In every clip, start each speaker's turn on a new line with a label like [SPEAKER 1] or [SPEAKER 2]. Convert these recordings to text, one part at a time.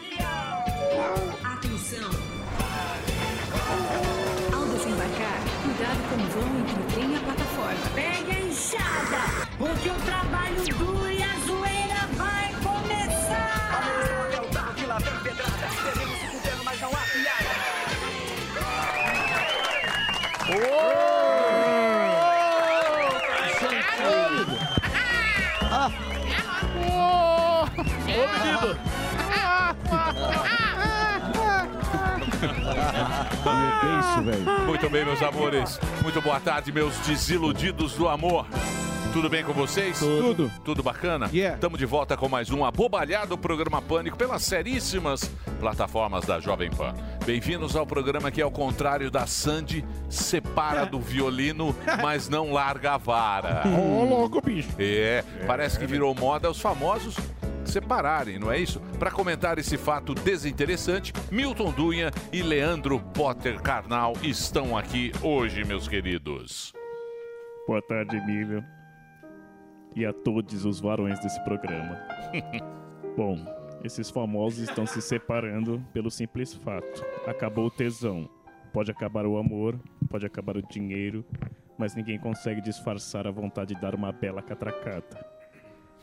[SPEAKER 1] Atenção! Ao desembarcar, cuidado com o vão entre o trem e a plataforma. Pega a enxada, porque o trabalho duro e a zoeira vai começar! Ah.
[SPEAKER 2] Muito É bem, meus amores. Muito boa tarde, meus desiludidos do amor. Tudo bem com vocês? Tudo. Tudo bacana?
[SPEAKER 3] Yeah.
[SPEAKER 2] Estamos de volta com mais um abobalhado programa Pânico pelas seríssimas plataformas da Jovem Pan. Bem-vindos ao programa que, ao contrário da Sandy, separa do violino, mas não larga a vara.
[SPEAKER 3] Ô, louco, bicho.
[SPEAKER 2] É, parece que virou moda os famosos separarem, não é isso? Para comentar esse fato desinteressante, Milton Dunha e Leandro Potter Carnal estão aqui hoje, meus queridos.
[SPEAKER 4] Boa tarde, Emílio. E a todos os varões desse programa. Bom, esses famosos estão se separando pelo simples fato. Acabou o tesão. Pode acabar o amor, pode acabar o dinheiro, mas ninguém consegue disfarçar a vontade de dar uma bela catracada.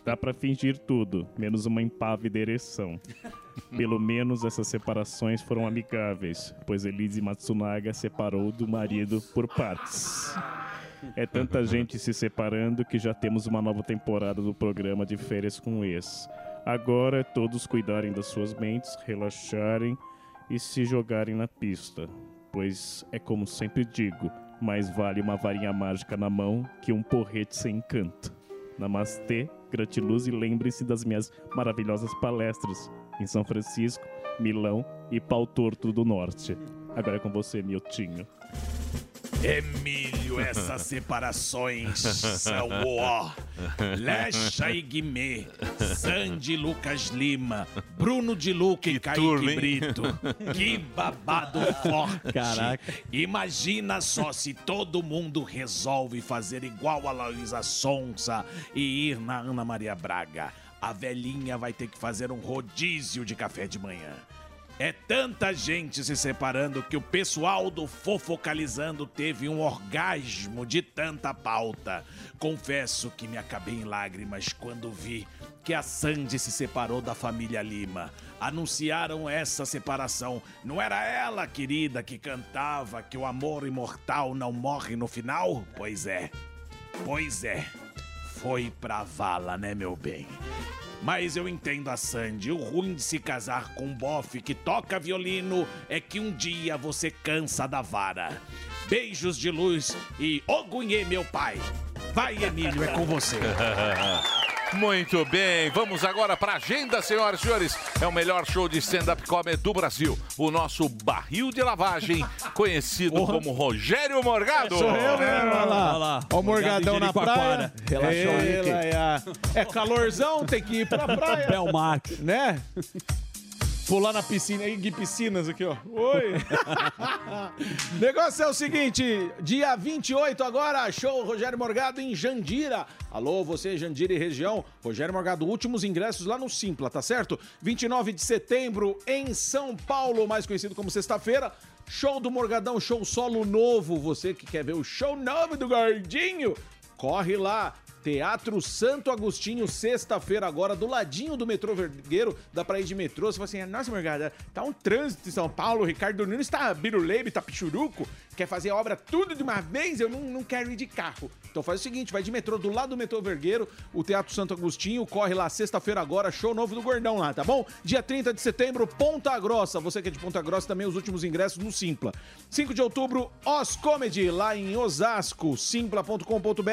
[SPEAKER 4] Dá pra fingir tudo, menos uma impávida ereção. Pelo menos essas separações foram amigáveis, pois Elise Matsunaga separou do marido por partes. É tanta gente se separando que já temos uma nova temporada do programa de férias com o ex. Agora é todos cuidarem das suas mentes, relaxarem e se jogarem na pista. Pois é como sempre digo, mais vale uma varinha mágica na mão que um porrete sem encanto. Namastê, gratiluz e lembre-se das minhas maravilhosas palestras em São Francisco, Milão e Pau Torto do Norte. Agora é com você, Miltinho.
[SPEAKER 5] Emílio, essas separações são o ó. Lecha e Guimê, Sandy Lucas Lima, Bruno de Luca e Kaique
[SPEAKER 2] turma, hein?
[SPEAKER 5] Brito. Que babado forte.
[SPEAKER 3] Caraca.
[SPEAKER 5] Imagina só se todo mundo resolve fazer igual a Laísa Sonsa e ir na Ana Maria Braga. A velhinha vai ter que fazer um rodízio de café de manhã. É tanta gente se separando que o pessoal do Fofocalizando teve um orgasmo de tanta pauta. Confesso que me acabei em lágrimas quando vi que a Sandy se separou da família Lima. Anunciaram essa separação. Não era ela, querida, que cantava que o amor imortal não morre no final? Pois é. Pois é foi pra vala, né, meu bem? Mas eu entendo a Sandy. O ruim de se casar com um bofe que toca violino é que um dia você cansa da vara. Beijos de luz e ogunhê, meu pai. Vai, Emílio, é com você.
[SPEAKER 2] Muito bem, vamos agora para a agenda, senhoras e senhores. É o melhor show de stand-up comedy do Brasil. O nosso barril de lavagem, conhecido como Rogério Morgado.
[SPEAKER 5] É,
[SPEAKER 3] Sou eu mesmo,
[SPEAKER 5] né?
[SPEAKER 3] olha lá. Olha lá. o Morgadão na praia.
[SPEAKER 4] Relaxou aí,
[SPEAKER 3] Ela é, a- é calorzão, tem que ir pra praia. Belmax. Né? Pular na piscina, aí, Gui Piscinas aqui, ó. Oi! Negócio é o seguinte, dia 28 agora, show Rogério Morgado em Jandira. Alô, você Jandira e região, Rogério Morgado, últimos ingressos lá no Simpla, tá certo? 29 de setembro em São Paulo, mais conhecido como sexta-feira. Show do Morgadão, show solo novo. Você que quer ver o show novo do Gordinho, corre lá. Teatro Santo Agostinho, sexta-feira agora, do ladinho do metrô Vergueiro, dá pra ir de metrô. Você fala assim, nossa, Morgada, tá um trânsito em São Paulo, Ricardo Nunes tá biruleibe, tá pichuruco, quer fazer a obra tudo de uma vez, eu não, não quero ir de carro. Então faz o seguinte, vai de metrô, do lado do metrô Vergueiro, o Teatro Santo Agostinho, corre lá sexta-feira agora, show novo do Gordão lá, tá bom? Dia 30 de setembro, Ponta Grossa, você que é de Ponta Grossa, também os últimos ingressos no Simpla. 5 de outubro, Os Comedy, lá em Osasco, simpla.com.br,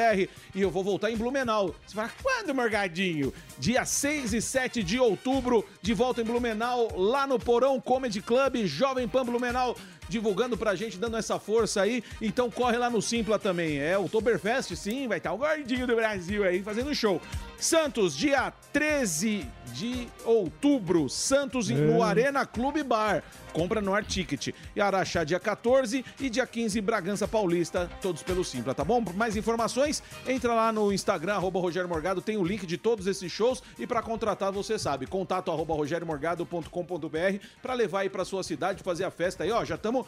[SPEAKER 3] e eu vou voltar em Blumenau. Você fala, quando, Morgadinho? Dia 6 e 7 de outubro, de volta em Blumenau, lá no Porão Comedy Club, Jovem Pan Blumenau, divulgando pra gente, dando essa força aí. Então corre lá no Simpla também. É o Toberfest, sim, vai estar o gordinho do Brasil aí fazendo show. Santos, dia 13 de outubro, Santos no Arena Clube Bar. Compra no Art Ticket. E Araxá, dia 14 e dia 15, Bragança Paulista, todos pelo Simpla, tá bom? Por mais informações, entra lá no Instagram, arroba Rogério Morgado, tem o link de todos esses shows e pra contratar, você sabe, contato arroba rogeriomorgado.com.br pra levar aí pra sua cidade, fazer a festa aí, ó, já estamos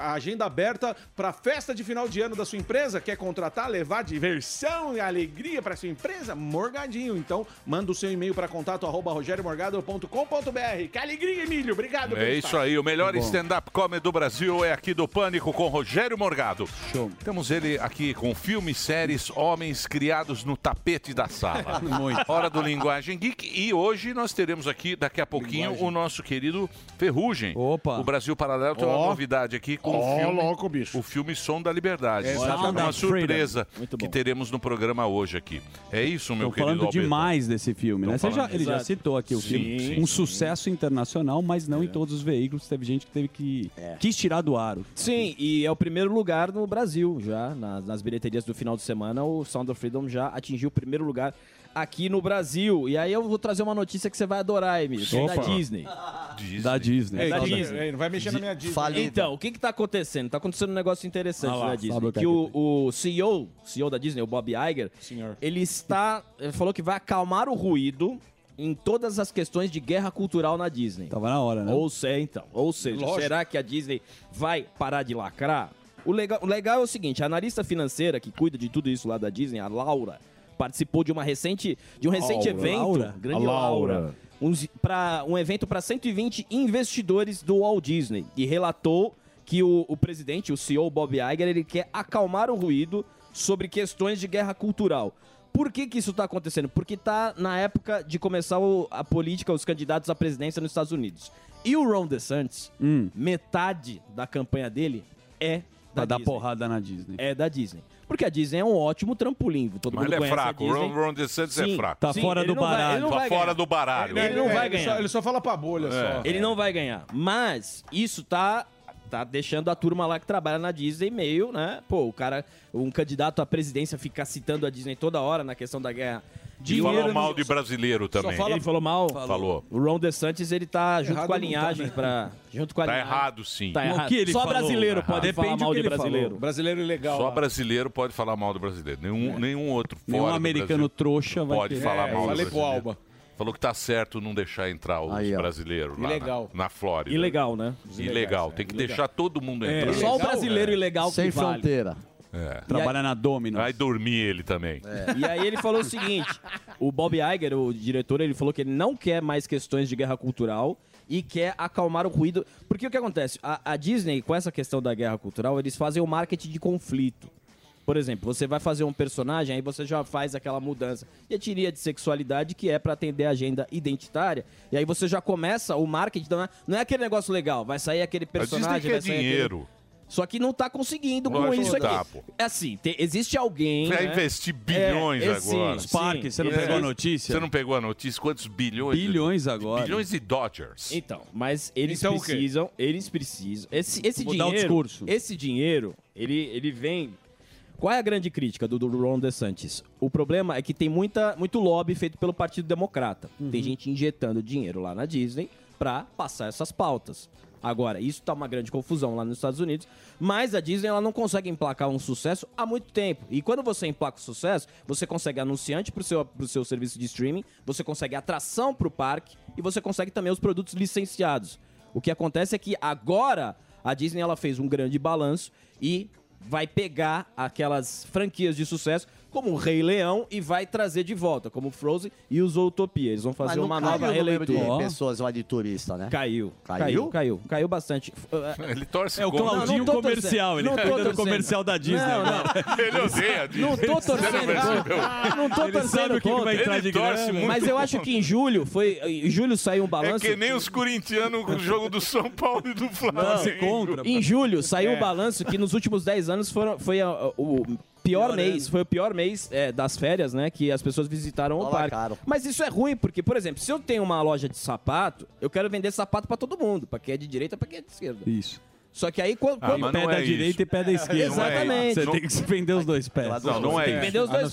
[SPEAKER 3] a agenda aberta pra festa de final de ano da sua empresa, quer contratar, levar diversão e alegria pra sua empresa? Morgadinho, então manda o seu e-mail pra contato arroba rogeriomorgado.com.br. Que alegria, Emílio, obrigado
[SPEAKER 2] É isso aí, o melhor stand-up comedy do Brasil é aqui do Pânico com Rogério Morgado.
[SPEAKER 6] Show.
[SPEAKER 2] Temos ele aqui com filmes, séries, homens criados no tapete da sala.
[SPEAKER 6] Muito.
[SPEAKER 2] Hora do Linguagem Geek. E hoje nós teremos aqui, daqui a pouquinho, o nosso querido Ferrugem. Opa. O Brasil Paralelo tem uma
[SPEAKER 5] Ó.
[SPEAKER 2] novidade aqui com
[SPEAKER 5] Ó,
[SPEAKER 2] o filme.
[SPEAKER 5] louco, bicho.
[SPEAKER 2] O filme Som da Liberdade.
[SPEAKER 6] Exatamente.
[SPEAKER 2] Uma surpresa
[SPEAKER 6] Muito
[SPEAKER 2] que
[SPEAKER 6] bom.
[SPEAKER 2] teremos no programa hoje aqui. É isso, meu
[SPEAKER 6] Estão
[SPEAKER 2] querido
[SPEAKER 6] falando
[SPEAKER 2] Alberto.
[SPEAKER 6] demais desse filme, né?
[SPEAKER 2] Tão
[SPEAKER 6] Você já-
[SPEAKER 2] falando.
[SPEAKER 6] ele já
[SPEAKER 2] Exato.
[SPEAKER 6] citou aqui o
[SPEAKER 2] Sim,
[SPEAKER 6] filme.
[SPEAKER 2] sim, sim.
[SPEAKER 6] um sucesso internacional, mas não em todos os veículos. Teve gente que teve que... Quis tirar do ar.
[SPEAKER 7] Sim, e é o primeiro lugar no Brasil já. Nas, nas bilheterias do final de semana, o Sound of Freedom já atingiu o primeiro lugar aqui no Brasil. E aí eu vou trazer uma notícia que você vai adorar, Emílio. que é Da
[SPEAKER 6] Opa.
[SPEAKER 7] Disney.
[SPEAKER 6] Da Disney.
[SPEAKER 7] É,
[SPEAKER 6] Da
[SPEAKER 7] Disney.
[SPEAKER 6] Disney.
[SPEAKER 3] Ei, não vai mexer na minha Disney.
[SPEAKER 7] Então, o que que tá acontecendo? Tá acontecendo um negócio interessante
[SPEAKER 6] Ah lá,
[SPEAKER 7] na Disney.
[SPEAKER 6] sabe o que
[SPEAKER 7] Que
[SPEAKER 6] é
[SPEAKER 7] o, o CEO, CEO da Disney, o Bob Iger,
[SPEAKER 3] Senhor.
[SPEAKER 7] ele está... Ele falou que vai acalmar o ruído em todas as questões de guerra cultural na Disney.
[SPEAKER 6] Tava na hora, né?
[SPEAKER 7] Ou seja, então, ou seja,
[SPEAKER 3] Lógico.
[SPEAKER 7] será que a Disney vai parar de lacrar? O legal, o legal é o seguinte, a analista financeira que cuida de tudo isso lá da Disney, a Laura, participou de uma recente de um recente
[SPEAKER 6] Laura.
[SPEAKER 7] evento,
[SPEAKER 6] Laura?
[SPEAKER 7] grande
[SPEAKER 5] A Laura.
[SPEAKER 7] Laura, uns- pra- um evento para 120 investidores do Walt Disney e relatou que o, o presidente, o CEO Bob Iger, ele quer acalmar o ruído sobre questões de guerra cultural. Por que, que isso está acontecendo? Porque tá na época de começar o- a política, os candidatos à presidência nos Estados Unidos. E o Ron DeSantis,
[SPEAKER 6] Hum.
[SPEAKER 7] metade da campanha dele é da
[SPEAKER 6] Pra dar
[SPEAKER 7] Disney.
[SPEAKER 6] porrada na Disney.
[SPEAKER 7] É da Disney. Porque a Disney é um ótimo trampolim. Todo
[SPEAKER 2] Mas
[SPEAKER 7] mundo
[SPEAKER 2] ele é
[SPEAKER 7] conhece a
[SPEAKER 2] fraco. O
[SPEAKER 7] Disney.
[SPEAKER 2] Ron, Ron DeSantis é
[SPEAKER 7] Sim,
[SPEAKER 2] fraco.
[SPEAKER 6] Tá fora
[SPEAKER 7] ele
[SPEAKER 6] do
[SPEAKER 7] não vai- ele
[SPEAKER 6] baralho.
[SPEAKER 7] não
[SPEAKER 2] Tá
[SPEAKER 7] vai
[SPEAKER 2] fora
[SPEAKER 7] ganhar.
[SPEAKER 2] do baralho. É.
[SPEAKER 7] Ele não vai
[SPEAKER 3] Ele só,
[SPEAKER 7] ganhar.
[SPEAKER 3] ele só fala pra bolha, só.
[SPEAKER 7] Ele não vai ganhar. Mas isso tá tá deixando a turma lá que trabalha na Disney meio, né? Pô, o cara, um candidato à presidência ficar citando a Disney toda hora na questão da guerra.
[SPEAKER 2] E falar
[SPEAKER 7] Dinheiro-
[SPEAKER 2] mal de brasileiro
[SPEAKER 7] Só
[SPEAKER 2] também.
[SPEAKER 7] fala, falou mal.
[SPEAKER 2] Falou.
[SPEAKER 7] O Ron DeSantis, ele tá junto
[SPEAKER 3] Errado
[SPEAKER 7] com a
[SPEAKER 3] não tá,
[SPEAKER 7] linhagem pra junto com a
[SPEAKER 2] Tá
[SPEAKER 7] linhagem.
[SPEAKER 2] errado, sim.
[SPEAKER 7] Tá errado.
[SPEAKER 6] O que ele
[SPEAKER 7] Só
[SPEAKER 6] falou?
[SPEAKER 7] brasileiro
[SPEAKER 6] Tá errado.
[SPEAKER 7] pode falar
[SPEAKER 6] Depende
[SPEAKER 7] mal
[SPEAKER 6] do que
[SPEAKER 7] de
[SPEAKER 6] ele
[SPEAKER 7] brasileiro.
[SPEAKER 3] Brasileiro é ilegal.
[SPEAKER 2] Só
[SPEAKER 3] lá.
[SPEAKER 2] brasileiro pode falar mal do brasileiro. Nenhum, nenhum outro fora
[SPEAKER 6] Nenhum
[SPEAKER 2] do
[SPEAKER 6] Um americano
[SPEAKER 2] Brasil
[SPEAKER 6] trouxa vai
[SPEAKER 2] pode
[SPEAKER 6] querer.
[SPEAKER 2] falar
[SPEAKER 3] É,
[SPEAKER 2] mal do
[SPEAKER 3] falei pro
[SPEAKER 2] brasileiro.
[SPEAKER 3] Alba.
[SPEAKER 2] Falou que tá certo não deixar entrar os
[SPEAKER 6] Aí, ó.
[SPEAKER 2] brasileiros lá
[SPEAKER 3] Ilegal.
[SPEAKER 2] na, na Flórida.
[SPEAKER 7] Ilegal, né?
[SPEAKER 2] Ilegal. Tem que deixar todo mundo entrar.
[SPEAKER 7] Só
[SPEAKER 3] Ilegal,
[SPEAKER 7] o brasileiro
[SPEAKER 2] é.
[SPEAKER 7] ilegal que vale.
[SPEAKER 6] Trabalha na Domino.
[SPEAKER 2] Vai dormir ele também.
[SPEAKER 7] É. E aí ele falou o seguinte: o Bob Iger, o diretor, ele falou que ele não quer mais questões de guerra cultural e quer acalmar o ruído. Porque o que acontece? A, a Disney, com essa questão da guerra cultural, eles fazem o marketing de conflito. Por exemplo, você vai fazer um personagem, aí você já faz aquela mudança de etnia, de sexualidade, que é pra atender a agenda identitária. E aí você já começa o marketing. Não é, não é aquele negócio legal, vai sair aquele
[SPEAKER 2] Mas dizem
[SPEAKER 7] personagem.
[SPEAKER 2] que é
[SPEAKER 7] vai sair aquele-
[SPEAKER 2] dinheiro.
[SPEAKER 7] Só que não tá conseguindo com
[SPEAKER 2] Lógico
[SPEAKER 7] isso
[SPEAKER 2] que
[SPEAKER 7] aqui.
[SPEAKER 2] tá, pô.
[SPEAKER 7] É assim, te- existe alguém.
[SPEAKER 2] Vai
[SPEAKER 7] né?
[SPEAKER 2] investir bilhões
[SPEAKER 7] É, é sim,
[SPEAKER 2] agora.
[SPEAKER 7] sim.
[SPEAKER 6] Parque, você não
[SPEAKER 7] Esse-
[SPEAKER 6] pegou a
[SPEAKER 2] Você
[SPEAKER 6] notícia?
[SPEAKER 2] não pegou a notícia? Quantos bilhões?
[SPEAKER 6] Bilhões agora.
[SPEAKER 2] Bilhões de Dodgers.
[SPEAKER 7] Então, mas eles
[SPEAKER 3] Então o quê?
[SPEAKER 7] precisam, eles precisam. Esse, esse
[SPEAKER 6] Mudar o
[SPEAKER 7] dinheiro,
[SPEAKER 6] discurso.
[SPEAKER 7] esse dinheiro, ele, ele vem. Qual é a grande crítica do, do Ron DeSantis? O problema é que tem muita, muito lobby feito pelo Partido Democrata. Tem gente injetando dinheiro lá na Disney pra passar essas pautas. Agora, isso tá uma grande confusão lá nos Estados Unidos, mas a Disney ela não consegue emplacar um sucesso há muito tempo. E quando você emplaca o sucesso, você consegue anunciante pro seu, pro seu serviço de streaming, você consegue atração pro parque e você consegue também os produtos licenciados. O que acontece é que agora a Disney ela fez um grande balanço e vai pegar aquelas franquias de sucesso como o Rei Leão, e vai trazer de volta, como Frozen e os Zootopia. Eles vão fazer uma nova
[SPEAKER 8] releitura.
[SPEAKER 7] releitura.
[SPEAKER 8] pessoas lá de turista, né?
[SPEAKER 7] Caiu.
[SPEAKER 8] Caiu?
[SPEAKER 7] Caiu, caiu, caiu bastante. uh,
[SPEAKER 2] Ele torce
[SPEAKER 8] É o
[SPEAKER 7] contra.
[SPEAKER 8] Claudinho
[SPEAKER 7] Não, não tô
[SPEAKER 8] comercial,
[SPEAKER 7] torcendo.
[SPEAKER 8] ele
[SPEAKER 7] Não
[SPEAKER 8] fica
[SPEAKER 7] tô
[SPEAKER 8] dando
[SPEAKER 7] torcendo.
[SPEAKER 8] comercial da Disney.
[SPEAKER 7] Não, não.
[SPEAKER 2] Ele odeia a Disney.
[SPEAKER 7] Não tô
[SPEAKER 2] Você
[SPEAKER 7] torcendo
[SPEAKER 2] percebeu?
[SPEAKER 7] contra. Não tô
[SPEAKER 2] Ele
[SPEAKER 7] torcendo
[SPEAKER 2] sabe o que que vai
[SPEAKER 7] contra.
[SPEAKER 2] entrar de Ele torce grana. muito
[SPEAKER 7] Mas eu acho que em julho foi, em julho saiu um
[SPEAKER 2] É
[SPEAKER 7] balanço.
[SPEAKER 2] que nem os corintianos com o jogo do São Paulo e do Flamengo.
[SPEAKER 7] Em julho saiu
[SPEAKER 2] É.
[SPEAKER 7] um balanço que nos últimos 10 anos foram, foi a- a- o pior, mês, foi o pior mês é, das férias, né, que as pessoas visitaram o parque. Mas isso é ruim porque, por exemplo, se eu tenho uma loja de sapato, eu quero vender sapato pra todo mundo, pra quem é de direita, pra quem é de esquerda.
[SPEAKER 6] Isso.
[SPEAKER 7] Só que aí quando,
[SPEAKER 6] Ah,
[SPEAKER 7] quando
[SPEAKER 6] mas não Pé da é direita isso. e pé da esquerda.
[SPEAKER 7] Exatamente.
[SPEAKER 6] Você tem que se vender os dois pés.
[SPEAKER 2] é Não, não é
[SPEAKER 6] Tem que
[SPEAKER 2] isso.
[SPEAKER 6] vender os dois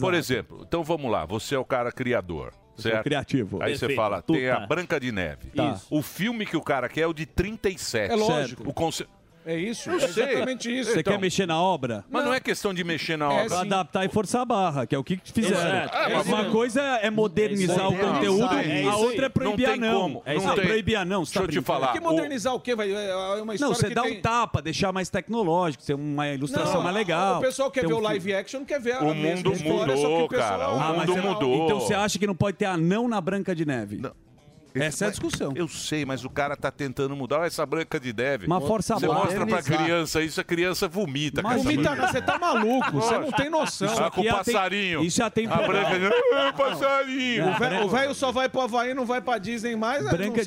[SPEAKER 2] Por exemplo, então vamos lá, você é o cara criador.
[SPEAKER 6] é o
[SPEAKER 2] Certo?
[SPEAKER 6] criativo.
[SPEAKER 2] Aí você
[SPEAKER 6] Perfeito.
[SPEAKER 2] fala,
[SPEAKER 6] Tu
[SPEAKER 2] tem a
[SPEAKER 6] tá.
[SPEAKER 2] Branca de Neve.
[SPEAKER 6] Tá. Isso.
[SPEAKER 2] O filme que o cara quer é o de 37.
[SPEAKER 6] É lógico.
[SPEAKER 2] O conce...
[SPEAKER 3] É isso,
[SPEAKER 2] Eu
[SPEAKER 6] é
[SPEAKER 2] sei.
[SPEAKER 6] exatamente isso. Você
[SPEAKER 2] Então,
[SPEAKER 6] quer mexer na obra?
[SPEAKER 2] Mas não é questão de mexer na obra.
[SPEAKER 6] Pra adaptar e forçar a barra, que é o que fizeram.
[SPEAKER 2] Exato. É, mas
[SPEAKER 6] uma
[SPEAKER 2] sim.
[SPEAKER 6] coisa é modernizar
[SPEAKER 2] É isso
[SPEAKER 6] o
[SPEAKER 2] aí.
[SPEAKER 6] conteúdo,
[SPEAKER 2] É isso
[SPEAKER 6] a
[SPEAKER 2] aí.
[SPEAKER 6] outra é proibir
[SPEAKER 2] Não
[SPEAKER 6] a
[SPEAKER 2] tem
[SPEAKER 6] não.
[SPEAKER 2] como.
[SPEAKER 6] É
[SPEAKER 2] Não
[SPEAKER 6] isso aí.
[SPEAKER 2] tem.
[SPEAKER 6] proibir a não. você tá
[SPEAKER 2] Deixa eu te
[SPEAKER 6] brincando.
[SPEAKER 2] falar.
[SPEAKER 3] É Que modernizar o quê? Vai, é uma história
[SPEAKER 6] Não, você
[SPEAKER 3] que
[SPEAKER 6] dá
[SPEAKER 3] tem...
[SPEAKER 6] um tapa, deixar mais tecnológico, ser uma ilustração mais legal.
[SPEAKER 3] O pessoal quer
[SPEAKER 6] ter
[SPEAKER 3] ver
[SPEAKER 6] um
[SPEAKER 3] o
[SPEAKER 6] fi-
[SPEAKER 3] live action, quer ver a
[SPEAKER 6] O
[SPEAKER 3] mesma
[SPEAKER 6] mundo
[SPEAKER 3] história, só que o pessoal...
[SPEAKER 6] Ah, mas você- Então você acha que não pode ter anão na Branca de Neve?
[SPEAKER 2] Essa é a discussão. Eu sei, mas o cara tá tentando mudar Olha essa branca de neve.
[SPEAKER 6] Uma força
[SPEAKER 2] Você
[SPEAKER 6] boa.
[SPEAKER 2] mostra pra
[SPEAKER 6] Modernizar.
[SPEAKER 2] criança isso, a criança vomita.
[SPEAKER 6] Mas vomita
[SPEAKER 3] não, você tá maluco, você não tem noção.
[SPEAKER 2] Isso
[SPEAKER 3] Isso
[SPEAKER 2] Tá com
[SPEAKER 3] aqui
[SPEAKER 2] o
[SPEAKER 3] já tem-
[SPEAKER 2] passarinho.
[SPEAKER 3] isso já tem
[SPEAKER 2] A branca de neve. "Ah, Passarinho.
[SPEAKER 3] O vé- O velho só vai pro Havaí, não vai pra Disney mais. né? não sabe o que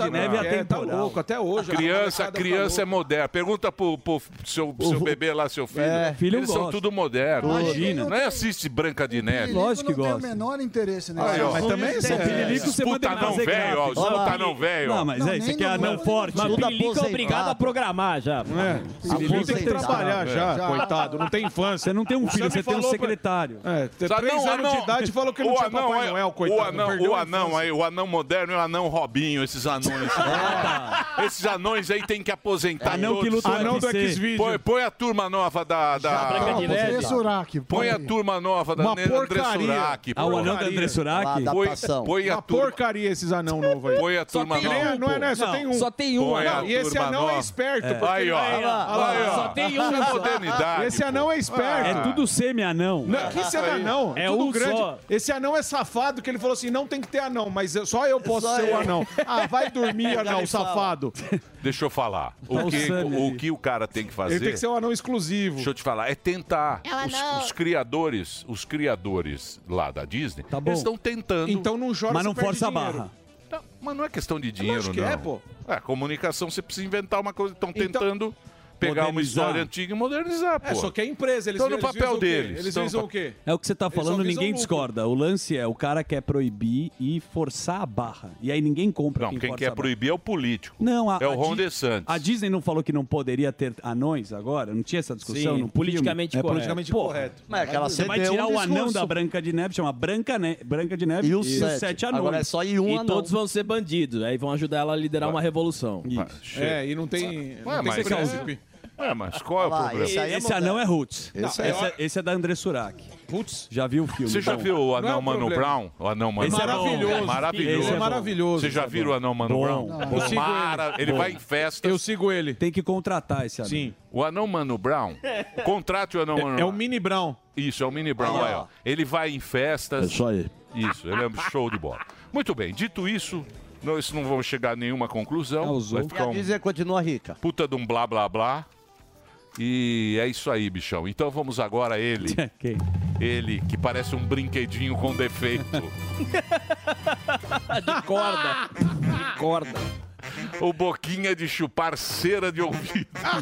[SPEAKER 3] é, Tá louco, até hoje. a
[SPEAKER 2] Criança,
[SPEAKER 3] molecada
[SPEAKER 2] criança é moderna. Pergunta pro, pro seu, seu bebê lá, seu filho.
[SPEAKER 9] É, filho
[SPEAKER 2] Eles são
[SPEAKER 9] gosta.
[SPEAKER 2] tudo modernos.
[SPEAKER 9] Imagina.
[SPEAKER 2] Não é assiste Branca de Neve.
[SPEAKER 9] não tem o menor interesse nesse
[SPEAKER 2] Aí, ó.
[SPEAKER 9] assunto.
[SPEAKER 2] Esses putanão velho, ó. Os
[SPEAKER 7] Olha lá.
[SPEAKER 2] putanão velho. ó.
[SPEAKER 7] Não, mas é, você quer anão forte. Mas
[SPEAKER 2] Tudo
[SPEAKER 7] Pirilica é obrigado a programar já.
[SPEAKER 3] É. Pirilica tem que trabalhar já, coitado. Não tem infância. Você
[SPEAKER 6] não tem um
[SPEAKER 3] O
[SPEAKER 6] filho,
[SPEAKER 3] Sammy
[SPEAKER 6] É. você tem um
[SPEAKER 3] falou pra-
[SPEAKER 6] secretário.
[SPEAKER 3] É, tem
[SPEAKER 2] Sabe,
[SPEAKER 3] três
[SPEAKER 2] não,
[SPEAKER 3] anos
[SPEAKER 2] anão-
[SPEAKER 3] de idade falou que não
[SPEAKER 2] o
[SPEAKER 3] tinha
[SPEAKER 2] anão,
[SPEAKER 3] Papai
[SPEAKER 2] é-
[SPEAKER 3] Noel, coitado.
[SPEAKER 2] O anão,
[SPEAKER 3] perdeu
[SPEAKER 2] o
[SPEAKER 3] a
[SPEAKER 2] anão, aí, o anão moderno e o anão Robinho, esses anões.
[SPEAKER 3] É.
[SPEAKER 2] Esses anões aí tem que aposentar
[SPEAKER 6] Anão que
[SPEAKER 2] todos.
[SPEAKER 6] luta no Anão do UFC. X-Video.
[SPEAKER 2] Põe, põe a turma nova da... da...
[SPEAKER 6] Branca de Não, Neve. André Surak,
[SPEAKER 2] põe
[SPEAKER 6] põe.
[SPEAKER 2] a turma nova da
[SPEAKER 6] Uma
[SPEAKER 2] André
[SPEAKER 6] porcaria.
[SPEAKER 2] Surak.
[SPEAKER 6] Ah, o anão da
[SPEAKER 2] porcaria.
[SPEAKER 6] André Surak?
[SPEAKER 2] Põe,
[SPEAKER 6] Adaptação.
[SPEAKER 2] põe a
[SPEAKER 3] Uma
[SPEAKER 2] turma...
[SPEAKER 3] porcaria esses anão novo aí.
[SPEAKER 2] Põe a turma
[SPEAKER 3] tem
[SPEAKER 2] nova.
[SPEAKER 3] um, não é, né? Só
[SPEAKER 2] Não,
[SPEAKER 3] tem um.
[SPEAKER 2] só tem um
[SPEAKER 3] Põe
[SPEAKER 2] anão.
[SPEAKER 3] a E esse
[SPEAKER 2] turma
[SPEAKER 3] anão
[SPEAKER 2] nova.
[SPEAKER 3] é esperto.
[SPEAKER 2] É.
[SPEAKER 3] porque
[SPEAKER 2] Aí, ó.
[SPEAKER 3] ele-
[SPEAKER 2] Olha lá, olha lá. Só tem um Isso é só. modernidade,
[SPEAKER 3] Esse anão é esperto.
[SPEAKER 6] É tudo semi-anão.
[SPEAKER 3] Não, que esse é anão?
[SPEAKER 6] É
[SPEAKER 3] tudo
[SPEAKER 6] um
[SPEAKER 3] grande.
[SPEAKER 6] só.
[SPEAKER 3] Esse anão é safado que ele falou assim: não tem que ter anão, mas eu- só eu posso
[SPEAKER 2] só
[SPEAKER 3] ser
[SPEAKER 2] eu.
[SPEAKER 3] o anão. Ah, vai dormir, anão, safado.
[SPEAKER 2] Deixa eu falar.
[SPEAKER 3] Tá
[SPEAKER 2] O
[SPEAKER 3] o
[SPEAKER 2] que
[SPEAKER 3] Sammy
[SPEAKER 2] o,
[SPEAKER 3] ali.
[SPEAKER 2] que o cara tem que fazer...
[SPEAKER 3] Ele tem que ser um anão exclusivo.
[SPEAKER 2] Deixa eu te falar, é tentar.
[SPEAKER 3] Ela
[SPEAKER 2] Os,
[SPEAKER 3] não-
[SPEAKER 2] os criadores, os criadores lá da Disney,
[SPEAKER 3] Tá
[SPEAKER 10] Tá
[SPEAKER 2] eles estão tentando. um
[SPEAKER 3] Então não joga
[SPEAKER 2] Mas
[SPEAKER 3] você
[SPEAKER 2] não
[SPEAKER 3] perde
[SPEAKER 2] força a
[SPEAKER 3] dinheiro.
[SPEAKER 2] barra. Não, mas não é questão de dinheiro,
[SPEAKER 3] lógico
[SPEAKER 2] não.
[SPEAKER 3] que é, pô. Então,
[SPEAKER 2] É, comunicação, você precisa inventar uma coisa. Estão tentando pegar uma
[SPEAKER 6] modernizar.
[SPEAKER 2] história antiga e modernizar, pô.
[SPEAKER 3] É, só que é empresa, eles
[SPEAKER 2] Estão no
[SPEAKER 3] eles
[SPEAKER 2] papel
[SPEAKER 3] visam o quê?
[SPEAKER 2] deles. Então,
[SPEAKER 3] Eles
[SPEAKER 2] estão no
[SPEAKER 3] visam
[SPEAKER 2] pa-
[SPEAKER 3] o quê?
[SPEAKER 6] É o que você tá
[SPEAKER 3] Eles
[SPEAKER 6] falando,
[SPEAKER 3] só um visam
[SPEAKER 6] ninguém
[SPEAKER 3] lucro.
[SPEAKER 6] discorda. O lance é, o cara quer proibir e forçar a barra. E aí ninguém compra
[SPEAKER 2] Não, quem
[SPEAKER 6] força
[SPEAKER 2] quer
[SPEAKER 6] a barra.
[SPEAKER 2] proibir é o político.
[SPEAKER 6] Não, a-
[SPEAKER 2] é o
[SPEAKER 6] a
[SPEAKER 2] Ron
[SPEAKER 6] Di-
[SPEAKER 2] DeSantis.
[SPEAKER 6] A Disney não falou que não poderia ter anões agora? Não tinha essa discussão?
[SPEAKER 7] Sim,
[SPEAKER 6] no filme?
[SPEAKER 7] politicamente
[SPEAKER 6] é
[SPEAKER 7] correto.
[SPEAKER 6] politicamente
[SPEAKER 7] Porra.
[SPEAKER 6] correto.
[SPEAKER 7] Mas é aquela
[SPEAKER 6] Você vai
[SPEAKER 7] cedeu
[SPEAKER 6] tirar
[SPEAKER 7] um
[SPEAKER 6] o anão
[SPEAKER 7] discurso.
[SPEAKER 6] da Branca de Neve, chama Branca, ne Branca de Neve os anões.
[SPEAKER 7] é
[SPEAKER 6] um
[SPEAKER 7] E todos vão ser bandidos. Aí vão ajudar ela a liderar uma revolução.
[SPEAKER 3] É, e não tem. não tem
[SPEAKER 7] mas-
[SPEAKER 6] é,
[SPEAKER 3] príncipe.
[SPEAKER 2] Ué, mas qual é o
[SPEAKER 7] Olha lá,
[SPEAKER 2] problema?
[SPEAKER 6] Esse, anão é Roots. Não, Esse,
[SPEAKER 2] Esse aí é-
[SPEAKER 6] é, esse é da André Surak.
[SPEAKER 3] Putz.
[SPEAKER 6] Já viu o filme?
[SPEAKER 2] Você já
[SPEAKER 6] bom.
[SPEAKER 2] viu o
[SPEAKER 6] Não é
[SPEAKER 2] anão
[SPEAKER 6] um
[SPEAKER 2] Mano
[SPEAKER 6] problema.
[SPEAKER 2] Brown? O anão Mano
[SPEAKER 6] Esse é
[SPEAKER 2] Brown.
[SPEAKER 6] maravilhoso.
[SPEAKER 2] Maravilhoso.
[SPEAKER 6] Esse é
[SPEAKER 3] maravilhoso.
[SPEAKER 2] Você já viu o anão Mano
[SPEAKER 6] Bom.
[SPEAKER 2] Brown?
[SPEAKER 6] Não. Eu sigo ele.
[SPEAKER 2] Mara... Ele
[SPEAKER 6] Bom.
[SPEAKER 2] vai em festas.
[SPEAKER 3] Eu sigo ele.
[SPEAKER 6] Tem que contratar esse anão.
[SPEAKER 2] Sim. O anão Mano Brown. Contrate o anão Mano
[SPEAKER 3] É o Mini Brown.
[SPEAKER 2] Isso, é o Mini Brown.
[SPEAKER 3] Aí,
[SPEAKER 2] é,
[SPEAKER 3] ó.
[SPEAKER 2] ó. Ele vai em festas.
[SPEAKER 3] É isso aí.
[SPEAKER 2] Isso, ele é um show de bola. Muito bem, dito isso, nós não vamos chegar a nenhuma
[SPEAKER 3] É
[SPEAKER 2] conclusão. Vai
[SPEAKER 8] E a
[SPEAKER 2] ficar um
[SPEAKER 8] Disney continua rica.
[SPEAKER 2] puta de um blá blá blá. E é isso aí, bichão. Então vamos agora a ele. Ele que parece um brinquedinho com defeito.
[SPEAKER 7] De corda. De corda.
[SPEAKER 2] o boquinha de chupar cera de ouvido. Ah,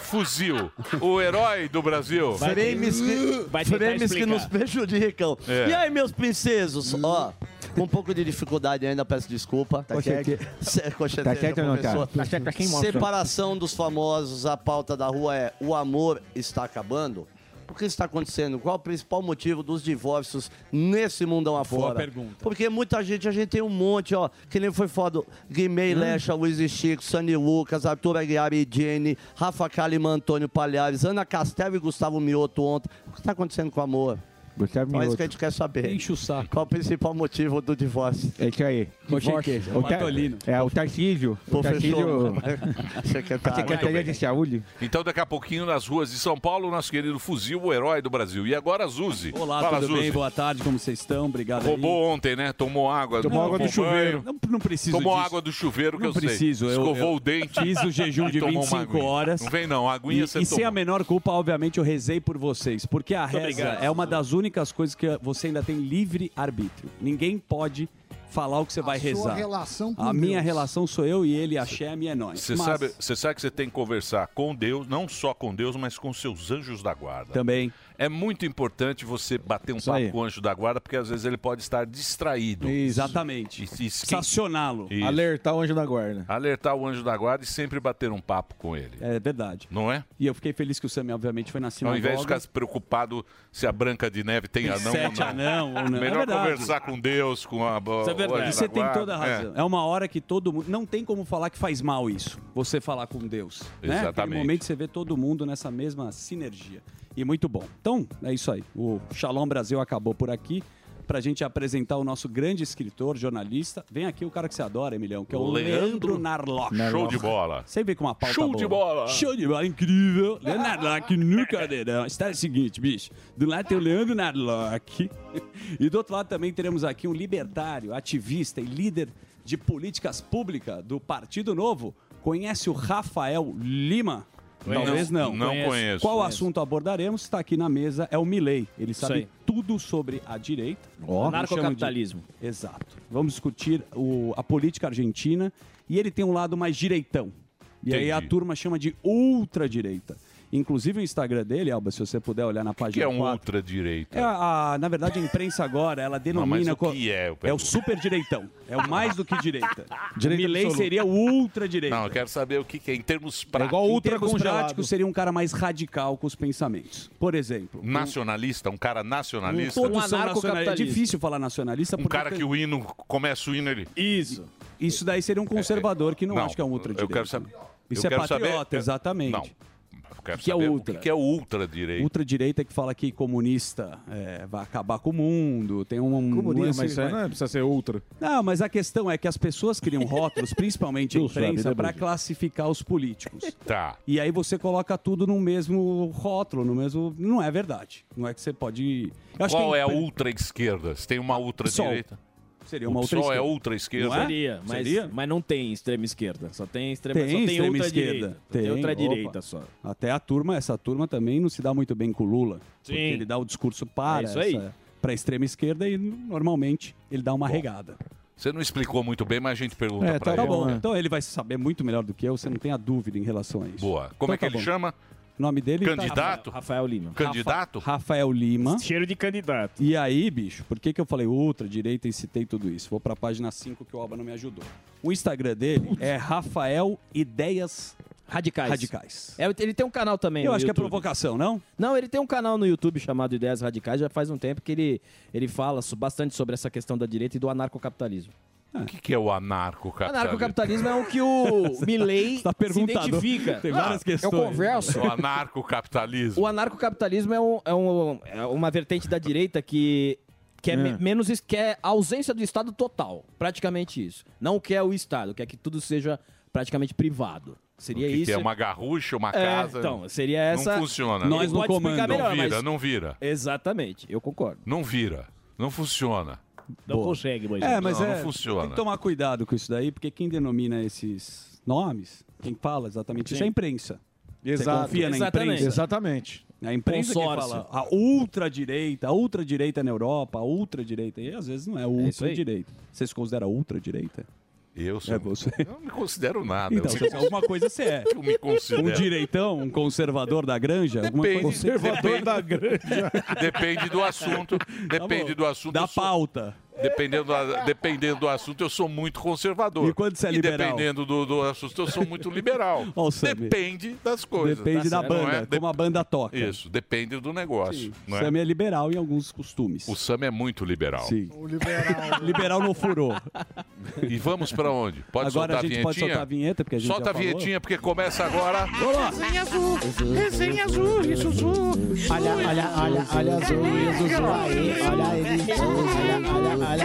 [SPEAKER 2] Fuzil, o herói do Brasil.
[SPEAKER 8] Frames que, frames que nos prejudicam.
[SPEAKER 2] É.
[SPEAKER 8] E aí, meus princesos? Ó, com um pouco de dificuldade ainda, peço desculpa. Tá
[SPEAKER 10] Cochete-
[SPEAKER 8] quieto? Se- cochete-
[SPEAKER 10] Tá quieto ou não tá?
[SPEAKER 8] professor.
[SPEAKER 10] Tá quieto pra quem mostra?
[SPEAKER 8] Separação dos famosos, a pauta da rua é o amor está acabando? O que está acontecendo? Qual o principal motivo dos divórcios nesse mundão afora?
[SPEAKER 6] pergunta.
[SPEAKER 8] Porque muita gente, a gente tem um monte, ó. Que nem foi foda. Guimei,
[SPEAKER 10] Hum?
[SPEAKER 8] Lecha, Luiz e Chico, Sani Lucas, Arthur Aguiar e Jenny, Rafa Kalimann, Antônio Palhares, Ana Castel e Gustavo Mioto ontem. O que está tá acontecendo com o amor?
[SPEAKER 10] Gustavo
[SPEAKER 8] Então é
[SPEAKER 10] Mioto.
[SPEAKER 8] isso que a gente quer saber. Enche
[SPEAKER 10] o saco.
[SPEAKER 8] Qual o principal motivo do divórcio?
[SPEAKER 10] É isso aí.
[SPEAKER 8] Divórcio.
[SPEAKER 10] O Tar-
[SPEAKER 8] Patolino.
[SPEAKER 10] É, o Tarcísio. O
[SPEAKER 8] Professor.
[SPEAKER 10] Tarcísio. A
[SPEAKER 8] Secretário.
[SPEAKER 10] Secretaria de Saúde.
[SPEAKER 2] Então, daqui a pouquinho, nas ruas de São Paulo, nosso querido Fuzil, o herói do Brasil. E agora, Zuzi.
[SPEAKER 6] Olá,
[SPEAKER 2] Fala,
[SPEAKER 6] tudo bem?
[SPEAKER 2] Zuzi.
[SPEAKER 6] Boa tarde, como vocês estão? Obrigado aí.
[SPEAKER 2] Roubou ontem, né? Tomou água.
[SPEAKER 6] Tomou água do
[SPEAKER 2] banho.
[SPEAKER 6] chuveiro. Não- não preciso
[SPEAKER 2] Tomou
[SPEAKER 6] disso.
[SPEAKER 2] água do chuveiro, que
[SPEAKER 6] Não
[SPEAKER 2] eu sei.
[SPEAKER 6] preciso, eu-
[SPEAKER 2] Escovou
[SPEAKER 6] eu
[SPEAKER 2] o dente.
[SPEAKER 6] fiz o jejum
[SPEAKER 2] e
[SPEAKER 6] de
[SPEAKER 2] tomou uma
[SPEAKER 6] 25
[SPEAKER 2] aguinha.
[SPEAKER 6] horas.
[SPEAKER 2] Não vem não, a aguinha
[SPEAKER 6] e,
[SPEAKER 2] você
[SPEAKER 6] e
[SPEAKER 2] toma.
[SPEAKER 6] sem a menor culpa, obviamente, eu rezei por vocês, porque a
[SPEAKER 2] Muito
[SPEAKER 6] reza
[SPEAKER 2] obrigado.
[SPEAKER 6] é uma das únicas coisas que você ainda tem livre arbítrio. Ninguém pode falar o que você vai
[SPEAKER 9] sua
[SPEAKER 6] rezar.
[SPEAKER 9] relação com
[SPEAKER 6] a minha
[SPEAKER 9] Deus.
[SPEAKER 6] relação sou eu e ele, a Shem e é nós.
[SPEAKER 2] Você
[SPEAKER 6] Mas-
[SPEAKER 2] sabe, você sabe que você tem que conversar com Deus, não só com Deus, mas com seus anjos da guarda.
[SPEAKER 6] Também.
[SPEAKER 2] É muito importante você bater um papo com o anjo da guarda, porque às vezes ele pode estar distraído.
[SPEAKER 6] Exatamente. Estacioná-lo.
[SPEAKER 2] Alertar
[SPEAKER 3] É o anjo da guarda.
[SPEAKER 2] Alertar o anjo da guarda e sempre bater um papo com ele.
[SPEAKER 6] É verdade.
[SPEAKER 2] Não é?
[SPEAKER 6] E eu fiquei feliz que o Samir, obviamente, foi na
[SPEAKER 2] Ao
[SPEAKER 6] sinagoga.
[SPEAKER 2] invés de ficar assim, preocupado se a Branca de Neve tem
[SPEAKER 6] Tem
[SPEAKER 2] anão
[SPEAKER 6] sete
[SPEAKER 2] ou não.
[SPEAKER 6] anão ou não. É
[SPEAKER 2] Melhor
[SPEAKER 6] verdade.
[SPEAKER 2] conversar com Deus, com a
[SPEAKER 6] Isso é verdade. Você tem toda a razão.
[SPEAKER 2] É.
[SPEAKER 6] É. uma hora que todo mundo. Não tem como falar que faz mal isso. Você falar com Deus. Né?
[SPEAKER 2] Exatamente.
[SPEAKER 6] Naquele momento você vê todo mundo nessa mesma sinergia. E muito bom. Então, é isso aí. O Shalom Brasil acabou por aqui. Pra gente apresentar o nosso grande escritor, jornalista. Vem aqui o cara que você adora, Emilhão, que é o Leandro, Narlock.
[SPEAKER 2] Show de bola.
[SPEAKER 6] Sempre com uma pauta
[SPEAKER 2] Show
[SPEAKER 6] boa.
[SPEAKER 2] de bola.
[SPEAKER 6] Show de bola, incrível. Leandro Narlock no cadeirão. né? Está o seguinte, bicho. Do lado tem o Leandro Narlock. E do outro lado também teremos aqui um libertário, ativista e líder de políticas públicas do Partido Novo. Conhece o Rafael Lima?
[SPEAKER 2] Conheço.
[SPEAKER 6] Talvez não.
[SPEAKER 2] Não Conheço. conheço.
[SPEAKER 6] Qual
[SPEAKER 2] Conheço.
[SPEAKER 6] assunto abordaremos? Está aqui na mesa. É o Milley. Ele
[SPEAKER 7] Isso
[SPEAKER 6] sabe
[SPEAKER 7] aí.
[SPEAKER 6] tudo sobre a direita.
[SPEAKER 7] Ó.
[SPEAKER 6] Como chamam de-
[SPEAKER 7] Anarcocapitalismo.
[SPEAKER 6] Exato. Vamos discutir o- a política argentina e ele tem um lado mais direitão. E aí a
[SPEAKER 2] Entendi.
[SPEAKER 6] turma chama de ultradireita. Inclusive o Instagram dele, Alba, se você puder olhar na
[SPEAKER 2] que
[SPEAKER 6] página
[SPEAKER 2] é um
[SPEAKER 6] 4.
[SPEAKER 2] ultradireita?
[SPEAKER 6] É a- a- na verdade, a imprensa agora, ela
[SPEAKER 2] Não, mas
[SPEAKER 6] denomina...
[SPEAKER 2] o
[SPEAKER 6] co-
[SPEAKER 2] que é? eu
[SPEAKER 6] É o
[SPEAKER 2] pergunto?
[SPEAKER 6] super direitão. É o mais do que direita.
[SPEAKER 2] Direita
[SPEAKER 6] Milley
[SPEAKER 2] absoluta.
[SPEAKER 6] seria o ultra direita.
[SPEAKER 2] Não, eu quero saber o que, que é em termos práticos.
[SPEAKER 6] Em termos práticos, seria um cara mais radical com os pensamentos. Por exemplo,
[SPEAKER 2] Nacionalista, um cara nacionalista.
[SPEAKER 6] todos
[SPEAKER 7] Um
[SPEAKER 6] são nacionalistas. É difícil falar nacionalista.
[SPEAKER 2] Um
[SPEAKER 6] porque
[SPEAKER 2] cara que o hino, começa o hino ele... É,
[SPEAKER 6] Isso. Isso daí seria um conservador que não, acho que é um ultradireita.
[SPEAKER 2] Eu quero saber.
[SPEAKER 6] Isso
[SPEAKER 2] eu
[SPEAKER 6] é
[SPEAKER 2] quero saber-
[SPEAKER 6] patriota,
[SPEAKER 2] eu-
[SPEAKER 6] exatamente.
[SPEAKER 2] Não. Eu quero
[SPEAKER 6] Que é
[SPEAKER 2] saber o
[SPEAKER 6] ultra.
[SPEAKER 2] que que é ultradireita.
[SPEAKER 6] Ultradireita que fala que comunista é, vai acabar com o mundo, tem um...
[SPEAKER 10] Comunista,
[SPEAKER 6] lance-
[SPEAKER 10] mas isso aí não é-
[SPEAKER 6] precisa ser ultra. Não, mas a questão é que as pessoas criam rótulos, principalmente a
[SPEAKER 10] Deus sabe,
[SPEAKER 6] imprensa,
[SPEAKER 7] é
[SPEAKER 10] né,
[SPEAKER 6] para
[SPEAKER 10] Brandão?
[SPEAKER 6] classificar os políticos.
[SPEAKER 2] Tá.
[SPEAKER 6] E aí você coloca tudo no mesmo rótulo, no mesmo... Não é verdade. Não é que você pode... Eu acho
[SPEAKER 2] Qual
[SPEAKER 6] que
[SPEAKER 2] é a
[SPEAKER 6] impre-
[SPEAKER 2] ultra-esquerda? Se tem uma ultra-direita?
[SPEAKER 6] Seria uma
[SPEAKER 2] O
[SPEAKER 6] outra
[SPEAKER 2] PSOL é
[SPEAKER 6] esquerda.
[SPEAKER 2] ultra-esquerda?
[SPEAKER 6] Não é?
[SPEAKER 7] Seria, mas,
[SPEAKER 6] Seria?
[SPEAKER 7] mas não tem extrema esquerda. Só tem extrema,
[SPEAKER 6] Tem
[SPEAKER 7] só tem
[SPEAKER 6] extrema
[SPEAKER 7] outra
[SPEAKER 6] esquerda.
[SPEAKER 7] direita.
[SPEAKER 6] Tem,
[SPEAKER 7] outra
[SPEAKER 6] opa.
[SPEAKER 7] direita só.
[SPEAKER 6] Até a turma, essa turma também não se dá muito bem com o Lula. Porque
[SPEAKER 7] Sim.
[SPEAKER 6] ele dá o discurso para
[SPEAKER 7] É isso aí.
[SPEAKER 6] essa- pra extrema esquerda e normalmente ele dá uma regada.
[SPEAKER 2] Você não explicou muito bem, mas a gente pergunta
[SPEAKER 6] É,
[SPEAKER 2] pra
[SPEAKER 6] tá, tá
[SPEAKER 2] ele.
[SPEAKER 6] bom. Então ele vai saber muito melhor do que eu, você não tenha dúvida em relação a isso.
[SPEAKER 2] Boa. Como
[SPEAKER 6] Então
[SPEAKER 2] é que
[SPEAKER 6] tá
[SPEAKER 2] ele
[SPEAKER 6] bom.
[SPEAKER 2] chama?
[SPEAKER 6] O nome dele tá-
[SPEAKER 2] Candidato?
[SPEAKER 7] Rafael Lima.
[SPEAKER 2] Candidato?
[SPEAKER 6] Rafa- Rafael Lima. Cheiro de candidato. E aí, bicho, por que, que eu falei ultra, direita e citei tudo isso? Vou pra página 5 que o Alba não me ajudou. O Instagram dele é Rafael Ideias
[SPEAKER 7] Radicais.
[SPEAKER 6] Radicais.
[SPEAKER 7] É, ele tem um canal também.
[SPEAKER 6] Eu
[SPEAKER 7] no
[SPEAKER 6] acho que é
[SPEAKER 7] YouTube.
[SPEAKER 6] provocação, não?
[SPEAKER 7] Não, ele tem um canal no YouTube chamado Ideias Radicais. Já faz um tempo que ele, ele fala so- bastante sobre essa questão da direita e do anarcocapitalismo.
[SPEAKER 2] O que, que é o anarcocapitalismo?
[SPEAKER 7] Anarcocapitalismo é o que o Milley
[SPEAKER 2] tá
[SPEAKER 7] se
[SPEAKER 2] perguntador.
[SPEAKER 7] identifica.
[SPEAKER 2] Tem várias
[SPEAKER 7] Ah,
[SPEAKER 2] questões.
[SPEAKER 7] Eu converso.
[SPEAKER 2] O anarcocapitalismo.
[SPEAKER 7] O anarcocapitalismo é, um- é um- é uma vertente da direita que quer
[SPEAKER 2] É.
[SPEAKER 7] me- menos es- quer a ausência do Estado total, praticamente isso. Não quer o Estado, quer que tudo seja praticamente privado. Seria
[SPEAKER 2] que
[SPEAKER 7] isso.
[SPEAKER 2] que é uma garrucha, uma
[SPEAKER 7] É,
[SPEAKER 2] casa.
[SPEAKER 7] então, seria essa-
[SPEAKER 2] Não funciona.
[SPEAKER 7] Nós Ele no pode comando.
[SPEAKER 2] Não
[SPEAKER 7] explicar melhor,
[SPEAKER 2] vira,
[SPEAKER 7] mas-
[SPEAKER 2] não vira.
[SPEAKER 7] Exatamente, eu concordo.
[SPEAKER 2] Não vira. Não funciona.
[SPEAKER 7] Não Boa. consegue, Moisés.
[SPEAKER 6] É, mas
[SPEAKER 2] não,
[SPEAKER 6] é,
[SPEAKER 2] não funciona.
[SPEAKER 6] tem que tomar cuidado com isso daí, porque quem denomina esses nomes, quem fala exatamente isso
[SPEAKER 10] Sim.
[SPEAKER 6] é a imprensa.
[SPEAKER 10] Exato.
[SPEAKER 6] Você confia na
[SPEAKER 10] Exatamente.
[SPEAKER 6] imprensa?
[SPEAKER 10] Exatamente.
[SPEAKER 6] A imprensa
[SPEAKER 10] Consórcio.
[SPEAKER 6] que fala a ultradireita, a ultradireita na Europa, a ultradireita. E às vezes não é
[SPEAKER 2] isso aí.
[SPEAKER 6] ultradireita. Você se considera ultradireita?
[SPEAKER 2] Eu sou.
[SPEAKER 6] É você.
[SPEAKER 2] Eu não me considero nada.
[SPEAKER 6] Então,
[SPEAKER 2] eu me
[SPEAKER 6] se alguma coisa você é.
[SPEAKER 2] Eu me considero.
[SPEAKER 6] Um direitão, um conservador da granja? alguma
[SPEAKER 2] Depende,
[SPEAKER 6] coisa- assim?
[SPEAKER 2] depende. Depende do assunto. Depende do assunto. Da
[SPEAKER 6] Tá pauta.
[SPEAKER 2] Dependendo, da- dependendo do assunto, eu sou muito conservador.
[SPEAKER 6] E quando você é liberal?
[SPEAKER 2] dependendo do, do assunto, eu sou muito liberal.
[SPEAKER 6] Ó, o Samir.
[SPEAKER 2] Depende das coisas.
[SPEAKER 6] Depende
[SPEAKER 7] Tá
[SPEAKER 2] Não
[SPEAKER 6] da banda,
[SPEAKER 2] é?
[SPEAKER 6] como a banda toca.
[SPEAKER 2] Isso, depende do negócio.
[SPEAKER 6] O
[SPEAKER 2] não é?
[SPEAKER 6] Sam é liberal em alguns costumes.
[SPEAKER 2] O Sam é muito liberal.
[SPEAKER 6] Sim.
[SPEAKER 9] O liberal.
[SPEAKER 6] liberal não furou.
[SPEAKER 2] E vamos pra onde? Pode
[SPEAKER 6] Agora
[SPEAKER 2] soltar
[SPEAKER 6] a gente
[SPEAKER 2] vinhetinha?
[SPEAKER 6] pode soltar a vinheta, porque a gente
[SPEAKER 2] Solta
[SPEAKER 6] já
[SPEAKER 2] a
[SPEAKER 6] falou.
[SPEAKER 2] vinhetinha, porque começa agora.
[SPEAKER 1] Resenha azul, resenha azul, isso azul.
[SPEAKER 11] Olha, olha, olha, olha
[SPEAKER 10] É
[SPEAKER 11] azul, azul, aí, olha ele. Olha, olha,
[SPEAKER 2] Tá.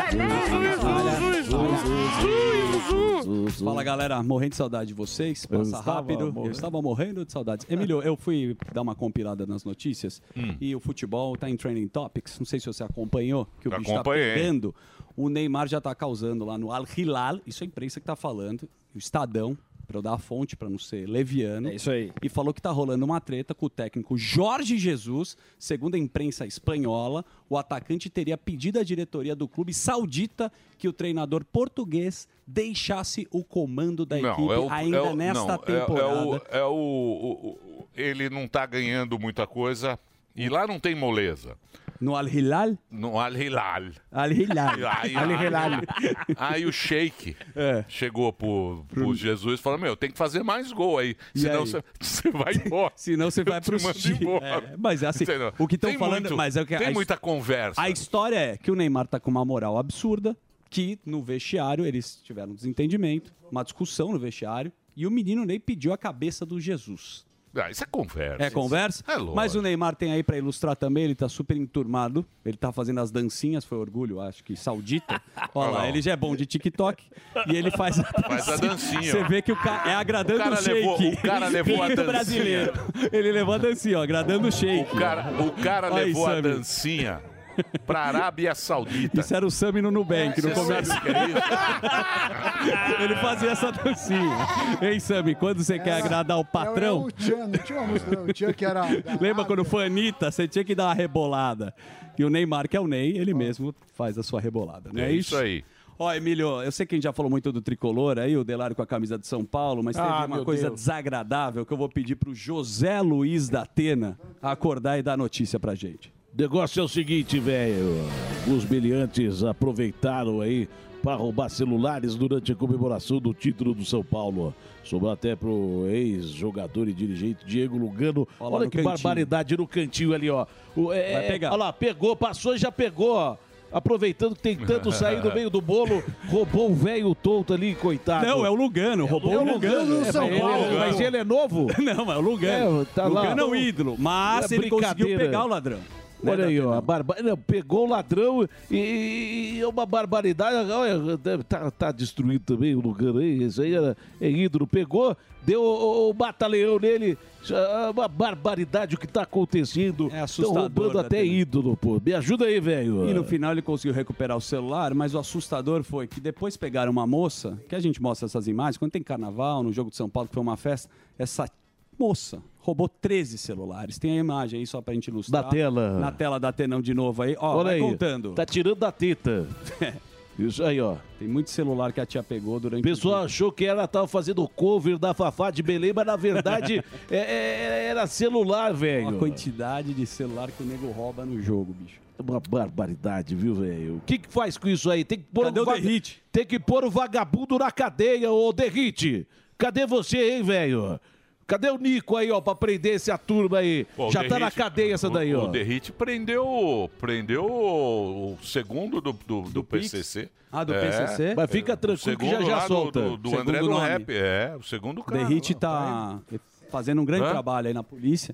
[SPEAKER 6] Fala galera, morrendo de saudade de vocês.
[SPEAKER 5] Eu
[SPEAKER 6] Passa
[SPEAKER 5] estava
[SPEAKER 6] rápido. Eu
[SPEAKER 5] morrendo.
[SPEAKER 6] estava morrendo de saudades. Emílio, eu fui dar uma compilada nas notícias
[SPEAKER 2] Hum.
[SPEAKER 6] e o futebol tá em trending topics. Não sei se você acompanhou que o bicho tá
[SPEAKER 2] Acompanhei.
[SPEAKER 6] pegando. O Neymar já tá causando lá no Al Hilal. Isso é a imprensa que tá falando. O Estadão para eu dar a fonte para não ser leviano. É isso aí. E falou que tá rolando uma treta com o técnico Jorge Jesus, segundo a imprensa espanhola, o atacante teria pedido à diretoria do clube saudita que o treinador português deixasse o comando da equipe ainda
[SPEAKER 2] é o-
[SPEAKER 6] nesta
[SPEAKER 2] não, é-
[SPEAKER 6] temporada.
[SPEAKER 2] É, o, é o- o- o- ele não tá ganhando muita coisa e lá não tem moleza.
[SPEAKER 6] No Ah, Al Hilal?
[SPEAKER 2] No Al Hilal.
[SPEAKER 6] Al Hilal.
[SPEAKER 2] Aí,
[SPEAKER 6] Al
[SPEAKER 2] aí-
[SPEAKER 6] Hilal.
[SPEAKER 2] aí o Sheik
[SPEAKER 6] É.
[SPEAKER 2] chegou pro, pro Jesus e falou: Meu, tem que fazer mais gol aí.
[SPEAKER 6] E
[SPEAKER 2] senão
[SPEAKER 6] aí?
[SPEAKER 2] você você vai embora.
[SPEAKER 6] Senão você vai
[SPEAKER 2] Eu te
[SPEAKER 6] pro
[SPEAKER 2] mando
[SPEAKER 6] Chile.
[SPEAKER 2] embora.
[SPEAKER 6] É, mas assim,
[SPEAKER 2] Entendeu?
[SPEAKER 6] o que estão
[SPEAKER 2] Tem
[SPEAKER 6] falando-
[SPEAKER 2] muito-
[SPEAKER 6] mas é o que-
[SPEAKER 2] Tem
[SPEAKER 6] a-
[SPEAKER 2] muita conversa.
[SPEAKER 6] A história é que o Neymar tá com uma moral absurda, que no vestiário eles tiveram um desentendimento, uma discussão no vestiário, e o menino Ney pediu a cabeça do Jesus.
[SPEAKER 2] Ah, isso é conversa.
[SPEAKER 6] É conversa?
[SPEAKER 2] É lógico.
[SPEAKER 6] Mas o Neymar tem aí pra ilustrar também, ele tá super enturmado, ele tá fazendo as dancinhas, foi orgulho, acho que saudita. Olha
[SPEAKER 2] Olha
[SPEAKER 6] lá,
[SPEAKER 2] lá.
[SPEAKER 6] ele já é bom de TikTok e ele faz a dancinha.
[SPEAKER 2] Faz a dancinha,
[SPEAKER 6] Você
[SPEAKER 2] ó.
[SPEAKER 6] vê que o cara é agradando
[SPEAKER 2] O
[SPEAKER 6] o,
[SPEAKER 2] cara
[SPEAKER 6] shake.
[SPEAKER 2] levou- o cara levou a
[SPEAKER 6] Espírito
[SPEAKER 2] dancinha.
[SPEAKER 6] brasileiro. Ele levou a dancinha, ó, agradando o shake.
[SPEAKER 2] O cara, o cara
[SPEAKER 6] Olha aí,
[SPEAKER 2] levou a
[SPEAKER 6] Sammy.
[SPEAKER 2] dancinha pra Arábia Saudita.
[SPEAKER 6] Isso era o Sammy no Nubank, no
[SPEAKER 2] Você sabe
[SPEAKER 6] começo.
[SPEAKER 2] o que é isso?
[SPEAKER 6] Ele fazia essa dancinha. Ei, Sammy, quando você quer agradar o patrão,
[SPEAKER 9] Ah, É o Tchan, não tinha uma música, não. O Tchan que era.
[SPEAKER 6] lembra quando foi a Anitta, você tinha que dar uma rebolada. E o Neymar, que é o Ney, ele mesmo faz a sua rebolada, não é,
[SPEAKER 2] É isso aí.
[SPEAKER 6] Ó, Emílio, eu sei que a gente já falou muito do tricolor aí, o Delário com a camisa de São Paulo, mas teve
[SPEAKER 3] Ah,
[SPEAKER 6] uma
[SPEAKER 3] meu
[SPEAKER 6] coisa
[SPEAKER 3] Deus.
[SPEAKER 6] desagradável que eu vou pedir pro José Luiz da Atena acordar e dar notícia pra gente.
[SPEAKER 3] Negócio é o seguinte, velho. Os miliantes aproveitaram aí para roubar celulares durante a comemoração do título do São Paulo. Sobrou até pro ex-jogador e dirigente Diego Lugano.
[SPEAKER 5] Ó lá
[SPEAKER 3] Olha
[SPEAKER 5] no
[SPEAKER 3] que
[SPEAKER 5] cantinho.
[SPEAKER 3] barbaridade no cantinho ali, ó. O, é,
[SPEAKER 5] Vai pegar.
[SPEAKER 3] Olha lá, pegou, passou e já pegou, ó. Aproveitando que tem tanto sair do meio do bolo, roubou o velho tonto ali, coitado.
[SPEAKER 6] Não, é o Lugano, roubou o Lugano.
[SPEAKER 3] É, mas ele- Mas ele é novo?
[SPEAKER 6] Não, mas é o Lugano.
[SPEAKER 3] É, tá lá.
[SPEAKER 6] Lugano é um ídolo, mas
[SPEAKER 3] É
[SPEAKER 6] ele conseguiu
[SPEAKER 3] brincadeira.
[SPEAKER 6] pegar o ladrão. né?
[SPEAKER 3] Olha aí, ó, a barba... não, pegou o ladrão e- e, e é uma barbaridade. Olha, deve tá, tá destruído também o Lugano aí. Isso aí era, é ídolo. Pegou, deu o, o- o bataleão nele. Já é Uma barbaridade o que tá acontecendo. É
[SPEAKER 6] assustador,
[SPEAKER 3] roubando até
[SPEAKER 6] Datena.
[SPEAKER 3] ídolo, pô. Me ajuda aí, velho.
[SPEAKER 6] E no final ele conseguiu recuperar o celular, mas o assustador foi que depois pegaram uma moça, que a gente mostra essas imagens, quando tem carnaval, no Jogo de São Paulo, que foi uma festa, essa moça roubou 13 celulares. Tem a imagem aí só pra gente ilustrar.
[SPEAKER 3] Da tela.
[SPEAKER 6] Tá Na tela da Tenão de novo aí. Ó,
[SPEAKER 3] Olha
[SPEAKER 6] vai
[SPEAKER 3] aí.
[SPEAKER 6] contando. É.
[SPEAKER 3] Tá tirando da teta. Isso aí, ó.
[SPEAKER 6] Tem muito celular que a tia pegou durante
[SPEAKER 3] O pessoal achou que ela tava fazendo cover da Fafá de Belém, mas na verdade é- é- era celular, velho.
[SPEAKER 6] a quantidade de celular que o nego rouba no jogo, bicho.
[SPEAKER 3] Uma barbaridade, viu, velho? O que, que faz com isso aí? Tem que pôr
[SPEAKER 6] Cadê
[SPEAKER 3] o
[SPEAKER 6] o Derrite?
[SPEAKER 3] Tem que pôr o vagabundo na cadeia, ô Derrite. Cadê você, hein, velho? Cadê o Nico aí, ó, pra prender essa turma aí?
[SPEAKER 2] Pô, o
[SPEAKER 3] Já tá
[SPEAKER 2] Derrite-
[SPEAKER 3] na cadeia essa daí,
[SPEAKER 2] o,
[SPEAKER 3] ó.
[SPEAKER 2] O Derrite prendeu, prendeu o segundo do, do, do
[SPEAKER 3] Pix?
[SPEAKER 2] PCC.
[SPEAKER 3] Ah, do PCC? Mas fica
[SPEAKER 2] É. o
[SPEAKER 3] tranquilo que já
[SPEAKER 2] segundo
[SPEAKER 3] já
[SPEAKER 2] lá do-
[SPEAKER 3] solta.
[SPEAKER 2] Do, do
[SPEAKER 6] Segundo
[SPEAKER 2] André do
[SPEAKER 6] nome.
[SPEAKER 2] Rap, é, o segundo cara.
[SPEAKER 6] The Hit tá fazendo um grande trabalho aí na polícia.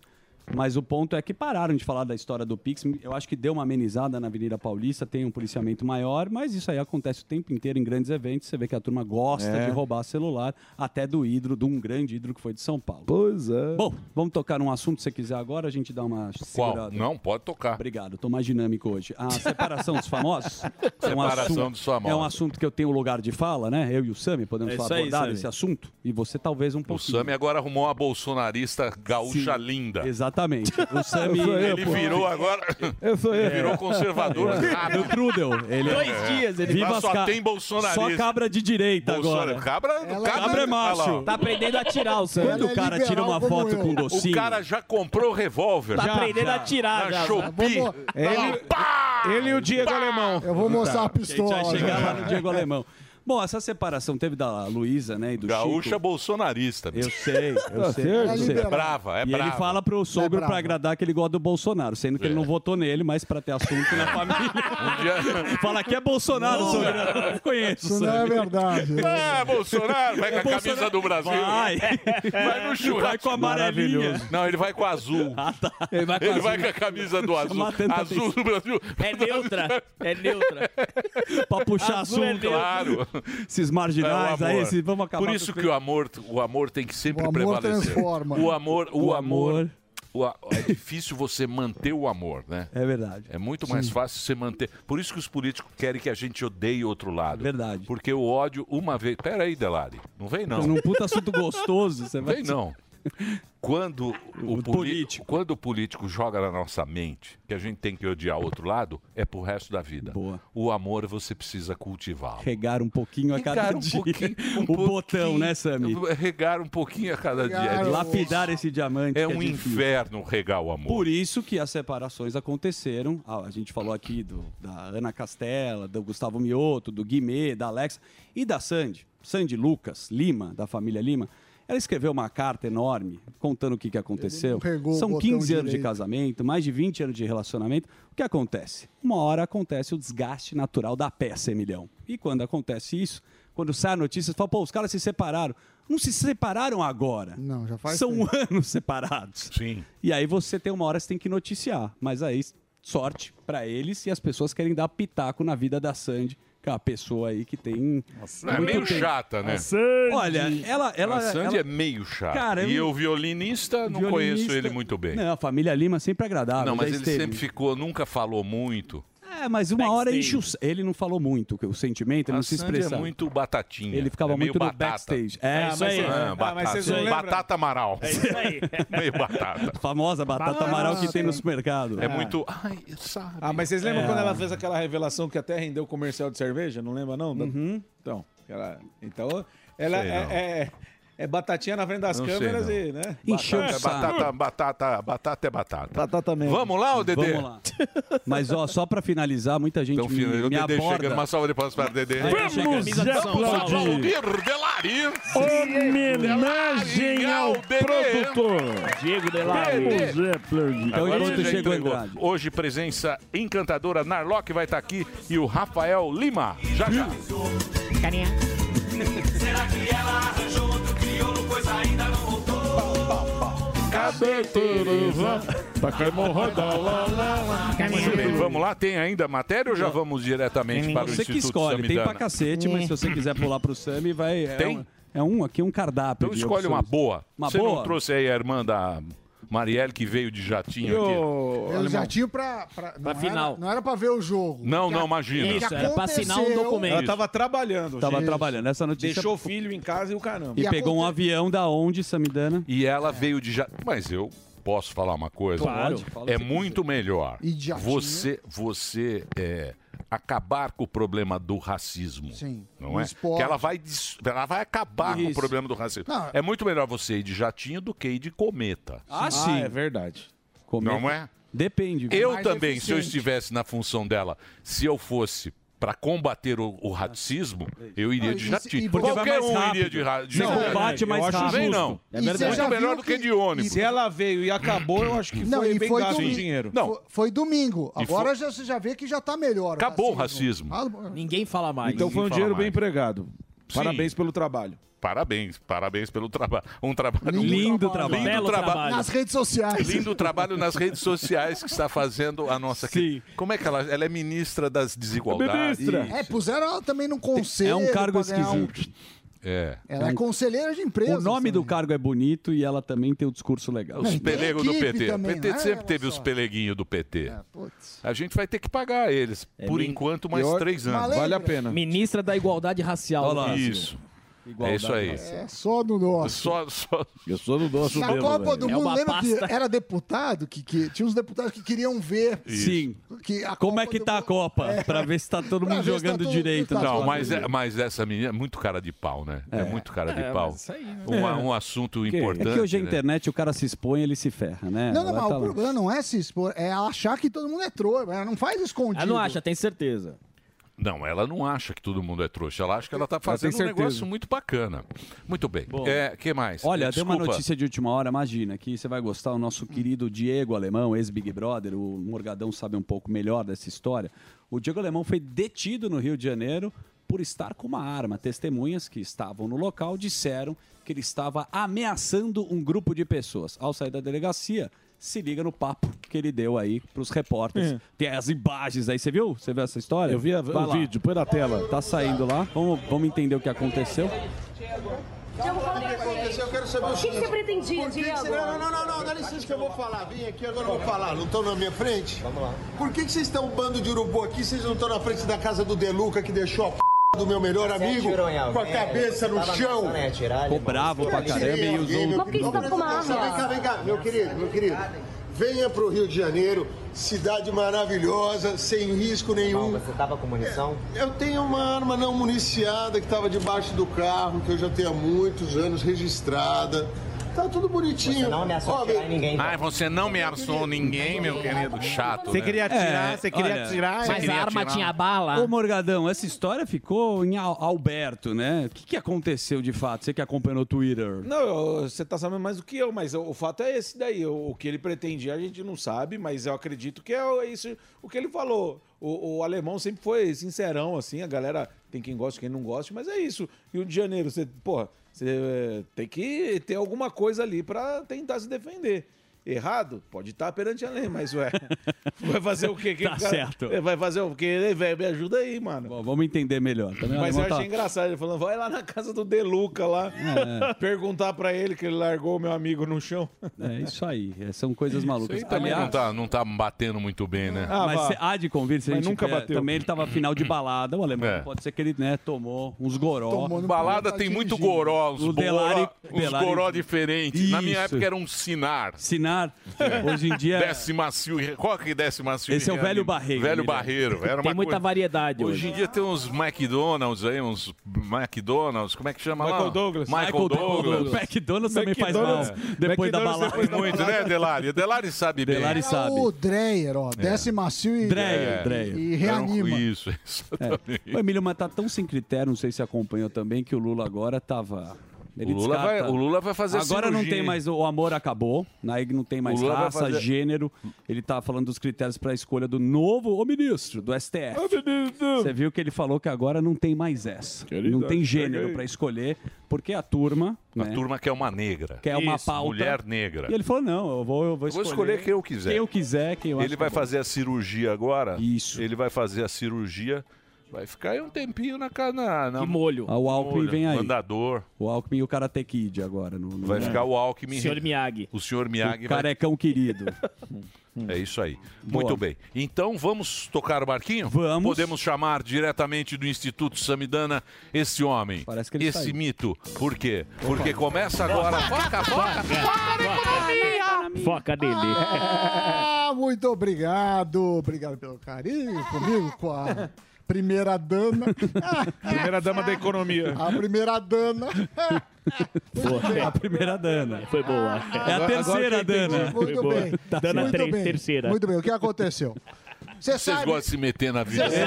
[SPEAKER 6] Mas o ponto é que pararam de falar da história do Pix. Eu acho que deu uma amenizada na Avenida Paulista, tem um policiamento maior, mas isso aí acontece o tempo inteiro em grandes eventos. Você vê que a turma gosta
[SPEAKER 3] É.
[SPEAKER 6] de roubar celular, até do ídolo, de um grande ídolo que foi de São Paulo.
[SPEAKER 3] Pois é.
[SPEAKER 6] Bom, vamos tocar num assunto, se você quiser agora, a gente dá uma
[SPEAKER 2] Qual?
[SPEAKER 6] segurada.
[SPEAKER 2] Não, pode tocar.
[SPEAKER 6] Obrigado, tô mais dinâmico hoje. A separação dos famosos.
[SPEAKER 2] Separação dos famosos.
[SPEAKER 6] É um É assunto que eu tenho lugar de fala, né? Eu e o Sami podemos
[SPEAKER 2] É isso
[SPEAKER 6] falar,
[SPEAKER 2] aí,
[SPEAKER 6] abordar
[SPEAKER 2] Sami.
[SPEAKER 6] esse assunto. E você talvez um
[SPEAKER 2] O
[SPEAKER 6] pouquinho.
[SPEAKER 2] Sami agora arrumou uma bolsonarista gaúcha linda.
[SPEAKER 6] Exatamente. O Sami. é um
[SPEAKER 2] ele virou agora.
[SPEAKER 6] Eu
[SPEAKER 3] sou
[SPEAKER 2] ele virou conservador rápido.
[SPEAKER 6] O Trudel. Ele é-
[SPEAKER 2] Dois dias ele- Mas só tem bolsonarista.
[SPEAKER 6] Só cabra de direita
[SPEAKER 2] Bolsonaro-
[SPEAKER 6] agora.
[SPEAKER 2] Cabra-
[SPEAKER 6] Ela-
[SPEAKER 2] cabra-
[SPEAKER 6] cabra é
[SPEAKER 2] Olha
[SPEAKER 6] macho.
[SPEAKER 2] lá. Tá aprendendo a tirar o Sami. é
[SPEAKER 6] Quando o cara tira uma foto com docinho.
[SPEAKER 2] O cara já comprou revólver.
[SPEAKER 6] Tá aprendendo a
[SPEAKER 2] tirar. Na Shopee.
[SPEAKER 6] Ele-
[SPEAKER 2] Ah, Pá!
[SPEAKER 6] Ele e o Diego Alemão.
[SPEAKER 9] Eu vou mostrar a pistola. né?
[SPEAKER 6] A gente vai chegar lá no Diego Alemão. Bom, essa separação teve da Luísa, né, e do
[SPEAKER 2] Gaúcha
[SPEAKER 6] Chico.
[SPEAKER 2] bolsonarista.
[SPEAKER 6] Eu sei, eu
[SPEAKER 2] Tá
[SPEAKER 6] sei.
[SPEAKER 2] certo.
[SPEAKER 6] eu sei.
[SPEAKER 2] É brava, é
[SPEAKER 6] e
[SPEAKER 2] brava. É.
[SPEAKER 6] ele fala pro sogro pra agradar que ele gosta do Bolsonaro, sendo que ele não votou nele, mas pra ter assunto na família. fala que é Bolsonaro,
[SPEAKER 1] Não.
[SPEAKER 6] sogro. Eu conheço.
[SPEAKER 9] Isso não é
[SPEAKER 6] sabe?
[SPEAKER 9] verdade.
[SPEAKER 2] Ah, Bolsonaro, vai com a
[SPEAKER 6] É Bolsonaro.
[SPEAKER 2] camisa do Brasil.
[SPEAKER 6] Vai.
[SPEAKER 2] Vai no churrasco.
[SPEAKER 6] Vai com a amarelinha. Ah, tá. Maravilhoso.
[SPEAKER 2] Não, ele vai com a azul.
[SPEAKER 6] Ele vai com a azul.
[SPEAKER 2] a camisa do
[SPEAKER 6] Tá
[SPEAKER 2] azul.
[SPEAKER 6] matando a
[SPEAKER 2] Azul do Brasil.
[SPEAKER 6] É neutra,
[SPEAKER 2] É neutra.
[SPEAKER 6] pra puxar
[SPEAKER 2] Azul é
[SPEAKER 6] assunto.
[SPEAKER 2] claro.
[SPEAKER 6] Esses marginais
[SPEAKER 2] É o
[SPEAKER 6] aí,
[SPEAKER 2] amor.
[SPEAKER 6] esses, vamos acabar
[SPEAKER 2] Por
[SPEAKER 6] com
[SPEAKER 2] isso
[SPEAKER 6] o
[SPEAKER 2] que o amor, o amor tem que sempre
[SPEAKER 6] O amor
[SPEAKER 2] prevalecer.
[SPEAKER 6] transforma.
[SPEAKER 2] O amor, o,
[SPEAKER 6] O
[SPEAKER 2] amor.
[SPEAKER 6] amor.
[SPEAKER 2] o a- é difícil você manter o amor, né?
[SPEAKER 6] É verdade.
[SPEAKER 2] É muito mais
[SPEAKER 6] Sim.
[SPEAKER 2] fácil você manter. Por isso que os políticos querem que a gente odeie outro lado. Verdade. Porque o ódio, uma vez. Pera aí, Delari. Não vem, não.
[SPEAKER 6] Num um puta assunto gostoso, você vai. Um
[SPEAKER 2] Vem não. Quando o, poli- quando o político joga na nossa mente que a gente tem que odiar o outro lado, é pro resto da vida. O amor você precisa cultivá-lo.
[SPEAKER 6] Regar um pouquinho a cada
[SPEAKER 2] Regar um
[SPEAKER 6] dia.
[SPEAKER 2] pouquinho, um
[SPEAKER 6] o botão, né, Sammy?
[SPEAKER 2] Regar um pouquinho a cada dia. É difícil.
[SPEAKER 6] Lapidar esse diamante.
[SPEAKER 2] É
[SPEAKER 6] que
[SPEAKER 2] um
[SPEAKER 6] difícil.
[SPEAKER 2] inferno regar o amor.
[SPEAKER 6] Por isso que as separações aconteceram. Ah, A gente falou aqui do, da Ana Castela, do Gustavo Mioto, do Guimê, da Alexa e da Sandy. Sandy Lucas Lima, da família Lima. Ela escreveu uma carta enorme contando o que, que aconteceu.
[SPEAKER 9] Ele não pegou o
[SPEAKER 6] São
[SPEAKER 9] botão
[SPEAKER 6] 15 anos de
[SPEAKER 9] direito.
[SPEAKER 6] casamento, mais de 20 anos de relacionamento. O que acontece? Uma hora acontece o desgaste natural da peça, Emilhão. E quando acontece isso, quando sai a notícia, você fala, pô, os caras se separaram. Não se separaram agora.
[SPEAKER 9] Não, já faz
[SPEAKER 6] São anos separados.
[SPEAKER 2] Sim.
[SPEAKER 6] E aí você tem uma hora que você tem que noticiar. Mas aí, sorte pra eles e as pessoas querem dar pitaco na vida da Sandy, que é uma pessoa aí que tem.
[SPEAKER 2] É
[SPEAKER 6] muito
[SPEAKER 2] meio
[SPEAKER 6] tempo.
[SPEAKER 2] chata, né?
[SPEAKER 6] Olha, ela. ela
[SPEAKER 2] a Sandy
[SPEAKER 6] ela-
[SPEAKER 2] é meio chata.
[SPEAKER 6] Cara,
[SPEAKER 2] e
[SPEAKER 6] eu-
[SPEAKER 2] eu, violinista, não
[SPEAKER 6] Violinista-
[SPEAKER 2] conheço ele muito bem.
[SPEAKER 6] Não, a família Lima é sempre agradável.
[SPEAKER 2] Não, mas
[SPEAKER 6] Ah, já
[SPEAKER 2] ele
[SPEAKER 6] esteve.
[SPEAKER 2] sempre ficou, nunca falou muito.
[SPEAKER 6] É, mas uma hora enche o... Ele não falou muito, o sentimento, ele não se
[SPEAKER 2] Sandy
[SPEAKER 6] expressa.
[SPEAKER 2] é muito batatinha.
[SPEAKER 6] Ele ficava
[SPEAKER 2] é meio
[SPEAKER 6] muito no
[SPEAKER 2] batata.
[SPEAKER 6] backstage. É, isso aí.
[SPEAKER 2] Ah,
[SPEAKER 6] Ah,
[SPEAKER 2] batata.
[SPEAKER 6] mas vocês não lembram?
[SPEAKER 2] batata Amaral. É isso aí. meio batata.
[SPEAKER 6] Famosa batata
[SPEAKER 2] Batata.
[SPEAKER 6] amaral que tem no supermercado.
[SPEAKER 2] É muito... Ai, sabe.
[SPEAKER 3] Ah, mas vocês lembram
[SPEAKER 6] É.
[SPEAKER 3] quando ela fez aquela revelação que até rendeu comercial de cerveja? Não lembra, não? Então, ela, então, ela
[SPEAKER 2] Uhum. Sei
[SPEAKER 3] é,
[SPEAKER 2] não.
[SPEAKER 3] é- é batatinha na frente das
[SPEAKER 2] Não sei,
[SPEAKER 3] câmeras
[SPEAKER 2] não.
[SPEAKER 3] e, né?
[SPEAKER 2] Encheu o saco. Batata, batata, batata é batata.
[SPEAKER 3] Batata mesmo.
[SPEAKER 2] Vamos lá, ô Dedê?
[SPEAKER 6] Vamos lá. Mas ó, só pra finalizar, muita gente me,
[SPEAKER 2] Então, Filho, o
[SPEAKER 6] me
[SPEAKER 2] Dedê
[SPEAKER 6] aborda.
[SPEAKER 2] chegando, uma salva de palmas para o Dedê.
[SPEAKER 6] Aí, Vamos chega a camisa de São Paulo. aplaudir.
[SPEAKER 2] Delari.
[SPEAKER 4] Homenagem ao produtor.
[SPEAKER 2] Diego
[SPEAKER 4] Delari. Vamos aplaudir.
[SPEAKER 2] Então,
[SPEAKER 4] Então,
[SPEAKER 2] Agora
[SPEAKER 4] enquanto
[SPEAKER 2] ele já
[SPEAKER 4] chegou
[SPEAKER 2] entregou.
[SPEAKER 4] Andrade.
[SPEAKER 2] Hoje, presença encantadora. Narlock vai estar aqui e o Rafael Lima. Já, já.
[SPEAKER 1] Carinha. Será que ela arranjou outro crioulo, pois ainda não voltou?
[SPEAKER 2] Cadê Tereza?
[SPEAKER 4] Tá caindo
[SPEAKER 2] Muito bem, vamos lá. Tem ainda matéria ou já vamos diretamente para o
[SPEAKER 6] Você
[SPEAKER 2] Instituto
[SPEAKER 6] que escolhe,
[SPEAKER 2] Samidana?
[SPEAKER 6] tem pra cacete, mas se você quiser pular pro Sami, vai. é
[SPEAKER 2] Tem?
[SPEAKER 6] um- É um, aqui, um cardápio.
[SPEAKER 2] Então
[SPEAKER 6] de
[SPEAKER 2] escolhe uma
[SPEAKER 6] opções.
[SPEAKER 2] boa.
[SPEAKER 6] Uma
[SPEAKER 2] Você
[SPEAKER 6] boa?
[SPEAKER 2] não trouxe aí a irmã da Marielle que veio de jatinho
[SPEAKER 9] Eu,
[SPEAKER 2] aqui?
[SPEAKER 9] eu já tinha pra, pra, não era-
[SPEAKER 2] final.
[SPEAKER 9] não era pra ver o jogo.
[SPEAKER 2] Não,
[SPEAKER 9] Que
[SPEAKER 2] não,
[SPEAKER 9] a-
[SPEAKER 2] imagina.
[SPEAKER 9] que
[SPEAKER 2] Isso, era pra assinar um
[SPEAKER 9] aconteceu-
[SPEAKER 2] documento.
[SPEAKER 3] Ela tava trabalhando.
[SPEAKER 6] Tava
[SPEAKER 3] gente.
[SPEAKER 6] trabalhando. Essa notícia.
[SPEAKER 3] Deixou o filho em casa e o caramba.
[SPEAKER 6] E, pegou um avião da onde, Samidana?
[SPEAKER 2] E ela veio de jatinho. Mas eu posso falar uma coisa?
[SPEAKER 6] Claro. Pode, fala o
[SPEAKER 2] É
[SPEAKER 6] que você
[SPEAKER 2] muito melhor
[SPEAKER 6] E de jatinho?
[SPEAKER 2] você, você é, acabar com o problema do racismo.
[SPEAKER 9] Sim.
[SPEAKER 2] Não
[SPEAKER 9] No
[SPEAKER 2] é?
[SPEAKER 9] esporte.
[SPEAKER 2] Que ela vai, des- ela vai acabar com o
[SPEAKER 9] Isso.
[SPEAKER 2] problema do racismo.
[SPEAKER 9] Não.
[SPEAKER 2] É muito melhor você ir de jatinho do que ir de cometa.
[SPEAKER 6] Ah, sim. Ah, é
[SPEAKER 3] verdade.
[SPEAKER 2] Não é?
[SPEAKER 6] Depende. viu?
[SPEAKER 9] é
[SPEAKER 2] Eu também, se eu estivesse na função dela, se eu fosse para combater o, o racismo, eu iria de
[SPEAKER 9] e se-
[SPEAKER 2] jatinho.
[SPEAKER 9] e você-
[SPEAKER 2] Qualquer
[SPEAKER 9] Porque vai
[SPEAKER 2] um
[SPEAKER 9] mais
[SPEAKER 2] iria
[SPEAKER 9] rápido.
[SPEAKER 2] de ra- de É
[SPEAKER 9] Você
[SPEAKER 2] jatinho.
[SPEAKER 9] combate mais
[SPEAKER 2] Eu acho
[SPEAKER 9] rápido.
[SPEAKER 2] Bem,
[SPEAKER 9] justo.
[SPEAKER 2] não.
[SPEAKER 9] E você já
[SPEAKER 2] Muito
[SPEAKER 9] viu
[SPEAKER 2] melhor do que,
[SPEAKER 9] que-
[SPEAKER 2] de ônibus.
[SPEAKER 3] Se ela veio e acabou, eu acho que
[SPEAKER 9] Não,
[SPEAKER 3] foi
[SPEAKER 9] e
[SPEAKER 3] bem
[SPEAKER 9] foi
[SPEAKER 3] gasto
[SPEAKER 9] domingo.
[SPEAKER 3] o dinheiro.
[SPEAKER 9] Não. Foi, foi domingo.
[SPEAKER 3] E foi-
[SPEAKER 9] Agora já, você já vê que já tá melhor. Ah,
[SPEAKER 2] Acabou o racismo.
[SPEAKER 9] Ninguém
[SPEAKER 7] fala mais.
[SPEAKER 3] Então foi um
[SPEAKER 2] Ninguém
[SPEAKER 3] dinheiro
[SPEAKER 2] fala
[SPEAKER 3] bem empregado. Parabéns pelo trabalho.
[SPEAKER 2] Parabéns, parabéns pelo trabalho. Um trabalho
[SPEAKER 3] Lindo
[SPEAKER 2] muito-
[SPEAKER 3] trabalho.
[SPEAKER 2] Lindo
[SPEAKER 3] Belo trabalho.
[SPEAKER 9] Nas redes sociais.
[SPEAKER 2] Lindo trabalho nas redes sociais que está fazendo a nossa aqui. Como é que ela, ela é ministra das desigualdades?
[SPEAKER 9] É, puseram ela também num
[SPEAKER 6] É um
[SPEAKER 9] conselho. pra ganhar um-
[SPEAKER 2] É.
[SPEAKER 9] Ela é conselheira de empresa.
[SPEAKER 6] O nome do cargo é bonito e ela também tem o discurso legal.
[SPEAKER 2] Os pelegos do PT.
[SPEAKER 9] também,
[SPEAKER 2] o PT
[SPEAKER 9] né?
[SPEAKER 2] sempre
[SPEAKER 9] Olha
[SPEAKER 2] teve os peleguinhos do PT. a gente vai ter que pagar eles, por enquanto, mais três anos.
[SPEAKER 7] Ministra da Igualdade Racial.
[SPEAKER 2] Olha lá. Isso. é isso aí.
[SPEAKER 9] É só no nosso.
[SPEAKER 2] Só, só...
[SPEAKER 12] Eu sou do nosso
[SPEAKER 9] Na
[SPEAKER 12] mesmo,
[SPEAKER 9] Copa
[SPEAKER 12] velho.
[SPEAKER 6] É
[SPEAKER 9] do Mundo, lembra que era deputado? Que, que- tinha uns deputados que queriam ver.
[SPEAKER 6] Sim.
[SPEAKER 9] Que a
[SPEAKER 6] Como é que tá a Copa? Pra ver se tá todo mundo
[SPEAKER 9] ver se tá
[SPEAKER 6] jogando
[SPEAKER 9] todo-
[SPEAKER 6] direito. né?
[SPEAKER 2] Não, mas, é- mas essa menina é muito cara de pau, né? É,
[SPEAKER 6] É.
[SPEAKER 2] muito cara de
[SPEAKER 6] É,
[SPEAKER 2] pau.
[SPEAKER 6] mas isso aí, né?
[SPEAKER 2] um,
[SPEAKER 6] É.
[SPEAKER 2] um assunto
[SPEAKER 6] Que-
[SPEAKER 2] importante.
[SPEAKER 6] É que hoje a
[SPEAKER 2] né?
[SPEAKER 6] internet, o cara se expõe, ele se ferra, né?
[SPEAKER 9] Não, não,
[SPEAKER 6] Ela
[SPEAKER 9] mas
[SPEAKER 6] tá
[SPEAKER 9] o
[SPEAKER 6] lá.
[SPEAKER 9] problema não é se expor, é ela achar que todo mundo é trouxa. Ela não faz escondido.
[SPEAKER 2] Ela não acha,
[SPEAKER 7] tem certeza.
[SPEAKER 2] Não, ela não acha que todo mundo é trouxa. Ela acha que ela está
[SPEAKER 6] Ela
[SPEAKER 2] fazendo
[SPEAKER 6] tem
[SPEAKER 2] um
[SPEAKER 6] certeza.
[SPEAKER 2] negócio muito bacana. Muito bem. O que mais?
[SPEAKER 6] Olha,
[SPEAKER 2] Eh,
[SPEAKER 6] tem uma
[SPEAKER 2] desculpa. Hum.
[SPEAKER 6] notícia de última hora, imagina, que você vai gostar. O nosso querido Diego Alemão, ex-Big Brother, o Morgadão sabe um pouco melhor dessa história. O Diego Alemão foi detido no Rio de Janeiro por estar com uma arma. Testemunhas que estavam no local disseram que ele estava ameaçando um grupo de pessoas. Ao sair da delegacia, se liga no papo que ele deu aí pros repórteres.
[SPEAKER 12] É.
[SPEAKER 6] Tem as imagens aí, você viu? Você viu essa história?
[SPEAKER 12] Eu vi a-
[SPEAKER 6] Vai
[SPEAKER 12] o
[SPEAKER 6] lá.
[SPEAKER 12] vídeo, põe na tela.
[SPEAKER 6] Tá saindo lá. Vamos, vamos entender o que aconteceu.
[SPEAKER 11] Diego, fala pra gente.
[SPEAKER 13] Eu quero saber
[SPEAKER 11] o que, que
[SPEAKER 13] seguinte,
[SPEAKER 11] você pretendia,
[SPEAKER 13] por que que
[SPEAKER 11] Diego?
[SPEAKER 13] você- Não, não, não, não, dá licença que eu vou falar. Vim aqui, agora eu vou falar. Não estão na minha frente? Vamos lá. Por que, que vocês estão um bando de urubu aqui? Vocês não estão na frente da casa do Deluca que deixou a p... do meu melhor
[SPEAKER 14] Você
[SPEAKER 13] amigo
[SPEAKER 14] atirou em
[SPEAKER 13] com a
[SPEAKER 14] alguém? né?
[SPEAKER 13] cabeça no
[SPEAKER 14] Tava
[SPEAKER 13] chão?
[SPEAKER 14] pensando em atirar,
[SPEAKER 6] Ficou bravo pra caramba e usou um- Mas
[SPEAKER 13] Meu
[SPEAKER 6] por que
[SPEAKER 13] querido.
[SPEAKER 6] você tá com uma arma?
[SPEAKER 13] Vem cá, vem cá, meu querido, meu querido. Venha pro Rio de Janeiro, cidade maravilhosa, sem risco nenhum. você tava com munição? Eu tenho uma arma não municiada que tava debaixo do carro, que eu já tenho há muitos anos registrada. Tá tudo bonitinho. Você não ameaçou atirar em ninguém.
[SPEAKER 2] Ai, você não me arsou ninguém, meu querido. Chato.
[SPEAKER 6] Você
[SPEAKER 2] né?
[SPEAKER 6] queria atirar, É. você queria atirar,
[SPEAKER 2] é.
[SPEAKER 6] Mas a arma tinha bala. Ô, Morgadão, essa história ficou em Al- Alberto, né? O que, que aconteceu de fato? Você que acompanhou o Twitter.
[SPEAKER 3] Não, eu- você tá sabendo mais do que eu, mas o, o fato é esse daí. O, o que ele pretendia a gente não sabe, mas eu acredito que é o- é isso o que ele falou. O, o alemão sempre foi sincerão, assim, a galera tem quem gosta, quem não gosta, mas é isso. Rio de Janeiro, você, porra, você é, tem que ter alguma coisa ali pra tentar se defender. Errado? Pode estar perante a lei, mas ué. Vai fazer o quê? Que
[SPEAKER 6] Tá
[SPEAKER 3] o cara-
[SPEAKER 6] certo.
[SPEAKER 3] é, Vai fazer o quê? Ei, velho, me ajuda aí, mano.
[SPEAKER 6] Bom, vamos entender melhor. Também o
[SPEAKER 3] Mas eu
[SPEAKER 6] alemão tá-
[SPEAKER 3] achei engraçado ele falando, vai lá na casa do Deluca lá,
[SPEAKER 6] É.
[SPEAKER 3] perguntar pra ele que ele largou o meu amigo no chão.
[SPEAKER 6] É isso aí. é, São coisas malucas.
[SPEAKER 2] Isso aí também não tá, não tá batendo muito bem, né?
[SPEAKER 6] Ah, mas cê- há de convir, se a
[SPEAKER 2] Mas
[SPEAKER 6] gente
[SPEAKER 2] nunca
[SPEAKER 6] tiver-
[SPEAKER 2] bateu.
[SPEAKER 6] também ele tava final de balada, o alemão pode ser que ele né, tomou uns goró.
[SPEAKER 2] Tomou no É.
[SPEAKER 9] tá
[SPEAKER 2] Balada tem muito goró, uns,
[SPEAKER 6] O Delari-
[SPEAKER 2] boró, uns
[SPEAKER 6] Delari-
[SPEAKER 2] goró diferentes. Na minha
[SPEAKER 6] Isso.
[SPEAKER 2] época era um sinar.
[SPEAKER 6] Sinar. Hoje em dia- é-
[SPEAKER 2] Desce macio. e re- Qual que é desce macio? e
[SPEAKER 6] Esse é o
[SPEAKER 2] reanima?
[SPEAKER 6] velho barreiro,
[SPEAKER 2] Velho
[SPEAKER 6] Miriam.
[SPEAKER 2] barreiro. Era
[SPEAKER 7] Tem
[SPEAKER 2] uma
[SPEAKER 7] muita
[SPEAKER 2] coisa-
[SPEAKER 7] variedade
[SPEAKER 2] Hoje em dia tem uns McDonald's aí, uns McDonald's, como é que chama lá?
[SPEAKER 6] Michael Douglas.
[SPEAKER 2] Michael
[SPEAKER 6] Michael
[SPEAKER 2] Douglas.
[SPEAKER 6] Douglas. McDonald's também faz mal, McDonald's- depois da McDonald's balada. depois da
[SPEAKER 2] Muito,
[SPEAKER 6] balada.
[SPEAKER 2] né, Delari? Delari sabe bem.
[SPEAKER 6] Delari
[SPEAKER 9] O Dreyer,
[SPEAKER 6] É.
[SPEAKER 9] ó. Desce macio e,
[SPEAKER 2] Dreyer,
[SPEAKER 9] e-
[SPEAKER 2] Dreyer.
[SPEAKER 9] e
[SPEAKER 2] Era um-
[SPEAKER 9] reanima.
[SPEAKER 2] Isso, exatamente.
[SPEAKER 6] O Emílio, É. mas tá tão sem critério, não sei se acompanhou também, que o Lula agora tava.
[SPEAKER 2] O Lula vai- o Lula vai fazer
[SPEAKER 6] Agora não
[SPEAKER 2] cirurgia,
[SPEAKER 6] tem
[SPEAKER 2] hein?
[SPEAKER 6] mais. O amor acabou. né? Aí não tem mais
[SPEAKER 2] O Lula vai
[SPEAKER 6] raça,
[SPEAKER 2] fazer-
[SPEAKER 6] gênero. Ele tá falando dos critérios pra escolha do novo ô ministro do STF. Você viu que ele falou que agora não tem mais essa.
[SPEAKER 2] tá
[SPEAKER 6] não tem gênero
[SPEAKER 2] cheguei.
[SPEAKER 6] pra escolher, porque a turma.
[SPEAKER 2] A
[SPEAKER 6] né,
[SPEAKER 2] turma quer uma negra.
[SPEAKER 6] Quer uma
[SPEAKER 2] Isso,
[SPEAKER 6] pauta.
[SPEAKER 2] Mulher negra.
[SPEAKER 6] E ele falou: não, eu vou, eu vou
[SPEAKER 2] Vou
[SPEAKER 6] escolher.
[SPEAKER 2] escolher quem eu quiser.
[SPEAKER 6] Quem eu quiser, quem eu acho
[SPEAKER 2] Ele vai
[SPEAKER 6] que é bom.
[SPEAKER 2] fazer a cirurgia agora.
[SPEAKER 6] Isso.
[SPEAKER 2] Ele vai fazer a cirurgia. Vai ficar aí um tempinho na casa. Na, na...
[SPEAKER 6] Que molho. Ah, o Alckmin
[SPEAKER 2] Molho,
[SPEAKER 6] vem aí.
[SPEAKER 2] Mandador.
[SPEAKER 6] O Alckmin e o Karate Kid agora. No, no-
[SPEAKER 2] Vai ficar o Alckmin.
[SPEAKER 6] Senhor Miyagi.
[SPEAKER 2] O senhor Miyagi
[SPEAKER 6] O
[SPEAKER 2] vai-
[SPEAKER 6] carecão querido.
[SPEAKER 2] É isso aí.
[SPEAKER 6] Boa.
[SPEAKER 2] Muito bem. Então vamos tocar o barquinho? Vamos. Podemos chamar diretamente do Instituto Samidana esse homem. Parece que
[SPEAKER 6] ele
[SPEAKER 2] Esse
[SPEAKER 6] saiu.
[SPEAKER 2] mito. Por quê? Porque começa agora. Foca, foca, foca na economia.
[SPEAKER 4] Foca dele.
[SPEAKER 9] Ah, muito obrigado. Obrigado pelo carinho comigo, com a primeira dama. Ah,
[SPEAKER 5] Primeira dama da economia.
[SPEAKER 9] A primeira dama.
[SPEAKER 6] A primeira Dana.
[SPEAKER 4] Foi boa.
[SPEAKER 9] Ah,
[SPEAKER 6] É a terceira Dana.
[SPEAKER 9] Muito bem. Muito bem. Muito bem. O que aconteceu? Você
[SPEAKER 2] Vocês
[SPEAKER 9] sabe...
[SPEAKER 2] gostam de se meter na vida.
[SPEAKER 9] Você
[SPEAKER 4] É,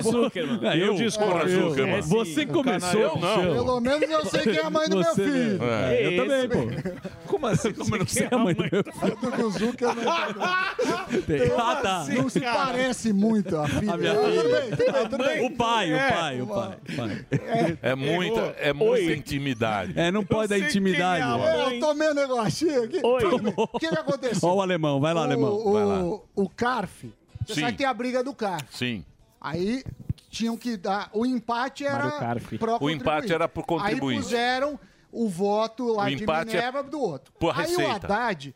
[SPEAKER 9] sabe-
[SPEAKER 4] Eu vou- Eu discordo.
[SPEAKER 2] Porra,
[SPEAKER 4] Eu-
[SPEAKER 2] Zuckerman.
[SPEAKER 4] é sim. Você começou,
[SPEAKER 2] Ah, Eu não.
[SPEAKER 9] Pelo menos eu sei quem é a mãe do meu
[SPEAKER 4] Você
[SPEAKER 9] filho.
[SPEAKER 4] mesmo. É, eu também,
[SPEAKER 9] pô.
[SPEAKER 3] Como assim? Como
[SPEAKER 6] não sei a mãe do meu
[SPEAKER 9] filho? Eu tô com o Zucker, não tá
[SPEAKER 6] Tem. Ah, tá.
[SPEAKER 9] Não se parece muito a filha.
[SPEAKER 6] A minha
[SPEAKER 9] Tudo
[SPEAKER 6] filha.
[SPEAKER 9] bem, tudo bem, tudo bem.
[SPEAKER 6] O pai,
[SPEAKER 9] É,
[SPEAKER 6] o pai, o pai.
[SPEAKER 2] É muita, é muita intimidade.
[SPEAKER 6] É, não pode dar intimidade.
[SPEAKER 9] É, eu tomei um negocinho aqui. Tomei. O que, que aconteceu?
[SPEAKER 6] Ó o alemão, vai lá, alemão.
[SPEAKER 9] O,
[SPEAKER 6] Vai lá.
[SPEAKER 9] o, o Carf. Você
[SPEAKER 6] Sim.
[SPEAKER 9] sabe que tem a briga do Carf.
[SPEAKER 2] Sim.
[SPEAKER 9] Aí tinham que dar. O empate
[SPEAKER 2] Mário
[SPEAKER 9] era
[SPEAKER 2] Carf.
[SPEAKER 9] pro
[SPEAKER 2] O empate era pro contribuinte.
[SPEAKER 9] Aí puseram o voto lá
[SPEAKER 2] O
[SPEAKER 9] de
[SPEAKER 2] empate é
[SPEAKER 9] Minerva do outro.
[SPEAKER 2] por
[SPEAKER 9] Aí o
[SPEAKER 2] receita.
[SPEAKER 9] Haddad,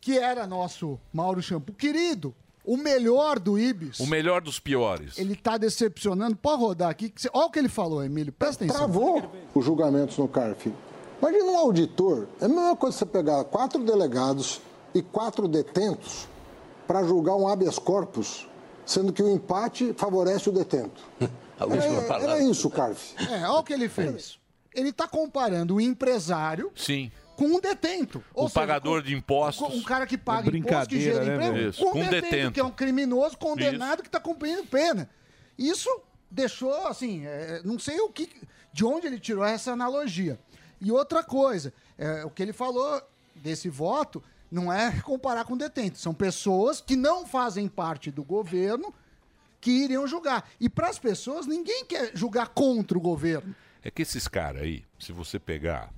[SPEAKER 9] que era nosso Mauro Shampoo querido, O melhor do Ibis,
[SPEAKER 2] O melhor dos piores.
[SPEAKER 9] ele tá decepcionando. Pode rodar aqui. que cê- Olha o que ele falou, Emílio. Presta atenção.
[SPEAKER 14] Travou os julgamentos no CARF. Imagina um auditor, é a mesma coisa você pegar quatro delegados e quatro detentos para julgar um habeas corpus, sendo que o empate favorece o detento.
[SPEAKER 9] A
[SPEAKER 14] Era,
[SPEAKER 9] última palavra.
[SPEAKER 14] era isso, CARF.
[SPEAKER 9] É, olha o que ele fez. Ele tá comparando o empresário
[SPEAKER 2] Sim.
[SPEAKER 9] com um detento. Ou
[SPEAKER 2] o pagador de impostos.
[SPEAKER 9] um cara que paga imposto, que gera emprego,
[SPEAKER 2] Isso, Com detento.
[SPEAKER 9] que é um criminoso condenado que está cumprindo pena. Isso deixou, assim, é, não sei o que, de onde ele tirou essa analogia. E outra coisa, é, o que ele falou desse voto não é comparar com detento, são pessoas que não fazem parte do governo que iriam julgar. E para as pessoas, ninguém quer julgar contra o governo.
[SPEAKER 2] É que esses caras aí, se você pegar,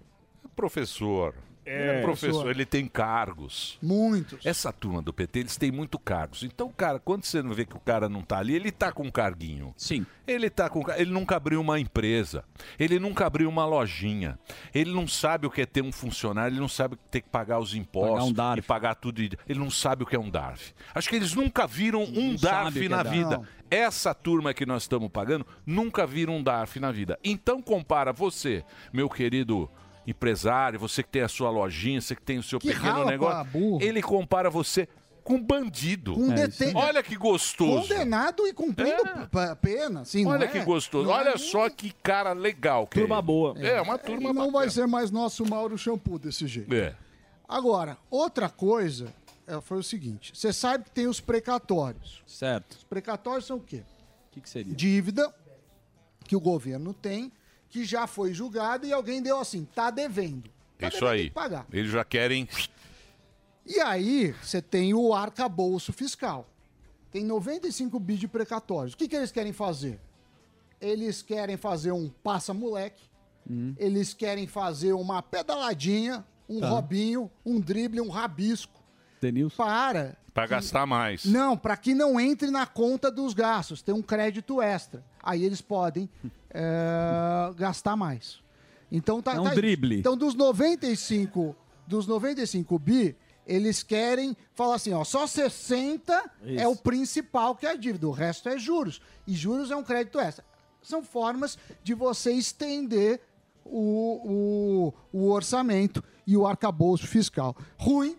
[SPEAKER 2] é professor.
[SPEAKER 9] É.
[SPEAKER 2] É, professor, ele tem cargos.
[SPEAKER 9] Muitos.
[SPEAKER 2] Essa turma do PT, eles têm muito cargos. Então, cara, quando você não vê que o cara não tá ali, ele tá com um carguinho.
[SPEAKER 6] Sim.
[SPEAKER 2] Ele tá com. Ele nunca abriu uma empresa. Ele nunca abriu uma lojinha. Ele não sabe o que é ter um funcionário, ele não sabe o que ter que pagar os impostos e pagar tudo. e- Ele não sabe o que é um DARF. Acho que eles nunca viram um
[SPEAKER 6] Não sabe o
[SPEAKER 2] DARF
[SPEAKER 6] que é
[SPEAKER 2] na
[SPEAKER 6] DARF.
[SPEAKER 2] vida.
[SPEAKER 6] Não.
[SPEAKER 2] Essa turma que nós estamos pagando nunca viram um DARF na vida. Então compara você, meu querido empresário, você que tem a sua lojinha, você que tem o seu
[SPEAKER 9] Que
[SPEAKER 2] pequeno
[SPEAKER 9] rala pra
[SPEAKER 2] negócio, ele compara você com bandido.
[SPEAKER 9] Com É, deten- isso.
[SPEAKER 2] Olha que gostoso. É.
[SPEAKER 9] Condenado e cumprindo p- pena. Assim, não
[SPEAKER 2] Olha
[SPEAKER 9] é-
[SPEAKER 2] que gostoso.
[SPEAKER 9] não é
[SPEAKER 2] Olha só que cara legal. Que turma
[SPEAKER 6] boa.
[SPEAKER 2] É, uma turma
[SPEAKER 9] Não vai ser mais nosso Mauro Shampoo desse jeito.
[SPEAKER 2] É.
[SPEAKER 9] Agora, outra coisa é, foi o seguinte: você sabe que tem os precatórios.
[SPEAKER 6] Certo.
[SPEAKER 9] Os precatórios são o quê?
[SPEAKER 6] O que, que seria?
[SPEAKER 9] Dívida que o governo tem, que já foi julgada e alguém deu assim, tá devendo.
[SPEAKER 2] Isso aí.
[SPEAKER 9] pagar.
[SPEAKER 2] Eles já querem.
[SPEAKER 9] E aí, você tem o arcabouço fiscal. Tem 95 bi de precatórios. O que, que eles querem fazer? Eles querem fazer um passa-moleque, eles querem fazer uma pedaladinha, um
[SPEAKER 2] Tá.
[SPEAKER 9] robinho, um drible, um rabisco. Para
[SPEAKER 2] Pra gastar mais.
[SPEAKER 9] não, para que não entre na conta dos gastos, tem um crédito extra. Aí eles podem eh, gastar mais. Então tá,
[SPEAKER 6] É um
[SPEAKER 9] tá aí.
[SPEAKER 6] drible.
[SPEAKER 9] Então dos 95, dos 95 bi, eles querem falar assim, ó, só 60 é
[SPEAKER 6] Isso.
[SPEAKER 9] o principal que é a dívida, o resto é juros. E juros é um crédito extra. São formas de você estender o, o, o orçamento e o arcabouço fiscal. Ruim,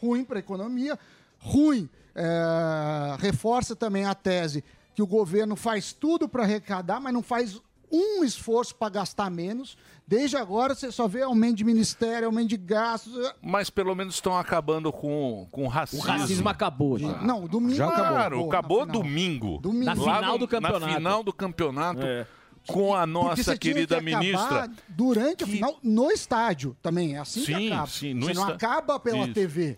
[SPEAKER 9] ruim para a economia, ruim. é, reforça também a tese que o governo faz tudo para arrecadar, mas não faz um esforço para gastar menos. Desde agora você só vê aumento de ministério, aumento de gastos.
[SPEAKER 2] Mas pelo menos estão acabando com, com o racismo.
[SPEAKER 9] O racismo
[SPEAKER 7] acabou
[SPEAKER 9] já. Não, domingo
[SPEAKER 2] já acabou. Claro,
[SPEAKER 9] acabou,
[SPEAKER 2] acabou
[SPEAKER 9] na final.
[SPEAKER 2] domingo.
[SPEAKER 9] Domingo. Na
[SPEAKER 2] Lá
[SPEAKER 9] final
[SPEAKER 2] no-
[SPEAKER 9] do campeonato.
[SPEAKER 2] Na final do campeonato.
[SPEAKER 6] É.
[SPEAKER 2] Com a
[SPEAKER 9] Porque
[SPEAKER 2] nossa
[SPEAKER 9] você tinha
[SPEAKER 2] querida
[SPEAKER 9] que acabar
[SPEAKER 2] ministra.
[SPEAKER 9] Durante a final, no estádio também. É assim que
[SPEAKER 2] Sim,
[SPEAKER 9] acaba.
[SPEAKER 2] sim, no
[SPEAKER 9] você não
[SPEAKER 2] estádio.
[SPEAKER 9] acaba pela
[SPEAKER 2] Isso.
[SPEAKER 9] TV.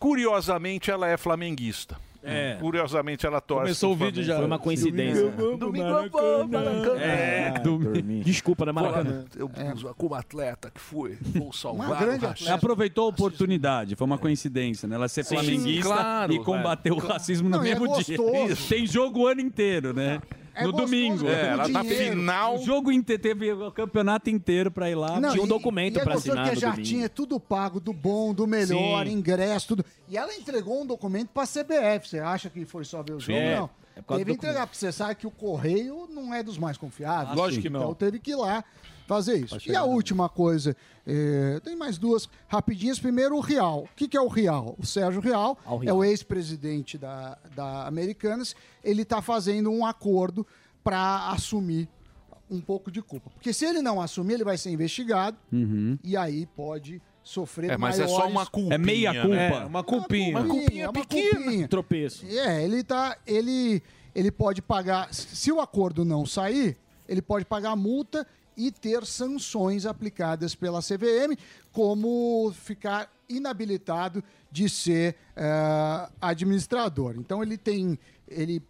[SPEAKER 2] Curiosamente, ela é flamenguista.
[SPEAKER 6] É.
[SPEAKER 2] Curiosamente, ela torce.
[SPEAKER 6] Começou
[SPEAKER 2] pro
[SPEAKER 6] o vídeo
[SPEAKER 2] Flamengo.
[SPEAKER 6] já. Foi uma coincidência.
[SPEAKER 2] Domingo eu vou, Maracanã.
[SPEAKER 6] É, domingo. Desculpa, né, Maracanã?
[SPEAKER 2] Eu, como atleta que fui, vou salvar o
[SPEAKER 6] Ela
[SPEAKER 2] racismo.
[SPEAKER 6] aproveitou a oportunidade, foi uma coincidência, né? Ela ser
[SPEAKER 2] Sim,
[SPEAKER 6] flamenguista
[SPEAKER 2] claro, é.
[SPEAKER 6] e combater o
[SPEAKER 2] claro.
[SPEAKER 6] racismo no
[SPEAKER 2] Não, e é
[SPEAKER 6] mesmo dia.
[SPEAKER 2] gostoso.
[SPEAKER 6] Isso. Tem jogo o ano inteiro, né?
[SPEAKER 2] É
[SPEAKER 6] no
[SPEAKER 2] gostoso,
[SPEAKER 6] domingo.
[SPEAKER 2] ganha É, ela tá dinheiro. final.
[SPEAKER 6] O jogo inteiro, teve o campeonato inteiro pra ir lá.
[SPEAKER 9] Não,
[SPEAKER 6] Tinha um
[SPEAKER 9] e-
[SPEAKER 6] documento
[SPEAKER 9] e é
[SPEAKER 6] pra
[SPEAKER 9] gostoso
[SPEAKER 6] assinar
[SPEAKER 9] que
[SPEAKER 6] no
[SPEAKER 9] é jartinha, é
[SPEAKER 6] domingo.
[SPEAKER 9] tudo pago, do bom, do melhor,
[SPEAKER 6] Sim.
[SPEAKER 9] ingresso, tudo. E ela entregou um documento pra CBF. Você acha que foi só ver o
[SPEAKER 6] Sim.
[SPEAKER 9] jogo?
[SPEAKER 6] É,
[SPEAKER 9] Não.
[SPEAKER 6] é por causa
[SPEAKER 9] teve
[SPEAKER 6] do
[SPEAKER 9] que entregar, porque você sabe que o correio não é dos mais confiáveis.
[SPEAKER 6] Ah, lógico sim. que não.
[SPEAKER 9] Então teve que ir lá fazer isso. E a última coisa, eh, tem mais duas rapidinhas. Primeiro, o Real. O que, que é o Real? O Sérgio Real,
[SPEAKER 6] Ah, o
[SPEAKER 9] é
[SPEAKER 6] Rial.
[SPEAKER 9] o ex-presidente da, da Americanas. Ele está fazendo um acordo para assumir um pouco de culpa. Porque se ele não assumir, ele vai ser investigado e aí pode sofrer
[SPEAKER 2] É, mas é só
[SPEAKER 9] maiores- É,
[SPEAKER 2] uma culpinha. né?
[SPEAKER 9] Uma culpinha, É uma culpinha.
[SPEAKER 7] Tropeço.
[SPEAKER 9] É, ele tá. Ele, ele pode pagar. Se o acordo não sair, ele pode pagar multa e ter sanções aplicadas pela CVM, como ficar inabilitado de ser eh, administrador. Então ele tem. Ele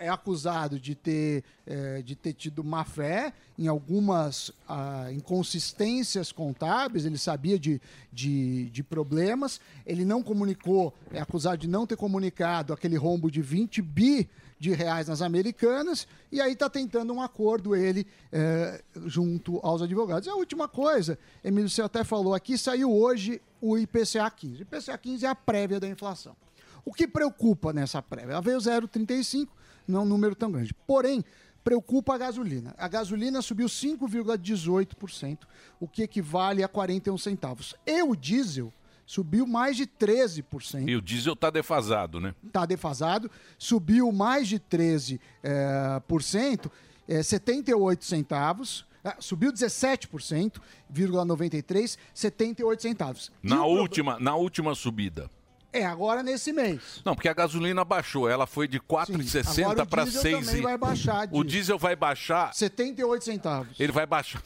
[SPEAKER 9] é acusado de ter, eh, de ter tido má fé em algumas ah, inconsistências contábeis, ele sabia de, de, de problemas, ele não comunicou, é acusado de não ter comunicado aquele rombo de 20 bi de reais nas americanas, e aí está tentando um acordo ele eh, junto aos advogados. E a última coisa, Emílio, você até falou aqui, saiu hoje o IPCA 15. O IPCA 15 é a prévia da inflação. O que preocupa nessa prévia? Ela veio 0,35, não é um número tão grande. Porém, preocupa a gasolina. A gasolina subiu 5,18%, o que equivale a 41 centavos. E o diesel subiu mais de 13%.
[SPEAKER 2] E o diesel tá defasado, né?
[SPEAKER 9] está Tá defasado, subiu mais de 13%, eh, por cento, eh, 78 centavos, ah, subiu 17%, vírgula 93, 78 centavos.
[SPEAKER 2] Na última, na última subida.
[SPEAKER 9] É agora nesse mês.
[SPEAKER 2] Não, porque a gasolina baixou, ela foi de 4,60
[SPEAKER 9] Agora
[SPEAKER 2] para
[SPEAKER 9] o diesel
[SPEAKER 2] 6.
[SPEAKER 9] também vai baixar
[SPEAKER 2] O
[SPEAKER 9] disso.
[SPEAKER 2] diesel vai baixar,
[SPEAKER 9] 78 centavos.
[SPEAKER 2] ele vai baixar.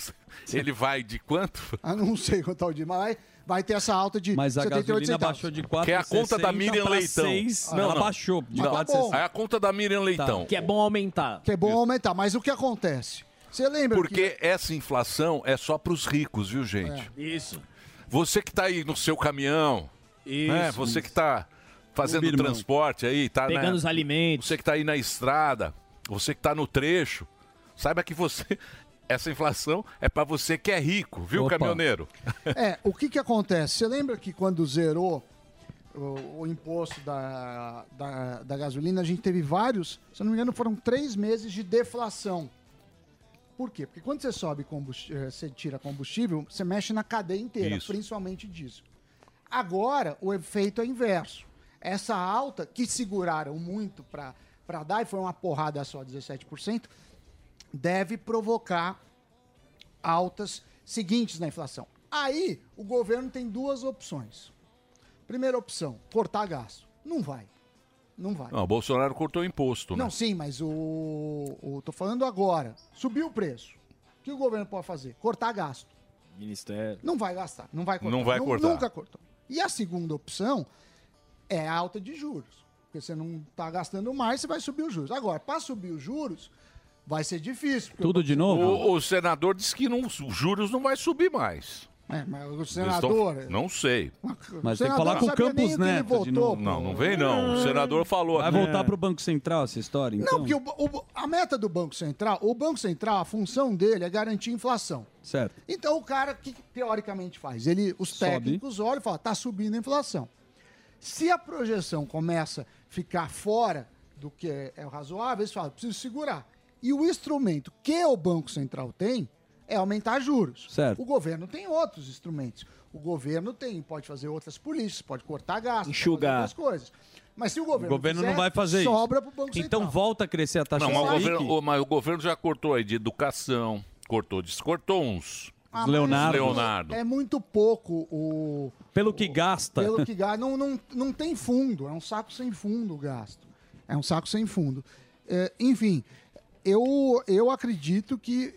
[SPEAKER 2] Ele vai de quanto?
[SPEAKER 9] Ah, não sei quanto é o de mas vai ter essa alta de
[SPEAKER 6] Mas a
[SPEAKER 9] 78
[SPEAKER 6] gasolina
[SPEAKER 9] centavos.
[SPEAKER 6] baixou de 4,60
[SPEAKER 2] Que é a conta da Miriam
[SPEAKER 6] pra
[SPEAKER 2] Leitão. Ah,
[SPEAKER 6] seis. Não, ela baixou de
[SPEAKER 2] Não.
[SPEAKER 6] 4,60.
[SPEAKER 2] É a conta da Miriam Leitão.
[SPEAKER 9] que é bom aumentar. Que é bom aumentar, mas o que acontece? Você lembra
[SPEAKER 2] Porque essa inflação é só para os ricos, viu, gente?
[SPEAKER 9] É. Isso.
[SPEAKER 2] Você que tá aí no seu caminhão,
[SPEAKER 15] Isso,
[SPEAKER 2] né? Você
[SPEAKER 15] isso.
[SPEAKER 2] que tá fazendo
[SPEAKER 15] Meu irmão.
[SPEAKER 2] transporte aí, tá
[SPEAKER 15] Pegando
[SPEAKER 2] né?
[SPEAKER 15] os alimentos.
[SPEAKER 2] Você que tá aí na estrada, você que tá no trecho, saiba que você essa inflação é para você que é rico, viu,
[SPEAKER 9] Opa.
[SPEAKER 2] caminhoneiro?
[SPEAKER 9] É, o que que acontece? Você lembra que quando zerou o, o imposto da, da, da gasolina, a gente teve vários, se eu não me engano, foram três meses de deflação. Por quê? Porque quando você sobe, combust- eh, você tira combustível, você mexe na cadeia inteira,
[SPEAKER 16] Isso.
[SPEAKER 9] principalmente diesel. Agora, o efeito é inverso. Essa alta, que seguraram muito para dar, e foi uma porrada só, 17%, deve provocar altas seguintes na inflação. Aí o governo tem duas opções. Primeira opção, cortar gasto. Não vai. Não vai.
[SPEAKER 2] Não, o Bolsonaro cortou o imposto, né?
[SPEAKER 9] Não, sim, mas o, o. Tô falando agora. Subiu o preço. O que o governo pode fazer? Cortar gasto.
[SPEAKER 7] Ministério.
[SPEAKER 9] Não vai gastar. Não vai cortar.
[SPEAKER 2] É. Não vai
[SPEAKER 9] Nu-
[SPEAKER 2] cortar.
[SPEAKER 9] Nunca cortou. E a segunda opção é a alta de juros. Porque você não tá gastando mais, você vai subir os juros. Agora, para subir os juros, vai ser difícil. porque o-
[SPEAKER 2] O, o senador disse que não, os juros não vai subir mais.
[SPEAKER 9] É, mas o
[SPEAKER 2] Eles tão-
[SPEAKER 9] senador.
[SPEAKER 2] Não sei.
[SPEAKER 6] Mas tem que falar com o Campos Neto de novo.
[SPEAKER 2] Não, não vem não. O senador falou
[SPEAKER 6] Vai
[SPEAKER 2] aqui.
[SPEAKER 6] voltar pro Banco Central essa história, então?
[SPEAKER 9] Não, porque o- o- a meta do Banco Central, o Banco Central, a função dele é garantir inflação.
[SPEAKER 6] Certo.
[SPEAKER 9] Então o cara, o que que teoricamente faz? Ele, os
[SPEAKER 6] Sobe.
[SPEAKER 9] técnicos olham e falam, tá subindo a inflação. Se a projeção começa a ficar fora do que é, é o razoável, eles falam, preciso segurar. E o instrumento que o Banco Central tem é aumentar juros.
[SPEAKER 6] Certo.
[SPEAKER 9] O governo tem outros instrumentos. O governo tem, pode fazer outras políticas, pode cortar gastos, pode fazer
[SPEAKER 6] Enxugar.
[SPEAKER 9] outras coisas. Mas se o
[SPEAKER 6] O
[SPEAKER 9] governo,
[SPEAKER 6] governo não
[SPEAKER 9] fizer,
[SPEAKER 6] vai fazer
[SPEAKER 9] sobra
[SPEAKER 6] isso.
[SPEAKER 9] pro Banco Central.
[SPEAKER 6] Então volta a crescer a taxa
[SPEAKER 2] Não, mas o,
[SPEAKER 6] Selic.
[SPEAKER 2] governo, o- mas o governo já cortou aí de educação, cortou, de- cortou uns.
[SPEAKER 9] Ah, mas
[SPEAKER 2] Leonardo.
[SPEAKER 9] É muito pouco o.
[SPEAKER 6] Pelo que gasta.
[SPEAKER 9] Pelo que gasta. Não, não, não tem fundo. É um saco sem fundo o gasto. É um saco sem fundo. É, enfim, eu, eu acredito que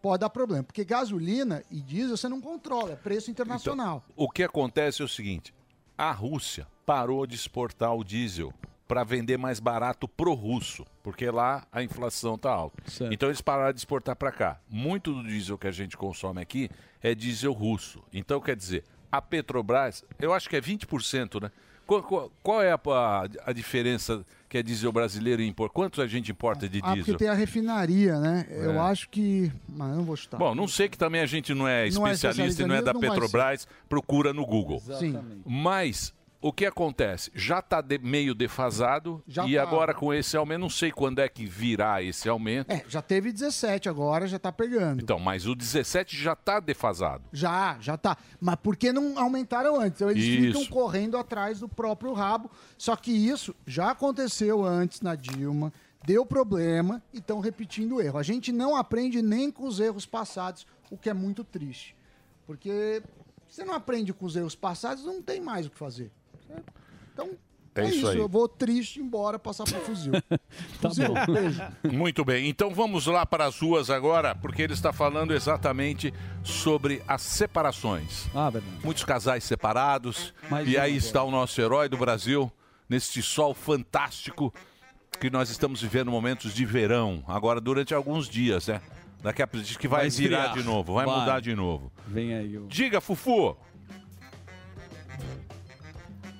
[SPEAKER 9] pode dar problema. Porque gasolina e diesel você não controla. É preço internacional.
[SPEAKER 2] Então, O que acontece é o seguinte: a Rússia parou de exportar o diesel para vender mais barato pro russo, porque lá a inflação tá alta. Então eles pararam de exportar para cá. Muito do diesel que a gente consome aqui é diesel russo. Então quer dizer, a Petrobras, eu acho que é 20%, né? Qual, qual- qual é a, a- a diferença que é diesel brasileiro e impor? Quanto a gente importa de
[SPEAKER 9] ah, porque
[SPEAKER 2] diesel?
[SPEAKER 9] tem a refinaria, né?
[SPEAKER 2] É.
[SPEAKER 9] Eu acho que. Mas não vou chutar.
[SPEAKER 2] Bom, não sei que também a gente não é
[SPEAKER 9] Tá. Não é
[SPEAKER 2] especialista, e não é
[SPEAKER 9] especialista
[SPEAKER 2] da
[SPEAKER 9] nisso, não vai
[SPEAKER 2] Petrobras, procura no Google.
[SPEAKER 9] Sim.
[SPEAKER 2] Mas o que acontece? Já está meio defasado
[SPEAKER 9] Já
[SPEAKER 2] e
[SPEAKER 9] tá.
[SPEAKER 2] agora com esse aumento, não sei quando é que virá esse aumento.
[SPEAKER 9] É, já teve 17 agora, já tá pegando.
[SPEAKER 2] Então, mas o 17 já está defasado.
[SPEAKER 9] Já, já tá. Mas por que não aumentaram antes? Então eles ficam
[SPEAKER 2] Isso.
[SPEAKER 9] correndo atrás do próprio rabo. Só que isso já aconteceu antes na Dilma, deu problema e estão repetindo o erro. A gente não aprende nem com os erros passados, o que é muito triste. Porque você não aprende com os erros passados, não tem mais o que fazer. Então,
[SPEAKER 2] É
[SPEAKER 9] é,
[SPEAKER 2] isso
[SPEAKER 9] isso.
[SPEAKER 2] aí. Tá
[SPEAKER 9] Eu vou triste embora passar pro fuzil. fuzil, beijo.
[SPEAKER 2] Muito bem, então vamos lá para as ruas agora, porque ele está falando exatamente sobre as separações.
[SPEAKER 6] Ah, verdade. um
[SPEAKER 2] Muitos casais separados, e aí está o nosso herói do Brasil, neste sol fantástico que nós estamos vivendo momentos de verão, agora durante alguns dias, né? Daqui a pouco diz que vai,
[SPEAKER 6] Vai
[SPEAKER 2] virar
[SPEAKER 6] esfriar.
[SPEAKER 2] de novo, vai,
[SPEAKER 6] Vai.
[SPEAKER 2] mudar de novo.
[SPEAKER 6] Vem aí. é o-
[SPEAKER 2] Diga, Fufu,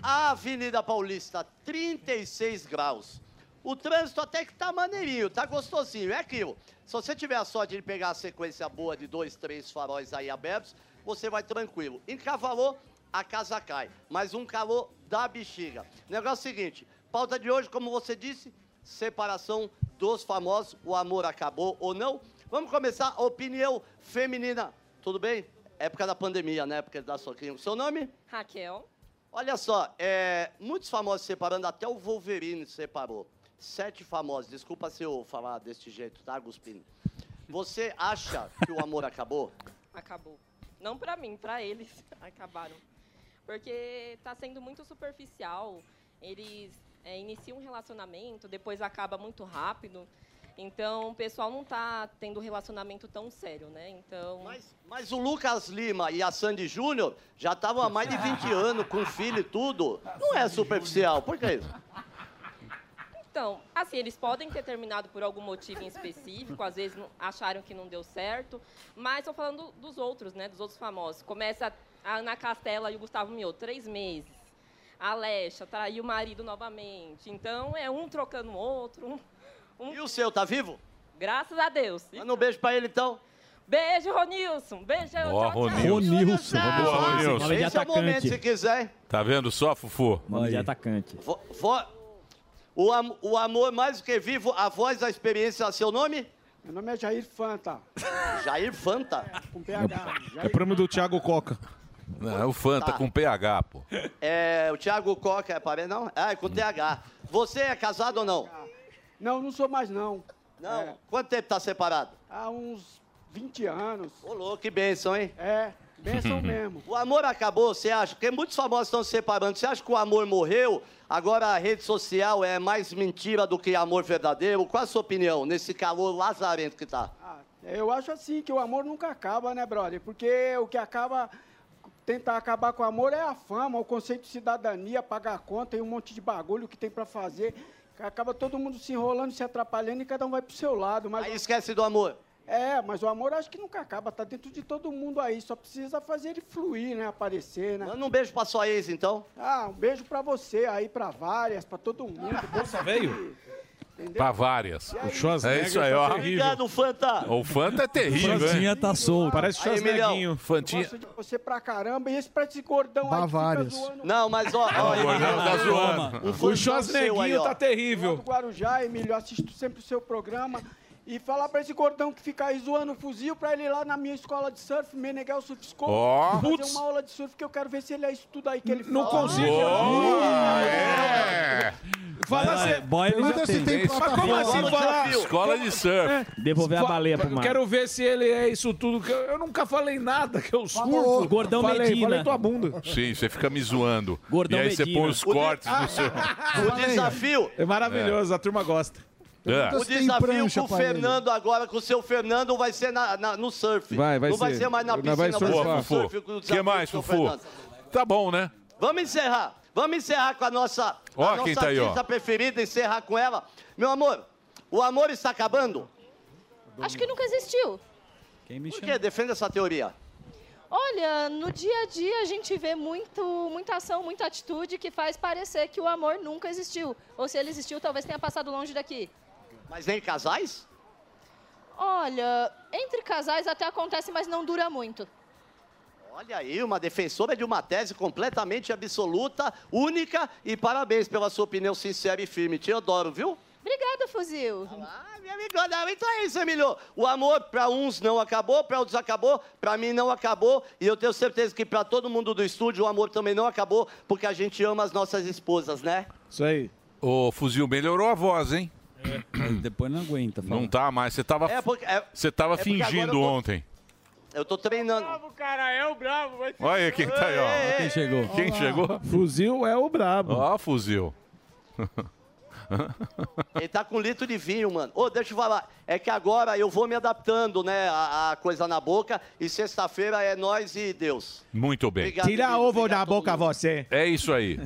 [SPEAKER 16] A Avenida Paulista, 36 graus. O trânsito até que tá maneirinho, tá gostosinho. É aquilo. Se você tiver a sorte de pegar a sequência boa de dois, três faróis aí abertos, você vai tranquilo. Encavalou, a casa cai. Mas um calor da bexiga. Negócio é seguinte, pauta de hoje, como você disse, separação dos famosos, o amor acabou ou não. Vamos começar a opinião feminina, tudo bem? Época da pandemia, né? Época da soquinho. Seu nome?
[SPEAKER 17] Raquel.
[SPEAKER 16] Olha só, é, muitos famosos separando, até o Wolverine separou. Sete famosos, desculpa se eu falar desse jeito, tá, Guspino? Você acha que o amor acabou?
[SPEAKER 17] Acabou. Não pra mim, pra eles acabaram. Porque tá sendo muito superficial. Eles é, iniciam um relacionamento, depois acaba muito rápido. Então, o pessoal não tá tendo um relacionamento tão sério, né? Então...
[SPEAKER 16] Mas o Lucas Lima e a Sandy Júnior já estavam há mais de 20 anos, com filho e tudo. Não é superficial, por que isso?
[SPEAKER 17] Então, assim, eles podem ter terminado por algum motivo em específico, às vezes não- acharam que não deu certo, mas tô falando dos outros, né? Dos outros famosos. Começa a Ana Castela e o Gustavo Mioto, três meses. A Alexa traiu o marido novamente. Então, é um trocando o outro. um- um-
[SPEAKER 16] E o seu, tá vivo?
[SPEAKER 17] Graças a Deus.
[SPEAKER 16] Manda um beijo pra ele, então.
[SPEAKER 17] Beijo, Ronilson. Beijo,
[SPEAKER 2] Ó, Boa,
[SPEAKER 6] Ronilson.
[SPEAKER 2] Ronilson.
[SPEAKER 16] Esse é o momento, se quiser.
[SPEAKER 2] Tá vendo só, Fufu?
[SPEAKER 6] Nome de atacante.
[SPEAKER 16] Vo- vo- o, am- o amor mais do que vivo, a voz da experiência, seu nome?
[SPEAKER 11] Meu nome é Jair Fanta.
[SPEAKER 16] Jair Fanta?
[SPEAKER 11] Com PH.
[SPEAKER 3] É prêmio do Thiago Coca.
[SPEAKER 2] Não, é o Fanta
[SPEAKER 16] Tá.
[SPEAKER 2] com PH, pô.
[SPEAKER 16] É, o Thiago Coca é parente, não? Ah, é com TH. Você é casado ou não?
[SPEAKER 11] Não, não sou mais não. É.
[SPEAKER 16] Não. Quanto tempo tá separado?
[SPEAKER 11] Há uns 20 anos.
[SPEAKER 16] Ô, louco, que bênção, hein?
[SPEAKER 11] É, bênção mesmo.
[SPEAKER 16] O amor acabou, você acha? Porque muitos famosos estão se separando. Você acha que o amor morreu? Agora a rede social é mais mentira do que amor verdadeiro? Qual a sua opinião nesse calor lazarento que tá?
[SPEAKER 11] Ah, Eu acho assim que o amor nunca acaba, né, brother? Porque o que acaba tentar acabar com o amor é a fama, o conceito de cidadania, pagar conta e um monte de bagulho que tem pra fazer. Acaba todo mundo se enrolando, se atrapalhando e cada um vai pro seu lado. Mas
[SPEAKER 16] aí esquece do amor.
[SPEAKER 11] É, mas o amor acho que nunca acaba, tá dentro de todo mundo aí, só precisa fazer ele fluir, né, aparecer, né?
[SPEAKER 16] Manda um beijo pra sua ex, então.
[SPEAKER 11] Ah, um beijo pra você aí, pra várias, pra todo mundo. Bolsa
[SPEAKER 2] veio? Pra várias. é isso
[SPEAKER 3] tá
[SPEAKER 2] aí, ó.
[SPEAKER 11] Obrigado,
[SPEAKER 16] Fanta.
[SPEAKER 2] O Fanta é terrível,
[SPEAKER 6] Fantinha
[SPEAKER 2] hein?
[SPEAKER 6] tá solto.
[SPEAKER 2] Parece
[SPEAKER 11] Aí, Emilhão,
[SPEAKER 2] Fantinha.
[SPEAKER 11] Gosto de você pra caramba e esse pra esse gordão aí que
[SPEAKER 2] Bavárias.
[SPEAKER 11] fica zoando.
[SPEAKER 16] Não, mas ó, é ó,
[SPEAKER 2] O Gordão tá zoando.
[SPEAKER 11] Um fã seu aí,
[SPEAKER 3] tá
[SPEAKER 2] tá
[SPEAKER 11] ó. Lá do Guarujá, Emílio, assisto sempre o seu programa. E falar pra esse gordão que fica aí zoando o fuzil, pra ele ir lá na minha escola de surf, Meneghel Surf School,
[SPEAKER 2] Ó.
[SPEAKER 11] fazer
[SPEAKER 2] Putz.
[SPEAKER 11] uma aula de surf, que eu quero ver se ele é isso tudo aí que ele fala.
[SPEAKER 2] não consigo. Boa, é.
[SPEAKER 3] Fala
[SPEAKER 6] Vai,
[SPEAKER 3] se-
[SPEAKER 6] boy, ele
[SPEAKER 3] Manda
[SPEAKER 6] já
[SPEAKER 3] se
[SPEAKER 6] tem.
[SPEAKER 3] tem
[SPEAKER 6] Mas
[SPEAKER 3] plataforma.
[SPEAKER 6] como assim
[SPEAKER 3] falar?
[SPEAKER 2] Escola de surf. É.
[SPEAKER 6] Devolver a baleia pro mar.
[SPEAKER 3] Quero ver se ele é isso tudo. que eu- Eu nunca falei nada que eu surfo.
[SPEAKER 6] Gordão
[SPEAKER 3] falei,
[SPEAKER 6] Medina.
[SPEAKER 3] Falei tua bunda.
[SPEAKER 2] Sim, você fica me zoando.
[SPEAKER 3] Gordão
[SPEAKER 2] e aí você
[SPEAKER 3] Medina.
[SPEAKER 2] põe os
[SPEAKER 3] O de-
[SPEAKER 2] cortes no seu.
[SPEAKER 16] O desafio.
[SPEAKER 3] É maravilhoso, a turma gosta.
[SPEAKER 2] É.
[SPEAKER 16] O desafio com o Fernando agora, com o seu Fernando, vai ser na- na- no surf.
[SPEAKER 2] Vai, vai
[SPEAKER 16] Não vai
[SPEAKER 2] ser.
[SPEAKER 16] ser mais na
[SPEAKER 2] Vai
[SPEAKER 16] piscina,
[SPEAKER 2] surfar.
[SPEAKER 16] vai ser no surf.
[SPEAKER 2] Fufu.
[SPEAKER 16] com o
[SPEAKER 2] Que
[SPEAKER 16] desafio
[SPEAKER 2] mais,
[SPEAKER 16] do seu
[SPEAKER 2] Fufu? Tá bom, né?
[SPEAKER 16] Vamos encerrar. Vamos encerrar com a nossa,
[SPEAKER 2] Ó
[SPEAKER 16] a nossa
[SPEAKER 2] quem tá aí, ó.
[SPEAKER 16] artista preferida, encerrar com ela. Meu amor, o amor está acabando?
[SPEAKER 15] Acho que nunca existiu.
[SPEAKER 16] Por quê? Defenda essa teoria.
[SPEAKER 15] Olha, no dia a dia a gente vê muito, muita ação, muita atitude que faz parecer que o amor nunca existiu. Ou se ele existiu, talvez tenha passado longe daqui.
[SPEAKER 16] Mas nem casais?
[SPEAKER 15] Olha, entre casais até acontece, mas não dura muito.
[SPEAKER 16] Olha aí, uma defensora de uma tese completamente absoluta, única, e parabéns pela sua opinião sincera e firme. Te adoro, viu?
[SPEAKER 15] Obrigada, Fuzil.
[SPEAKER 16] Ah, minha amiga, não, então é isso, Emilio. O amor para uns não acabou, para outros acabou, para mim não acabou. E eu tenho certeza que para todo mundo do estúdio o amor também não acabou, porque a gente ama as nossas esposas, né?
[SPEAKER 2] Isso aí. Ô, Fuzil, melhorou a voz, hein? Depois não aguenta. Não tá mais. Você tava,
[SPEAKER 16] É porque- é-
[SPEAKER 2] você tava
[SPEAKER 16] é porque
[SPEAKER 2] fingindo
[SPEAKER 16] agora eu tô-
[SPEAKER 2] ontem.
[SPEAKER 16] Eu tô treinando. É, Bravo, cara, eu bravo.
[SPEAKER 2] Olha aí quem tá aí, ó. Quem chegou. Quem chegou?
[SPEAKER 3] Fuzil é o brabo.
[SPEAKER 2] Ó, fuzil.
[SPEAKER 16] Ele tá com um litro de vinho, mano. Ô, deixa eu falar. É que agora eu vou me adaptando, né? A, a coisa na boca. E sexta-feira é nós e Deus.
[SPEAKER 2] Muito bem.
[SPEAKER 16] Obrigado, Tira a
[SPEAKER 3] ovo da boca, você.
[SPEAKER 2] É isso aí.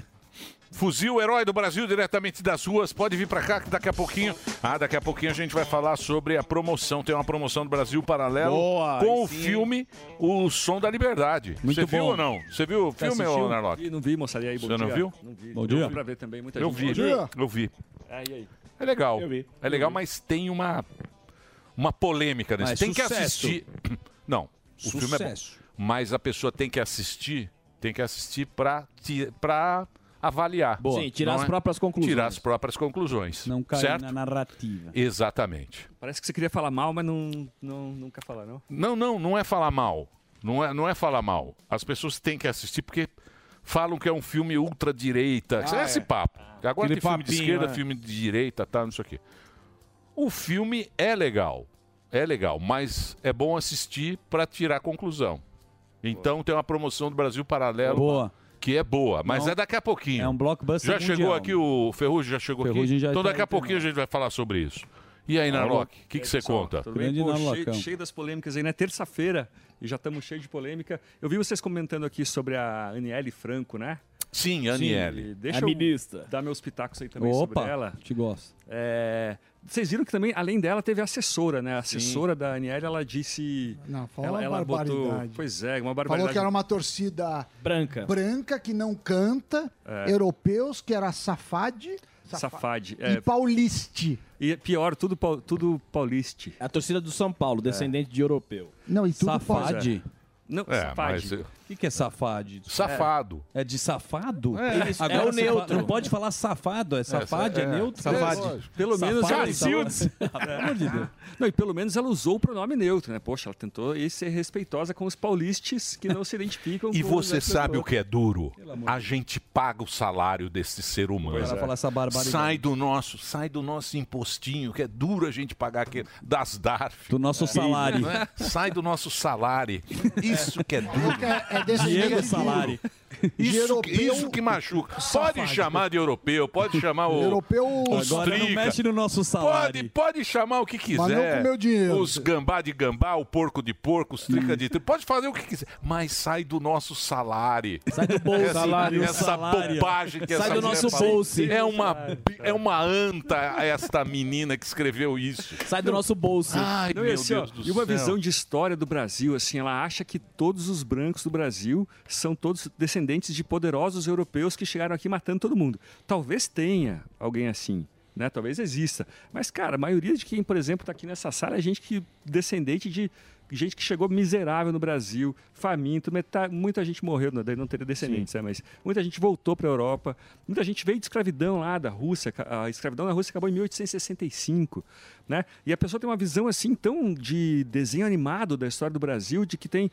[SPEAKER 2] Fuzil, herói do Brasil, diretamente das ruas. Pode vir pra cá que daqui a pouquinho. Ah, daqui a pouquinho a gente vai falar sobre a promoção. Tem uma promoção do Brasil paralelo
[SPEAKER 6] Boa,
[SPEAKER 2] com
[SPEAKER 6] aí
[SPEAKER 2] o
[SPEAKER 6] sim.
[SPEAKER 2] filme O Som da Liberdade.
[SPEAKER 6] Muito
[SPEAKER 2] Você
[SPEAKER 6] bom.
[SPEAKER 2] viu ou não? Você viu o
[SPEAKER 6] Você
[SPEAKER 2] filme,
[SPEAKER 6] assistiu?
[SPEAKER 2] ô, Narlock?
[SPEAKER 6] Vi, Não vi, moça. E aí, bom
[SPEAKER 2] Você não
[SPEAKER 6] dia.
[SPEAKER 2] viu?
[SPEAKER 6] Não vi.
[SPEAKER 2] Bom
[SPEAKER 6] Bom
[SPEAKER 2] dia.
[SPEAKER 6] dia. pra ver também, muita
[SPEAKER 2] Eu
[SPEAKER 6] gente.
[SPEAKER 2] vi,
[SPEAKER 6] Bom dia.
[SPEAKER 2] eu vi.
[SPEAKER 6] Aí, aí.
[SPEAKER 2] É legal.
[SPEAKER 6] Eu vi.
[SPEAKER 2] É legal, mas tem uma uma polêmica nesse.
[SPEAKER 6] Mas
[SPEAKER 2] tem que
[SPEAKER 6] sucesso.
[SPEAKER 2] assistir. Não, o filme é bom.
[SPEAKER 6] Sucesso.
[SPEAKER 2] Mas a pessoa tem que assistir Tem que assistir para para avaliar.
[SPEAKER 6] Boa. Sim, tirar
[SPEAKER 2] Não é?
[SPEAKER 6] as próprias conclusões.
[SPEAKER 2] Tirar as próprias conclusões.
[SPEAKER 6] Não cair
[SPEAKER 2] certo?
[SPEAKER 6] na narrativa.
[SPEAKER 2] Exatamente.
[SPEAKER 18] Parece que você queria falar mal, mas não, não, não quer falar, não?
[SPEAKER 2] Não, não, não é falar mal. Não é, não é falar mal. As pessoas têm que assistir porque falam que é um filme ultradireita.
[SPEAKER 5] Ah,
[SPEAKER 2] é esse
[SPEAKER 5] é.
[SPEAKER 2] papo. Agora
[SPEAKER 5] Aquele
[SPEAKER 2] tem filme de
[SPEAKER 5] papinho,
[SPEAKER 2] esquerda,
[SPEAKER 5] né?
[SPEAKER 2] filme de direita, tá, não sei o quê. O filme é legal. É legal, mas é bom assistir para tirar conclusão. Então tem uma promoção do Brasil Paralelo.
[SPEAKER 6] Boa.
[SPEAKER 2] Que é boa, mas
[SPEAKER 6] Não.
[SPEAKER 2] é daqui a pouquinho.
[SPEAKER 6] É um blockbuster
[SPEAKER 2] Já chegou
[SPEAKER 6] mundial.
[SPEAKER 2] aqui o Ferrugem, já chegou
[SPEAKER 6] Ferrugem
[SPEAKER 2] aqui.
[SPEAKER 6] já
[SPEAKER 2] então
[SPEAKER 6] tá
[SPEAKER 2] daqui a pouquinho a gente vai falar sobre isso. E aí,
[SPEAKER 18] Alô.
[SPEAKER 2] Narlock, o que que
[SPEAKER 18] Ah,
[SPEAKER 2] você
[SPEAKER 18] é pessoal,
[SPEAKER 2] conta?
[SPEAKER 18] Tudo bem? Pô, cheio,
[SPEAKER 9] então.
[SPEAKER 18] cheio das polêmicas aí, né? Terça-feira, e já estamos cheios de polêmica. Eu vi vocês comentando aqui sobre a Aniele Franco, né?
[SPEAKER 2] Sim, Aniele.
[SPEAKER 18] e Deixa
[SPEAKER 6] A
[SPEAKER 18] eu
[SPEAKER 6] ministra.
[SPEAKER 18] dar meus pitacos aí também
[SPEAKER 6] Opa,
[SPEAKER 18] sobre ela.
[SPEAKER 6] te gosto.
[SPEAKER 18] É, vocês viram que também, além dela, teve a assessora, né? A assessora da Aniele, ela disse...
[SPEAKER 9] Não, falou uma barbaridade.
[SPEAKER 18] Pois é, uma barbaridade.
[SPEAKER 9] Falou que era uma torcida
[SPEAKER 2] É.
[SPEAKER 18] Branca.
[SPEAKER 9] branca que não canta,
[SPEAKER 18] É.
[SPEAKER 9] europeus que era safade,
[SPEAKER 18] Safade.
[SPEAKER 9] e
[SPEAKER 18] É,
[SPEAKER 9] pauliste.
[SPEAKER 18] e pior, tudo, pau- tudo pauliste.
[SPEAKER 7] É A torcida do São Paulo, descendente de europeu.
[SPEAKER 9] Não, e
[SPEAKER 18] tudo
[SPEAKER 7] Safade?
[SPEAKER 18] pode. Não,
[SPEAKER 7] É,
[SPEAKER 18] safade.
[SPEAKER 7] mas-
[SPEAKER 18] O
[SPEAKER 6] que, que é safade?
[SPEAKER 2] Safado.
[SPEAKER 6] É, de safado?
[SPEAKER 18] É. Isso,
[SPEAKER 6] Agora
[SPEAKER 18] é o
[SPEAKER 6] você
[SPEAKER 18] neutro.
[SPEAKER 6] fala- Não pode falar safado, é safade, é, neutro.
[SPEAKER 18] Pelo menos ela
[SPEAKER 7] tá
[SPEAKER 6] Safado,
[SPEAKER 18] usou...
[SPEAKER 6] Pelo amor de Deus.
[SPEAKER 18] Não, e pelo menos ela usou o pronome neutro, né? Poxa, ela tentou aí ser respeitosa com os paulistas que não se identificam
[SPEAKER 2] E
[SPEAKER 18] com
[SPEAKER 2] você
[SPEAKER 6] né?
[SPEAKER 18] as
[SPEAKER 2] sabe o
[SPEAKER 18] pessoas.
[SPEAKER 2] que é duro?
[SPEAKER 18] amor
[SPEAKER 2] A gente paga o salário desse ser humano.
[SPEAKER 6] Pois é. Fala essa barbaridade.
[SPEAKER 2] Sai do nosso, sai do nosso impostinho, que é duro a gente pagar aquele, das DARF.
[SPEAKER 6] Do nosso salário.
[SPEAKER 2] Não é? Sai do nosso salário. Isso que é duro.
[SPEAKER 9] É, é desse jeito.
[SPEAKER 2] Isso, que-
[SPEAKER 9] europeu
[SPEAKER 2] isso que machuca. Pode chamar de europeu, pode chamar o.
[SPEAKER 9] Europeu-
[SPEAKER 2] os
[SPEAKER 6] Agora não
[SPEAKER 2] trica.
[SPEAKER 6] mexe no nosso salário.
[SPEAKER 2] Pode, pode chamar o que quiser.
[SPEAKER 6] Mas não com meu dinheiro.
[SPEAKER 2] Os gambá de gambá, o porco de porco, os trica de trica. Pode fazer o que quiser. Mas sai do nosso salário.
[SPEAKER 6] Sai do
[SPEAKER 2] bolso. Essa,
[SPEAKER 6] Salário,
[SPEAKER 2] essa
[SPEAKER 6] salário.
[SPEAKER 2] bobagem que
[SPEAKER 6] Sai
[SPEAKER 2] essa
[SPEAKER 6] do
[SPEAKER 2] mulher
[SPEAKER 6] nosso
[SPEAKER 2] fala.
[SPEAKER 6] bolso.
[SPEAKER 2] É uma, bi- é uma anta esta menina que escreveu isso.
[SPEAKER 6] Sai do nosso bolso.
[SPEAKER 2] Ai,
[SPEAKER 18] Não, e
[SPEAKER 2] meu
[SPEAKER 18] assim, ó,
[SPEAKER 2] Deus do
[SPEAKER 18] e uma
[SPEAKER 2] céu.
[SPEAKER 18] visão de história do Brasil, assim, ela acha que todos os brancos do Brasil são todos descendentes de poderosos europeus que chegaram aqui matando todo mundo. Talvez tenha alguém assim, né? Talvez exista. Mas, cara, a maioria de quem, por exemplo, está aqui nessa sala é gente que descendente de gente que chegou miserável no Brasil, faminto, metade, muita gente morreu, não, daí não teria descendentes, né? mas muita gente voltou para a Europa, muita gente veio de escravidão lá da Rússia, ca- a escravidão na Rússia acabou em 1865, né? E a pessoa tem uma visão assim tão de desenho animado da história do Brasil, de que tem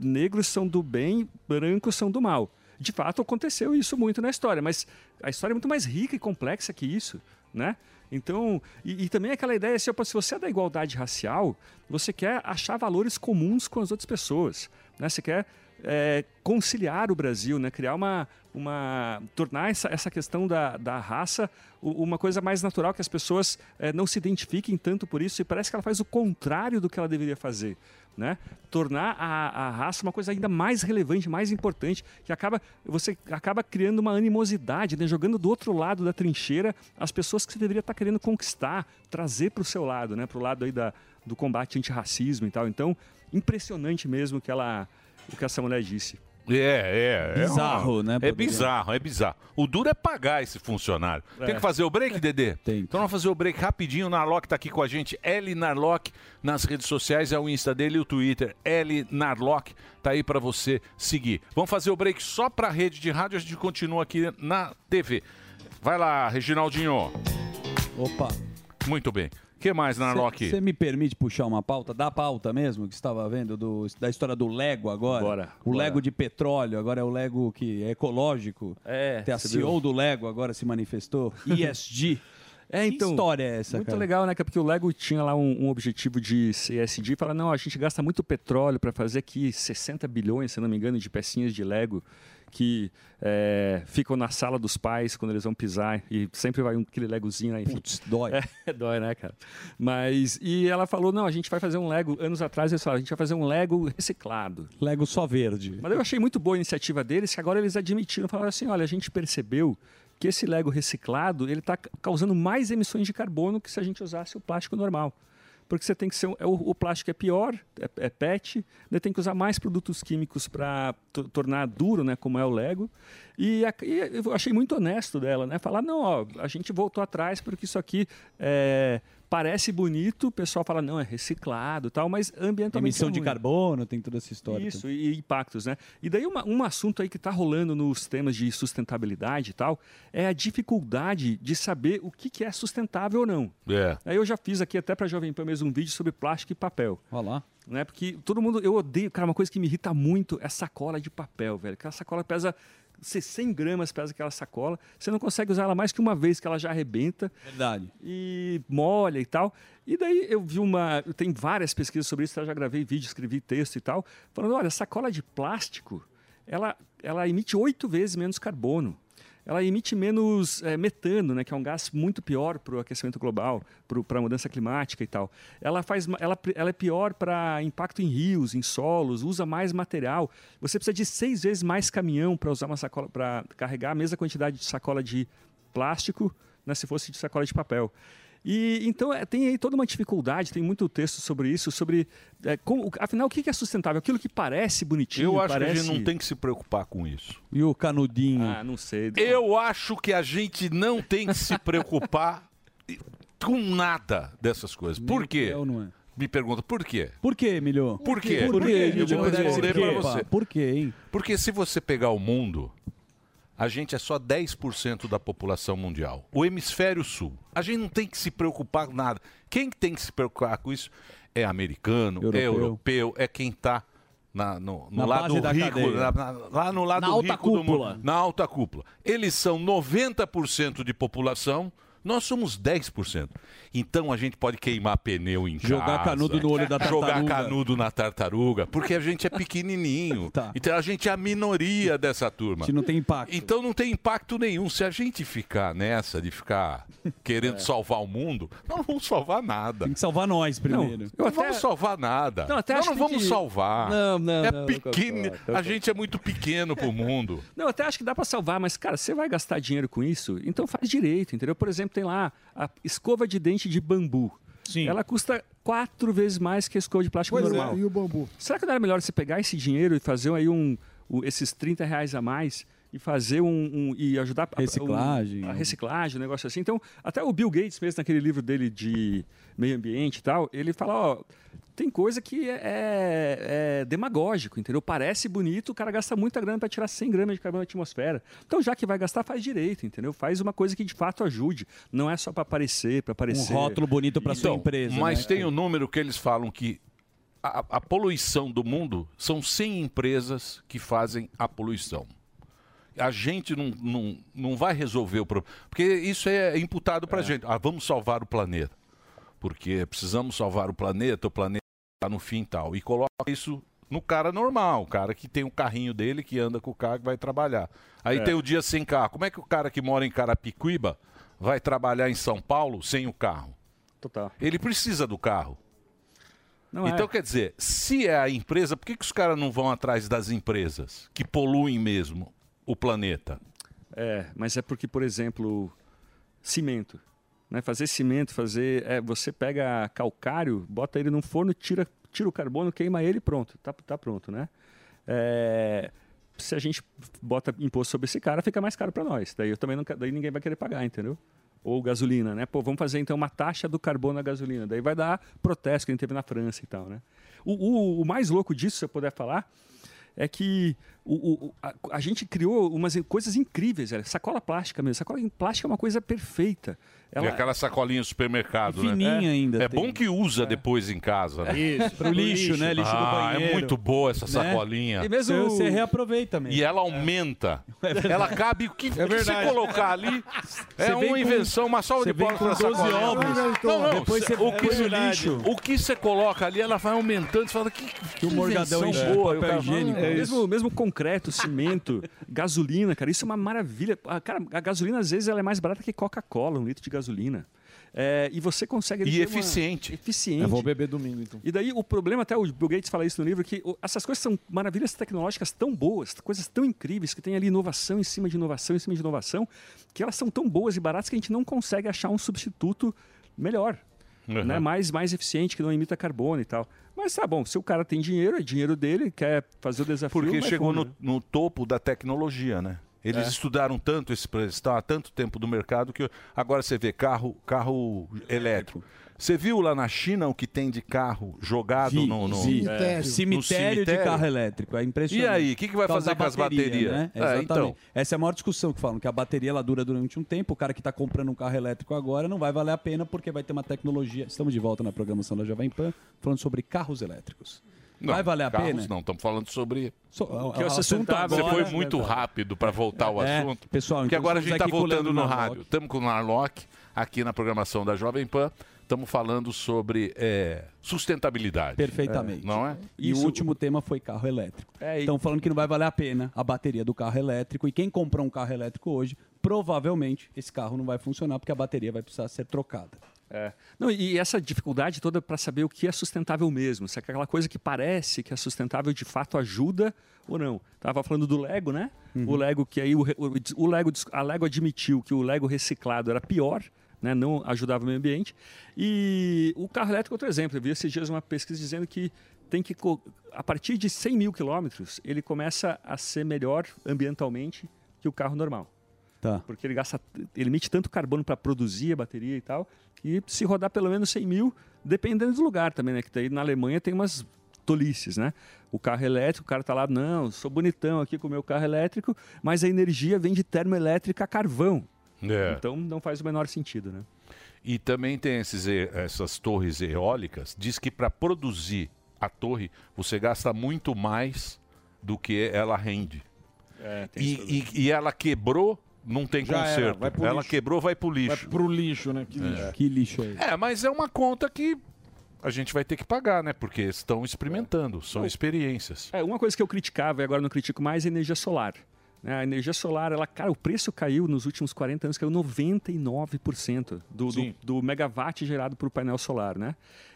[SPEAKER 18] negros são do bem, brancos são do mal. De fato, aconteceu isso muito na história, mas a história é muito mais rica e complexa que isso, né? Então, e, e também aquela ideia, assim, opa, se você é da igualdade racial, você quer achar valores comuns com as outras pessoas, né? Você quer é, conciliar o Brasil, né? Criar uma, uma tornar essa, essa questão da, da raça u- uma coisa mais natural que as pessoas é, não se identifiquem tanto por isso e parece que ela faz o contrário do que ela deveria fazer, né? Tornar a, a raça uma coisa ainda mais relevante, mais importante, que acaba você acaba criando uma animosidade, né? Jogando do outro lado da trincheira as pessoas que você deveria estar querendo conquistar, trazer para o seu lado, né? Para o lado aí da, do combate antirracismo e tal. Então, impressionante mesmo que ela o que essa mulher disse.
[SPEAKER 2] É, é.
[SPEAKER 18] Bizarro,
[SPEAKER 2] é uma-
[SPEAKER 18] né,
[SPEAKER 2] É
[SPEAKER 18] poderia-
[SPEAKER 2] bizarro, é bizarro. O duro é pagar esse funcionário.
[SPEAKER 18] É.
[SPEAKER 2] Tem que fazer o break, Dedê? Tem. Então vamos fazer o break rapidinho. O Narlock tá aqui com a gente. L Narlock nas redes sociais, é o Insta dele e o Twitter. L Narlock tá aí pra você seguir. Vamos fazer o break só pra rede de rádio. A gente continua aqui na TV. Vai lá, Reginaldinho.
[SPEAKER 6] Opa.
[SPEAKER 2] Muito bem. O que mais, Narlock?
[SPEAKER 6] Você me permite puxar uma pauta? Da pauta mesmo que estava vendo do- da história do Lego agora.
[SPEAKER 18] Bora,
[SPEAKER 6] o
[SPEAKER 18] bora.
[SPEAKER 6] Lego de petróleo, agora é o Lego que é ecológico.
[SPEAKER 18] É,
[SPEAKER 6] Tem a
[SPEAKER 18] você
[SPEAKER 6] CEO
[SPEAKER 18] viu?
[SPEAKER 6] do Lego agora se manifestou. ESG.
[SPEAKER 18] É, então,
[SPEAKER 6] que história é essa,
[SPEAKER 18] Muito
[SPEAKER 6] cara?
[SPEAKER 18] legal, né? cara? Porque o Lego tinha lá um, um objetivo de CSD e fala: não, a gente gasta muito petróleo para fazer aqui 60 bilhões, se não me engano, de pecinhas de Lego que é, ficam na sala dos pais quando eles vão pisar e sempre vai um, aquele Legozinho lá. Putz,
[SPEAKER 6] dói.
[SPEAKER 18] É, dói, né, cara? Mas, e ela falou: não, a gente vai fazer um Lego. Anos atrás eles falaram: a gente vai fazer um Lego reciclado.
[SPEAKER 6] Lego só verde.
[SPEAKER 18] Mas eu achei muito boa a iniciativa deles, que agora eles admitiram, falaram assim, olha, a gente percebeu que esse Lego reciclado, ele está causando mais emissões de carbono que se a gente usasse o plástico normal. Porque você tem que ser. um- é O, o plástico é pior, é, é PET, né, tem que usar mais produtos químicos para tornar duro, né? Como é o Lego. E, a- e eu achei muito honesto dela, né? Falar, não, ó, a gente voltou atrás porque isso aqui é, Parece bonito, o pessoal fala, não, é reciclado e tal, mas ambientalmente.
[SPEAKER 6] Emissão
[SPEAKER 18] é
[SPEAKER 6] de
[SPEAKER 18] ruim.
[SPEAKER 6] carbono, tem toda essa história.
[SPEAKER 18] Isso, e impactos, né? E daí uma- um assunto aí que está rolando nos temas de sustentabilidade e tal é a dificuldade de saber o que, que é sustentável ou não.
[SPEAKER 2] É.
[SPEAKER 18] Aí eu já fiz aqui até para Jovem Pan mesmo um vídeo sobre plástico e papel.
[SPEAKER 6] Olha lá.
[SPEAKER 18] Né? Porque todo mundo, eu odeio, cara, uma coisa que me irrita muito é sacola de papel, velho. Aquela sacola pesa se 100 gramas, pesa aquela sacola. Você não consegue usar ela mais que uma vez, que ela já arrebenta.
[SPEAKER 6] Verdade.
[SPEAKER 18] E molha e tal. E daí eu vi uma. Tem várias pesquisas sobre isso, eu já gravei vídeo, escrevi texto e tal, falando: olha, sacola de plástico, ela, ela emite oito vezes menos carbono ela emite menos eh, metano, né, que é um gás muito pior para o aquecimento global, para a mudança climática e tal. Ela, faz, ma- ela, pre- ela é pior para impacto em rios, em solos, usa mais material. Você precisa de seis vezes mais caminhão para usar uma sacola, para carregar a mesma quantidade de sacola de plástico, né, se fosse de sacola de papel. E então é, tem aí toda uma dificuldade, tem muito texto sobre isso, sobre eh, como, afinal o que que é sustentável, aquilo que parece bonitinho.
[SPEAKER 2] Eu acho que a
[SPEAKER 18] parece...
[SPEAKER 2] gente não tem que se preocupar com isso.
[SPEAKER 6] E o canudinho?
[SPEAKER 18] Ah, não sei.
[SPEAKER 2] Eu acho que a gente não tem que se preocupar com nada dessas coisas. Por quê?
[SPEAKER 6] Ou não é?
[SPEAKER 2] Me pergunta por quê?
[SPEAKER 6] Por quê, Emilio?
[SPEAKER 2] Por quê?
[SPEAKER 6] Por quê, é
[SPEAKER 2] Eu vou responder pra você.
[SPEAKER 6] Por quê, hein?
[SPEAKER 2] Porque se você pegar o mundo, a gente é só 10% da população mundial. O hemisfério sul. A gente não tem que se preocupar com nada. Quem que tem que se preocupar com isso é americano, é
[SPEAKER 6] Europeu.
[SPEAKER 2] europeu, é quem está no, no
[SPEAKER 6] Na
[SPEAKER 2] lado
[SPEAKER 6] base da
[SPEAKER 2] rico,
[SPEAKER 6] cadeia.
[SPEAKER 2] na- na- lá no lado
[SPEAKER 6] Na
[SPEAKER 2] rico
[SPEAKER 6] alta
[SPEAKER 2] do mundo.
[SPEAKER 6] cúpula.
[SPEAKER 2] Na alta cúpula. Eles são 90% de população. Nós somos 10%. Então a gente pode queimar pneu em
[SPEAKER 6] Jogar
[SPEAKER 2] casa,
[SPEAKER 6] canudo no olho da
[SPEAKER 2] Jogar
[SPEAKER 6] tartaruga.
[SPEAKER 2] canudo na tartaruga, porque a gente é pequenininho. Então a gente é a minoria dessa turma.
[SPEAKER 6] Se Tá. não tem impacto.
[SPEAKER 2] Então não tem impacto nenhum. Se a gente ficar nessa de ficar querendo
[SPEAKER 6] É.
[SPEAKER 2] salvar o mundo, nós não vamos salvar nada. Tem
[SPEAKER 6] que salvar nós primeiro.
[SPEAKER 2] Não, vamos salvar nada.
[SPEAKER 18] Não, até
[SPEAKER 2] nós
[SPEAKER 18] acho
[SPEAKER 2] Tá. não
[SPEAKER 18] que
[SPEAKER 2] vamos
[SPEAKER 18] tem que-
[SPEAKER 2] salvar.
[SPEAKER 18] Não, não, não,
[SPEAKER 2] É
[SPEAKER 18] tá não
[SPEAKER 2] pequeno.
[SPEAKER 18] concordo, não
[SPEAKER 2] a gente é muito pequeno pro mundo.
[SPEAKER 18] Não, eu até acho que dá para salvar, mas, cara, você vai gastar dinheiro com isso? Então faz direito, entendeu? Por exemplo, tem lá a escova de dente de bambu. Sim. Ela custa quatro vezes mais que a escova de plástico
[SPEAKER 9] Pois é,
[SPEAKER 18] normal.
[SPEAKER 9] e o bambu?
[SPEAKER 18] Será que não era melhor você pegar esse dinheiro e fazer aí um, o- esses 30 reais a mais e fazer um. um- e ajudar a,
[SPEAKER 6] Reciclagem.
[SPEAKER 18] um- a reciclagem, um negócio assim. Então, até o Bill Gates, mesmo naquele livro dele de meio ambiente e tal, ele fala: ó, tem coisa que é, é demagógico, entendeu? Parece bonito, o cara gasta muita grana para tirar 100 gramas de carbono da atmosfera. Então, já que vai gastar, faz direito, entendeu? Faz uma coisa que de fato ajude. Não é só para aparecer, para
[SPEAKER 2] Um
[SPEAKER 18] aparecer.
[SPEAKER 2] Então, Mas
[SPEAKER 18] né?
[SPEAKER 2] tem um número que eles falam que a, a poluição do mundo são 100 empresas que fazem a poluição. A gente não, não, não vai resolver o problema. Porque isso é imputado para a gente. Ah, vamos salvar o planeta. Porque precisamos salvar o planeta, o planeta está no fim e tal. E coloca isso no cara normal, o cara que tem o carrinho dele, que anda com o carro, que vai trabalhar. Aí
[SPEAKER 6] É.
[SPEAKER 2] tem o dia sem carro. Como é que o cara que mora em Carapicuíba vai trabalhar em São Paulo sem o carro?
[SPEAKER 18] Total.
[SPEAKER 2] Ele precisa do carro.
[SPEAKER 18] Não é.
[SPEAKER 2] então, quer dizer, se é a empresa, por que, que os caras não vão atrás das empresas que poluem mesmo o planeta?
[SPEAKER 18] É, mas é porque, por exemplo, cimento. Né? Fazer cimento, fazer. é, você pega calcário, bota ele num forno, tira, tira o carbono, queima ele e pronto. Tá, tá pronto, né? É, se a gente bota imposto sobre esse cara, fica mais caro para nós. Daí eu também não, ca- daí ninguém vai querer pagar, entendeu? Ou gasolina, né? Pô, vamos fazer então uma taxa do carbono na gasolina. Daí vai dar protesto que a gente teve na França e tal, né? O, o- o mais louco disso, se eu puder falar, é que o- o- o- a, a gente criou umas coisas incríveis, velho. Sacola plástica mesmo. Sacola em plástica é uma coisa perfeita.
[SPEAKER 2] É aquela sacolinha do supermercado, né?
[SPEAKER 18] Fininha
[SPEAKER 2] É.
[SPEAKER 18] ainda
[SPEAKER 2] É
[SPEAKER 18] tem.
[SPEAKER 2] bom que usa depois em casa, né?
[SPEAKER 6] Isso, pro lixo, né? Lixo do
[SPEAKER 2] ah, é
[SPEAKER 6] banheiro.
[SPEAKER 2] muito boa essa
[SPEAKER 6] Né?
[SPEAKER 2] sacolinha.
[SPEAKER 6] E mesmo Você- você reaproveita mesmo. É
[SPEAKER 2] E ela aumenta.
[SPEAKER 6] verdade.
[SPEAKER 2] Ela cabe o que, o que você
[SPEAKER 6] verdade.
[SPEAKER 2] colocar ali.
[SPEAKER 6] Você
[SPEAKER 2] É
[SPEAKER 6] vem
[SPEAKER 2] uma
[SPEAKER 6] com-
[SPEAKER 2] invenção, uma salva
[SPEAKER 6] você
[SPEAKER 2] de
[SPEAKER 6] vem
[SPEAKER 2] palmas
[SPEAKER 6] com
[SPEAKER 2] pra
[SPEAKER 6] 12
[SPEAKER 2] sacolinha.
[SPEAKER 6] ovos.
[SPEAKER 2] Não, não,
[SPEAKER 6] Depois
[SPEAKER 2] cê-
[SPEAKER 6] você-
[SPEAKER 2] o que
[SPEAKER 6] é
[SPEAKER 2] você
[SPEAKER 6] verdade.
[SPEAKER 2] o que você coloca ali, ela vai aumentando. Você fala, que, que
[SPEAKER 18] morgadão
[SPEAKER 2] invenção
[SPEAKER 18] enche
[SPEAKER 2] boa.
[SPEAKER 18] de
[SPEAKER 2] Eu tava-
[SPEAKER 18] papel higiênico.
[SPEAKER 2] É isso.
[SPEAKER 18] mesmo, mesmo concreto, cimento, gasolina, cara, isso é uma maravilha. Ah, Cara, a gasolina às vezes ela é mais barata que Coca-Cola, um litro de gasolina. É, e você consegue.
[SPEAKER 2] E
[SPEAKER 18] ter uma-
[SPEAKER 2] eficiente.
[SPEAKER 18] Eficiente.
[SPEAKER 2] Eu vou
[SPEAKER 3] beber domingo, então.
[SPEAKER 18] E daí o problema, até o Bill Gates fala isso no livro, que o- essas coisas são maravilhas tecnológicas tão boas, coisas tão incríveis, que tem ali inovação em cima de inovação em cima de inovação, que elas são tão boas e baratas que a gente não consegue achar um substituto melhor.
[SPEAKER 2] Uhum.
[SPEAKER 18] Né? Mais, mais eficiente, que não imita carbono e tal. Mas tá bom, se o cara tem dinheiro, é dinheiro dele, quer fazer o desafio.
[SPEAKER 2] Porque
[SPEAKER 18] vai
[SPEAKER 2] chegou
[SPEAKER 18] fundo,
[SPEAKER 2] no, no topo da tecnologia, né? Eles
[SPEAKER 19] É.
[SPEAKER 2] estudaram tanto esse preço, estão há tanto tempo do mercado que agora você vê carro, carro elétrico. Você viu lá na China o que tem de carro jogado
[SPEAKER 6] Vi,
[SPEAKER 2] no, no-
[SPEAKER 6] vi.
[SPEAKER 2] É.
[SPEAKER 6] Cemitério.
[SPEAKER 2] no
[SPEAKER 6] Cemitério de carro elétrico. É impressionante.
[SPEAKER 2] E aí, o que, que vai
[SPEAKER 6] Por causa
[SPEAKER 2] fazer
[SPEAKER 6] da
[SPEAKER 2] com as baterias?
[SPEAKER 6] Né?
[SPEAKER 2] É,
[SPEAKER 6] Exatamente.
[SPEAKER 2] então.
[SPEAKER 6] Essa é a maior discussão que falam, que a bateria ela dura durante um tempo, o cara que está comprando um carro elétrico agora não vai valer a pena porque vai ter uma tecnologia. Estamos de volta na programação da Jovem Pan, falando sobre carros elétricos.
[SPEAKER 2] Não,
[SPEAKER 6] vai valer a
[SPEAKER 2] carros
[SPEAKER 6] pena?
[SPEAKER 2] Não, estamos falando sobre.
[SPEAKER 6] So- é um
[SPEAKER 2] o
[SPEAKER 6] o assunto
[SPEAKER 2] Você
[SPEAKER 6] agora-
[SPEAKER 2] foi muito rápido para voltar ao
[SPEAKER 6] É,
[SPEAKER 2] assunto.
[SPEAKER 6] pessoal,
[SPEAKER 2] porque
[SPEAKER 6] então
[SPEAKER 2] agora a gente está
[SPEAKER 6] estamos aqui com o
[SPEAKER 2] voltando
[SPEAKER 6] Leandro
[SPEAKER 2] no
[SPEAKER 6] Narlock.
[SPEAKER 2] rádio. Estamos com o Narlock aqui na programação da Jovem Pan. Estamos falando sobre é, sustentabilidade.
[SPEAKER 6] Perfeitamente.
[SPEAKER 2] É, não é?
[SPEAKER 6] E o último tema foi carro elétrico. Estão falando que não vai valer a pena a bateria do carro elétrico. E quem comprar um carro elétrico hoje, provavelmente esse carro não vai funcionar porque a bateria vai precisar ser trocada.
[SPEAKER 18] É. Não, e essa dificuldade toda para saber o que é sustentável mesmo, se é aquela coisa que parece que é sustentável de fato ajuda ou não. Tava falando do Lego, né? O Lego que aí o, re- o des- o Lego des- a Lego admitiu que o Lego reciclado era pior, né? Não ajudava o meio ambiente. E o carro elétrico é outro exemplo. Eu vi esses dias uma pesquisa dizendo que tem que co- a partir de 100 mil quilômetros ele começa a ser melhor ambientalmente que o carro normal.
[SPEAKER 6] Tá.
[SPEAKER 18] Porque ele gasta, ele emite tanto carbono para produzir a bateria e tal, que se rodar pelo menos 100 mil, dependendo do lugar também, né? Que daí na Alemanha tem umas tolices, né? O carro elétrico, o cara tá lá, não, sou bonitão aqui com o meu carro elétrico, mas a energia vem de termoelétrica a carvão.
[SPEAKER 2] É.
[SPEAKER 18] Então não faz o menor sentido, né?
[SPEAKER 2] E também tem esses e- essas torres eólicas. Diz que para produzir a torre, você gasta muito mais do que ela rende.
[SPEAKER 12] É,
[SPEAKER 2] e, e- e ela quebrou, não tem
[SPEAKER 12] Já era,
[SPEAKER 2] conserto.
[SPEAKER 12] vai pro
[SPEAKER 2] ela
[SPEAKER 12] lixo.
[SPEAKER 2] quebrou, vai pro lixo.
[SPEAKER 12] Pro lixo, né? Que lixo.
[SPEAKER 6] Que lixo é
[SPEAKER 2] É, mas é uma conta que a gente vai ter que pagar, né? Porque estão experimentando, são experiências.
[SPEAKER 18] É, uma coisa que eu criticava e agora não critico mais é a energia solar. né? A energia solar, ela, cara, o preço caiu nos últimos 40 anos, é caiu 99% do, do, do megawatt gerado por painel solar, né?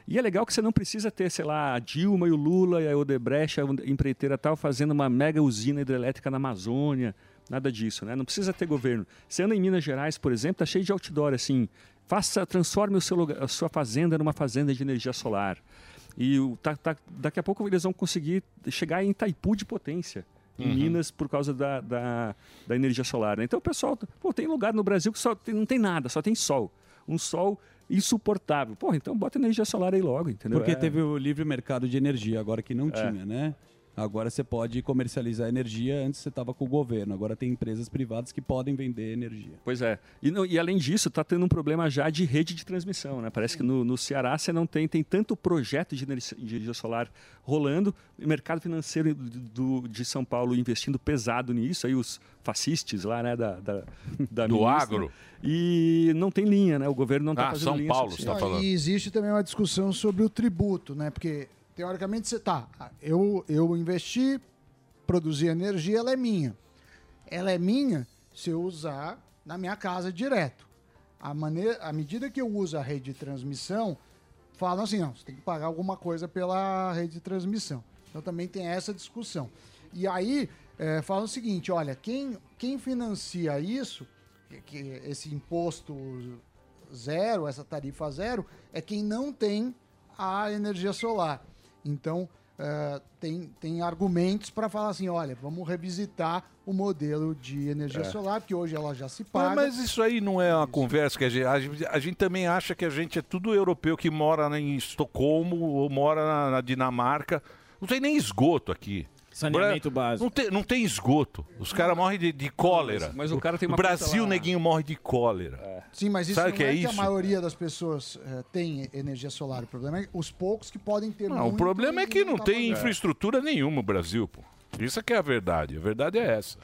[SPEAKER 18] E é legal que você não precisa ter, sei lá, a Dilma e o Lula e a Odebrecht, a empreiteira tal, fazendo uma mega usina hidrelétrica na Amazônia, nada disso, né? Não precisa ter governo. Você anda em Minas Gerais, por exemplo, tá cheio de outdoor assim, faça, transforme o seu lugar- a sua fazenda numa fazenda de energia solar. E o, tá- tá- daqui a pouco eles vão conseguir chegar em Itaipu de potência, em
[SPEAKER 2] Uhum.
[SPEAKER 18] Minas, por causa da, da, da energia solar. né? Então, o pessoal, pô, tem lugar no Brasil que só tem- não tem nada, só tem sol. Um sol insuportável. Porra, então bota energia solar aí logo, entendeu?
[SPEAKER 6] Porque
[SPEAKER 18] É.
[SPEAKER 6] teve o livre mercado de energia, agora que não
[SPEAKER 18] É.
[SPEAKER 6] tinha, né? Agora você pode comercializar energia, antes você estava com o governo, agora tem empresas privadas que podem vender energia.
[SPEAKER 18] Pois é. E, não- e além disso, está tendo um problema já de rede de transmissão. Né? Parece que no, no Ceará você não tem, tem tanto projeto de energi- de energia solar rolando, o mercado financeiro do, do- de São Paulo investindo pesado nisso, aí os fascistas lá né, da, da, da
[SPEAKER 2] Do
[SPEAKER 18] ministra.
[SPEAKER 2] agro.
[SPEAKER 18] E não tem linha, né? O governo não está
[SPEAKER 2] Ah,
[SPEAKER 18] fazendo
[SPEAKER 2] São
[SPEAKER 18] linha
[SPEAKER 2] Paulo
[SPEAKER 18] suficiente.
[SPEAKER 2] você tá falando.
[SPEAKER 9] E existe também uma discussão sobre o tributo, né? Porque, teoricamente, você tá. Eu, eu investi, produzi energia, ela é minha. Ela é minha se eu usar na minha casa direto. A, maneira, à medida que eu uso a rede de transmissão, falam assim: não, você tem que pagar alguma coisa pela rede de transmissão. Então também tem essa discussão. E aí, eh, falam o seguinte: olha, quem, quem financia isso, que- que esse imposto zero, essa tarifa zero, é quem não tem a energia solar. Então, eh, tem, tem argumentos para falar assim: olha, vamos revisitar o modelo de energia
[SPEAKER 2] É.
[SPEAKER 9] solar, que hoje ela já se paga.
[SPEAKER 2] Mas isso aí não é uma conversa que a gente, a gente- a gente também acha que a gente é tudo europeu que mora na- em Estocolmo ou mora na, na Dinamarca. Não tem nem esgoto aqui.
[SPEAKER 19] Saneamento
[SPEAKER 2] Bra- Não tem, não tem esgoto. Os caras morrem de, de cólera.
[SPEAKER 18] Mas o cara tem uma
[SPEAKER 2] No Brasil,
[SPEAKER 18] conta lá.
[SPEAKER 2] o neguinho morre de cólera.
[SPEAKER 9] Sim, mas isso
[SPEAKER 2] Sabe
[SPEAKER 9] não
[SPEAKER 2] o que
[SPEAKER 9] é,
[SPEAKER 2] é
[SPEAKER 9] que a
[SPEAKER 2] isso?
[SPEAKER 9] maioria das pessoas eh, tem energia solar. O problema é os poucos que podem ter
[SPEAKER 2] Não, o
[SPEAKER 9] muito
[SPEAKER 2] problema é
[SPEAKER 9] e
[SPEAKER 2] que não
[SPEAKER 9] tá
[SPEAKER 2] tem
[SPEAKER 9] fazendo.
[SPEAKER 2] infraestrutura nenhuma no Brasil, pô. Isso é que é a verdade. A verdade é essa.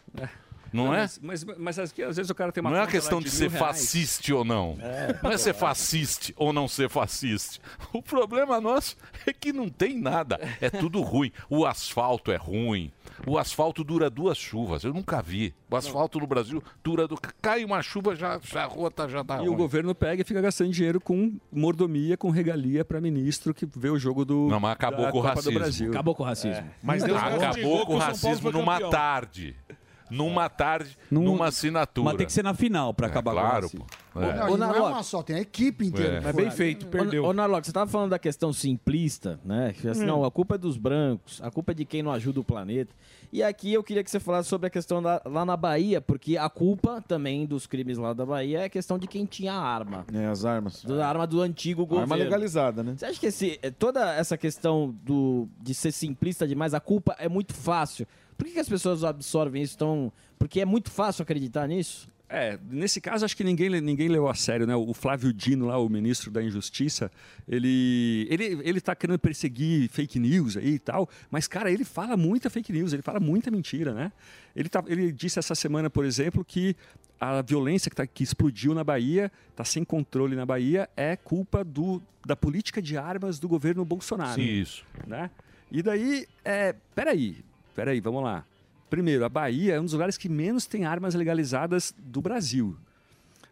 [SPEAKER 2] Não, é?
[SPEAKER 18] Mas, mas, mas às às vezes o cara tem uma
[SPEAKER 2] Não é uma
[SPEAKER 18] conta lá
[SPEAKER 2] questão de,
[SPEAKER 18] mil
[SPEAKER 2] ser
[SPEAKER 18] reais.
[SPEAKER 2] fasciste ou não.
[SPEAKER 18] É.
[SPEAKER 2] não é ser fasciste ou não ser fasciste. O problema nosso é que não tem nada. É tudo ruim. O asfalto é ruim. O asfalto dura duas chuvas. Eu nunca vi. O asfalto no Brasil dura. Do... Cai uma chuva, já, já a rua tá, já tá
[SPEAKER 18] E o
[SPEAKER 2] ruim.
[SPEAKER 18] governo pega e fica gastando dinheiro com mordomia, com regalia para ministro que vê o jogo do.
[SPEAKER 2] Não, mas acabou
[SPEAKER 18] da
[SPEAKER 2] com o
[SPEAKER 18] Copa Do
[SPEAKER 2] racismo.
[SPEAKER 18] Brasil. É. Então,
[SPEAKER 2] Acabou
[SPEAKER 7] com o racismo.
[SPEAKER 2] Mas
[SPEAKER 18] Deus
[SPEAKER 2] acabou
[SPEAKER 18] garantiu que
[SPEAKER 2] com o
[SPEAKER 18] o São Paulo
[SPEAKER 2] racismo
[SPEAKER 18] foi
[SPEAKER 2] numa
[SPEAKER 18] campeão.
[SPEAKER 2] tarde. Numa tarde,
[SPEAKER 6] Num-
[SPEAKER 2] numa assinatura. É,
[SPEAKER 6] Mas tem que ser na final para acabar
[SPEAKER 2] claro,
[SPEAKER 6] com o racismo.
[SPEAKER 9] Não, e não é uma só, tem a equipe
[SPEAKER 12] É.
[SPEAKER 2] É.
[SPEAKER 9] inteira. que foi.
[SPEAKER 7] Ô, ô Narlock, você tava falando da questão simplista, né? Que, assim,
[SPEAKER 9] Hum.
[SPEAKER 7] Não, a culpa é dos brancos, a culpa é de quem não ajuda o planeta. E aqui eu queria que você falasse sobre a questão da- lá na Bahia, porque a culpa também dos crimes lá da Bahia é a questão de quem tinha a arma.
[SPEAKER 12] É, as armas.
[SPEAKER 7] Da arma do antigo
[SPEAKER 12] Arma
[SPEAKER 7] governo.
[SPEAKER 12] legalizada, né?
[SPEAKER 7] Você acha que esse- eh, toda essa questão do, de ser simplista demais, a culpa é muito fácil? Por que, que as pessoas absorvem isso tão... Porque é muito fácil acreditar nisso?
[SPEAKER 18] É, nesse caso acho que ninguém, ninguém levou a sério, né? O Flávio Dino lá, o ministro da Injustiça, ele ele ele tá querendo perseguir fake news aí e tal, mas cara, ele fala muita fake news, ele fala muita mentira, né? Ele tá, ele disse essa semana, por exemplo, que a violência que, tá- que explodiu na Bahia, tá sem controle na Bahia, é culpa do, da política de armas do governo Bolsonaro.
[SPEAKER 2] Sim, isso.
[SPEAKER 18] Né? E daí, é, peraí, peraí, vamos lá. Primeiro, a Bahia é um dos lugares que menos tem armas legalizadas do Brasil.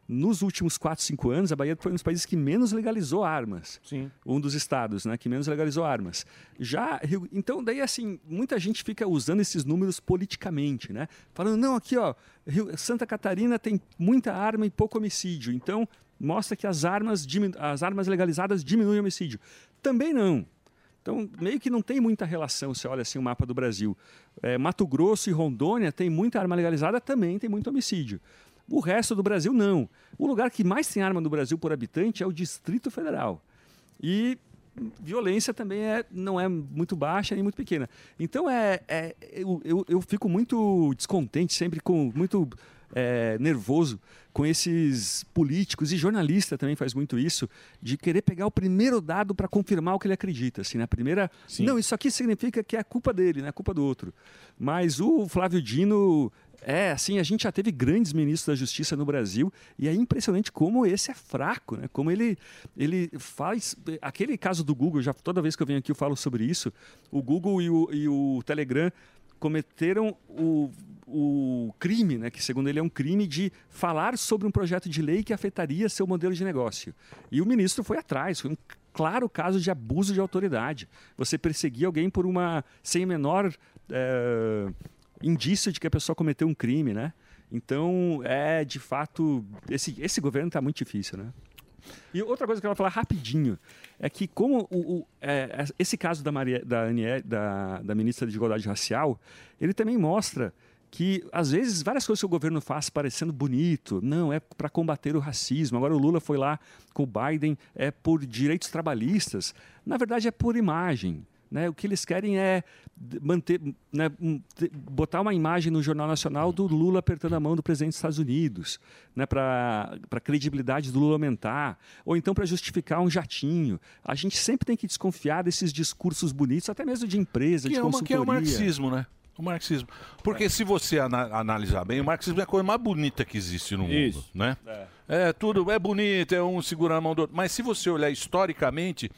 [SPEAKER 18] Nos últimos 4, 5 anos, a Bahia foi um dos países que menos legalizou armas.
[SPEAKER 12] Sim.
[SPEAKER 18] Um dos estados, né, que menos legalizou armas. Já, Rio- então daí assim, muita gente fica usando esses números politicamente, né? Falando, não, aqui, ó, Rio- Santa Catarina tem muita arma e pouco homicídio. Então, mostra que as armas, diminu- as armas legalizadas diminuem o homicídio. Também não. Então, meio que não tem muita relação, você olha assim o mapa do Brasil. É, Mato Grosso e Rondônia tem muita arma legalizada, também tem muito homicídio. O resto do Brasil, não. O lugar que mais tem arma no Brasil por habitante é o Distrito Federal. E violência também é, não é muito baixa nem muito pequena. Então, é, é- eu, eu, eu fico muito descontente, sempre com muito é, nervoso com esses políticos e jornalista também faz muito isso de querer pegar o primeiro dado para confirmar o que ele acredita assim na primeira não isso aqui significa que é culpa dele não é culpa do outro mas o Flávio Dino é assim a gente já teve grandes ministros da Justiça no Brasil e é impressionante como esse é fraco né como ele ele faz aquele caso do Google já toda vez que eu venho aqui eu falo sobre isso o Google e o, e o Telegram cometeram o, o crime, né, que segundo ele é um crime de falar sobre um projeto de lei que afetaria seu modelo de negócio. E o ministro foi atrás, foi um claro caso de abuso de autoridade. Você perseguir alguém por uma sem o menor eh, indício de que a pessoa cometeu um crime, né? Então, é de fato esse, esse governo está muito difícil, né? E outra coisa que eu quero falar rapidinho é que como o, o- é, esse caso da, Maria, da, Aniele- da, da ministra de Igualdade Racial, ele também mostra que às vezes várias coisas que o governo faz parecendo bonito, não é para combater o racismo. Agora o Lula foi lá com o Biden é por direitos trabalhistas, na verdade é por imagem. Né? O que eles querem é d- manter, né, um, te- botar uma imagem no Jornal Nacional do Lula apertando a mão do presidente dos Estados Unidos, né, para a credibilidade do Lula aumentar, ou então para justificar um jatinho. A gente sempre tem que desconfiar desses discursos bonitos, até mesmo de empresa,
[SPEAKER 2] Que
[SPEAKER 18] de
[SPEAKER 2] é, uma,
[SPEAKER 18] consultoria.
[SPEAKER 2] que é o marxismo, né? O marxismo. Porque se você ana- analisar bem, o marxismo é a coisa mais bonita que existe no mundo,
[SPEAKER 6] Isso.
[SPEAKER 2] né? É. tudo é bonito, é um segurando a mão do outro. Mas se você olhar historicamente,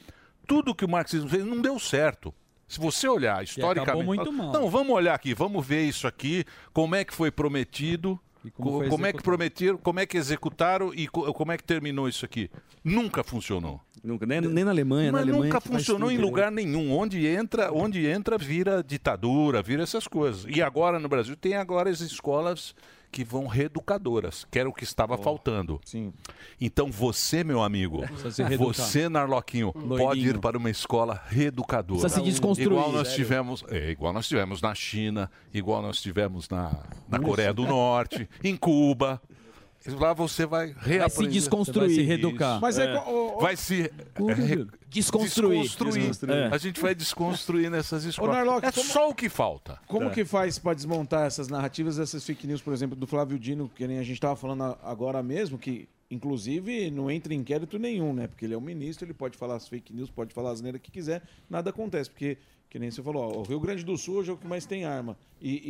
[SPEAKER 2] tudo que o marxismo fez não deu certo. Se você olhar historicamente,
[SPEAKER 6] muito mal.
[SPEAKER 2] não, vamos olhar aqui, vamos ver isso aqui, como é que foi prometido,
[SPEAKER 6] como
[SPEAKER 2] co-
[SPEAKER 6] foi
[SPEAKER 2] como é que
[SPEAKER 6] executado.
[SPEAKER 2] prometeram, como é que executaram e co- como é que terminou isso aqui. Nunca funcionou.
[SPEAKER 18] Nunca, nem, nem na Alemanha,
[SPEAKER 2] Mas
[SPEAKER 18] na Alemanha
[SPEAKER 2] nunca
[SPEAKER 18] que faz
[SPEAKER 2] funcionou
[SPEAKER 18] tudo,
[SPEAKER 2] em
[SPEAKER 18] né?
[SPEAKER 2] lugar nenhum. Onde entra, onde entra vira ditadura, vira essas coisas. E agora no Brasil tem agora as escolas que vão reeducadoras, que era o que estava faltando.
[SPEAKER 12] Sim.
[SPEAKER 2] Então você, meu amigo,
[SPEAKER 6] Precisa se reeducar.
[SPEAKER 2] você, Narloquinho, pode
[SPEAKER 6] Loirinho.
[SPEAKER 2] ir para uma escola reeducadora.
[SPEAKER 6] Precisa se desconstruir.
[SPEAKER 2] Igual nós
[SPEAKER 6] Sério.
[SPEAKER 2] tivemos, é, igual nós tivemos na China, igual nós tivemos na, na Coreia do Norte, em Cuba. Lá você vai reaprender.
[SPEAKER 6] desconstruir. Você vai se reeducar.
[SPEAKER 2] Mas é.
[SPEAKER 6] É.
[SPEAKER 2] co- o- o- Vai se é, re- desconstruir.
[SPEAKER 6] Desconstruir.
[SPEAKER 2] É.
[SPEAKER 6] Desconstruir.
[SPEAKER 2] A gente vai desconstruir nessas escolas.
[SPEAKER 12] Narlock,
[SPEAKER 2] é
[SPEAKER 12] como-
[SPEAKER 2] só o que falta.
[SPEAKER 18] É.
[SPEAKER 12] Como
[SPEAKER 2] Tá.
[SPEAKER 12] que faz pra desmontar essas narrativas, essas fake news, por exemplo, do Flávio Dino, que nem a gente tava falando a- agora mesmo, que inclusive não entra em inquérito nenhum, né? Porque ele é um ministro, ele pode falar as fake news, pode falar as neiras que quiser, nada acontece, porque que nem você falou, ó, o Rio Grande do Sul hoje é o que mais tem arma. E,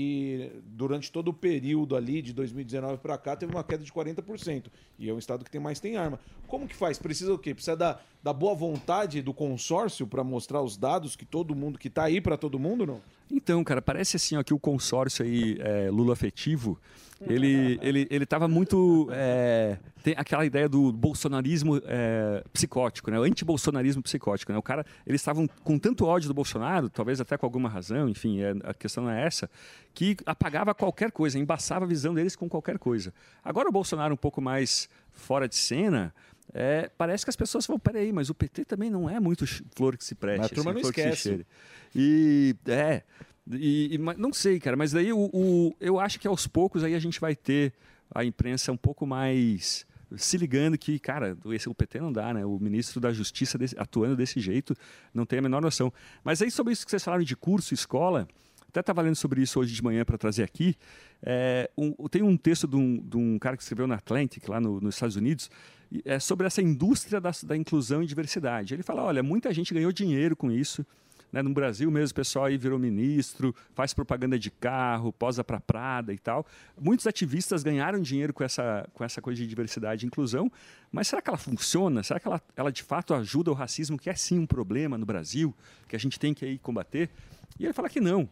[SPEAKER 12] e durante todo o período ali, de 2019 pra cá, teve uma queda de 40%. E é o estado que tem mais tem arma. Como que faz? Precisa o quê? Precisa da, da boa vontade do consórcio pra mostrar os dados que todo mundo, que tá aí pra todo mundo, não?
[SPEAKER 18] Então, cara, parece assim ó, que o consórcio aí, é, Lula afetivo, ele, ele, ele tava muito. é, tem aquela ideia do bolsonarismo eh, é, psicótico, né? O antibolsonarismo psicótico, né? O cara, eles estavam com tanto ódio do Bolsonaro, talvez até com alguma razão, enfim, é- a questão é essa, que apagava qualquer coisa, embaçava a visão deles com qualquer coisa. Agora o Bolsonaro um pouco mais fora de cena, é, parece que as pessoas falam, peraí, mas o PT também não é muito ch- flor que se preste. assim,
[SPEAKER 19] Mas a turma não
[SPEAKER 18] flor que se
[SPEAKER 19] esquece.
[SPEAKER 18] cheire. E é. E, e- mas não sei, cara, mas daí o, o- eu acho que aos poucos aí a gente vai ter a imprensa um pouco mais se ligando que, cara, esse, o PT não dá, né? O ministro da Justiça desse- atuando desse jeito não tem a menor noção. Mas aí sobre isso que vocês falaram de curso, escola, até estava lendo sobre isso hoje de manhã para trazer aqui. É, um- tem um texto de um, de um cara que escreveu na Atlantic, lá no- nos Estados Unidos, e é sobre essa indústria da, da inclusão e diversidade. Ele fala: olha, muita gente ganhou dinheiro com isso. né? No Brasil mesmo, o pessoal aí virou ministro, faz propaganda de carro, posa para Prada e tal. Muitos ativistas ganharam dinheiro com essa, com essa coisa de diversidade e inclusão, mas será que ela funciona? Será que ela, ela de fato ajuda o racismo, que é sim um problema no Brasil, que a gente tem que aí combater? E ele fala que não.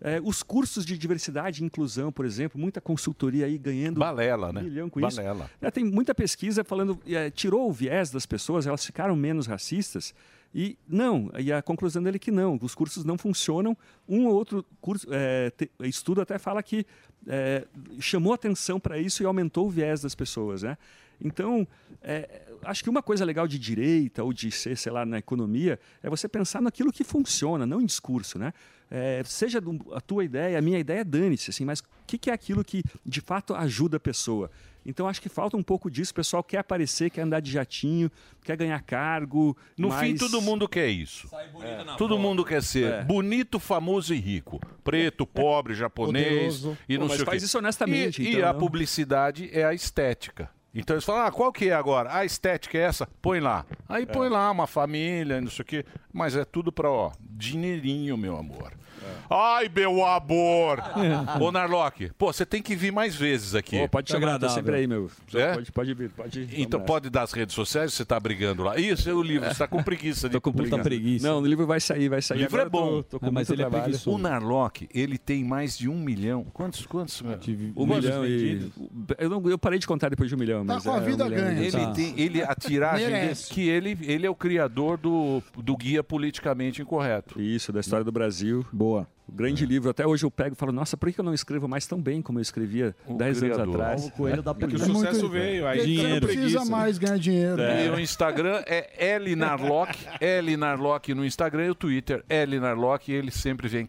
[SPEAKER 18] É, os cursos de diversidade e inclusão, por exemplo, muita consultoria aí ganhando
[SPEAKER 2] Balela, né?
[SPEAKER 18] um milhão com
[SPEAKER 2] Balela.
[SPEAKER 18] isso. É, tem muita pesquisa falando, é, tirou o viés das pessoas, elas ficaram menos racistas. E não, e a conclusão dele é que não, os cursos não funcionam. Um ou outro curso, é, te- estudo até fala que é, chamou atenção para isso e aumentou o viés das pessoas. Né? Então, é, acho que uma coisa legal de direita ou de ser, sei lá, na economia, é você pensar naquilo que funciona, não em discurso. Né? É, seja do- a tua ideia, a minha ideia, dane-se, assim, mas o que, que é aquilo que de fato ajuda a pessoa? Então acho que falta um pouco disso. O pessoal quer aparecer, quer andar de jatinho, quer ganhar cargo.
[SPEAKER 2] No
[SPEAKER 18] mas-
[SPEAKER 2] fim, todo mundo quer isso. É.
[SPEAKER 18] na
[SPEAKER 2] Todo
[SPEAKER 18] foto.
[SPEAKER 2] mundo quer ser
[SPEAKER 18] É.
[SPEAKER 2] bonito, famoso e rico. Preto, pobre, japonês
[SPEAKER 18] Poderoso.
[SPEAKER 2] e não
[SPEAKER 18] Pô, mas
[SPEAKER 2] sei o quê.
[SPEAKER 18] faz isso honestamente,
[SPEAKER 2] E, e
[SPEAKER 18] então,
[SPEAKER 2] a
[SPEAKER 18] não?
[SPEAKER 2] publicidade é a estética. Então eles falam, ah, qual que é agora? A estética é essa? Põe lá. Aí põe lá uma família, não sei o quê. Mas é tudo pra, ó, dinheirinho, meu amor.
[SPEAKER 18] É.
[SPEAKER 2] Ai, meu amor! Ô, Narlock, pô, você tem que vir mais vezes aqui.
[SPEAKER 18] Pô, pode chamar, tá sempre aí, meu.
[SPEAKER 2] É?
[SPEAKER 18] Pode, pode vir, pode ir.
[SPEAKER 2] Então
[SPEAKER 18] Vamos
[SPEAKER 2] pode dar as redes sociais, você tá brigando lá. Isso, é o livro, você tá com preguiça de
[SPEAKER 18] Tô com preguiça. Ah, Não, o livro vai sair, vai sair.
[SPEAKER 2] o livro
[SPEAKER 18] Agora
[SPEAKER 2] é bom.
[SPEAKER 18] eu Tô, tô com muito trabalho.
[SPEAKER 2] O Narlock, ele tem mais de um milhão. Quantos, quantos? meu?
[SPEAKER 18] Um
[SPEAKER 2] Quantos
[SPEAKER 18] milhão e...
[SPEAKER 2] vendidos?
[SPEAKER 18] eu, não, eu parei de contar depois de um milhão.
[SPEAKER 2] Tá
[SPEAKER 18] mas
[SPEAKER 2] com a
[SPEAKER 18] é um
[SPEAKER 2] vida
[SPEAKER 18] milhão e
[SPEAKER 2] ganha. Ele
[SPEAKER 18] duzentos.
[SPEAKER 2] tem, ele, a tiragem dele,
[SPEAKER 18] Merece.
[SPEAKER 2] que ele, ele é o criador do, do guia politicamente incorreto. É.
[SPEAKER 18] Isso, da história do Brasil. Boa. O grande livro. Até hoje eu pego e falo, nossa, por que eu não escrevo mais tão bem como eu escrevia 10 anos
[SPEAKER 2] criador. É
[SPEAKER 18] atrás?
[SPEAKER 2] Paulo Coelho da
[SPEAKER 18] Porque
[SPEAKER 2] política.
[SPEAKER 18] o sucesso-
[SPEAKER 2] Muito- veio, aí
[SPEAKER 9] Porque você
[SPEAKER 2] dinheiro,
[SPEAKER 9] Não precisa
[SPEAKER 2] preguiça.
[SPEAKER 9] mais ganhar dinheiro.
[SPEAKER 2] E o Instagram é L Narlock, L Narlock no Instagram e o Twitter L Narlock. E ele sempre vem,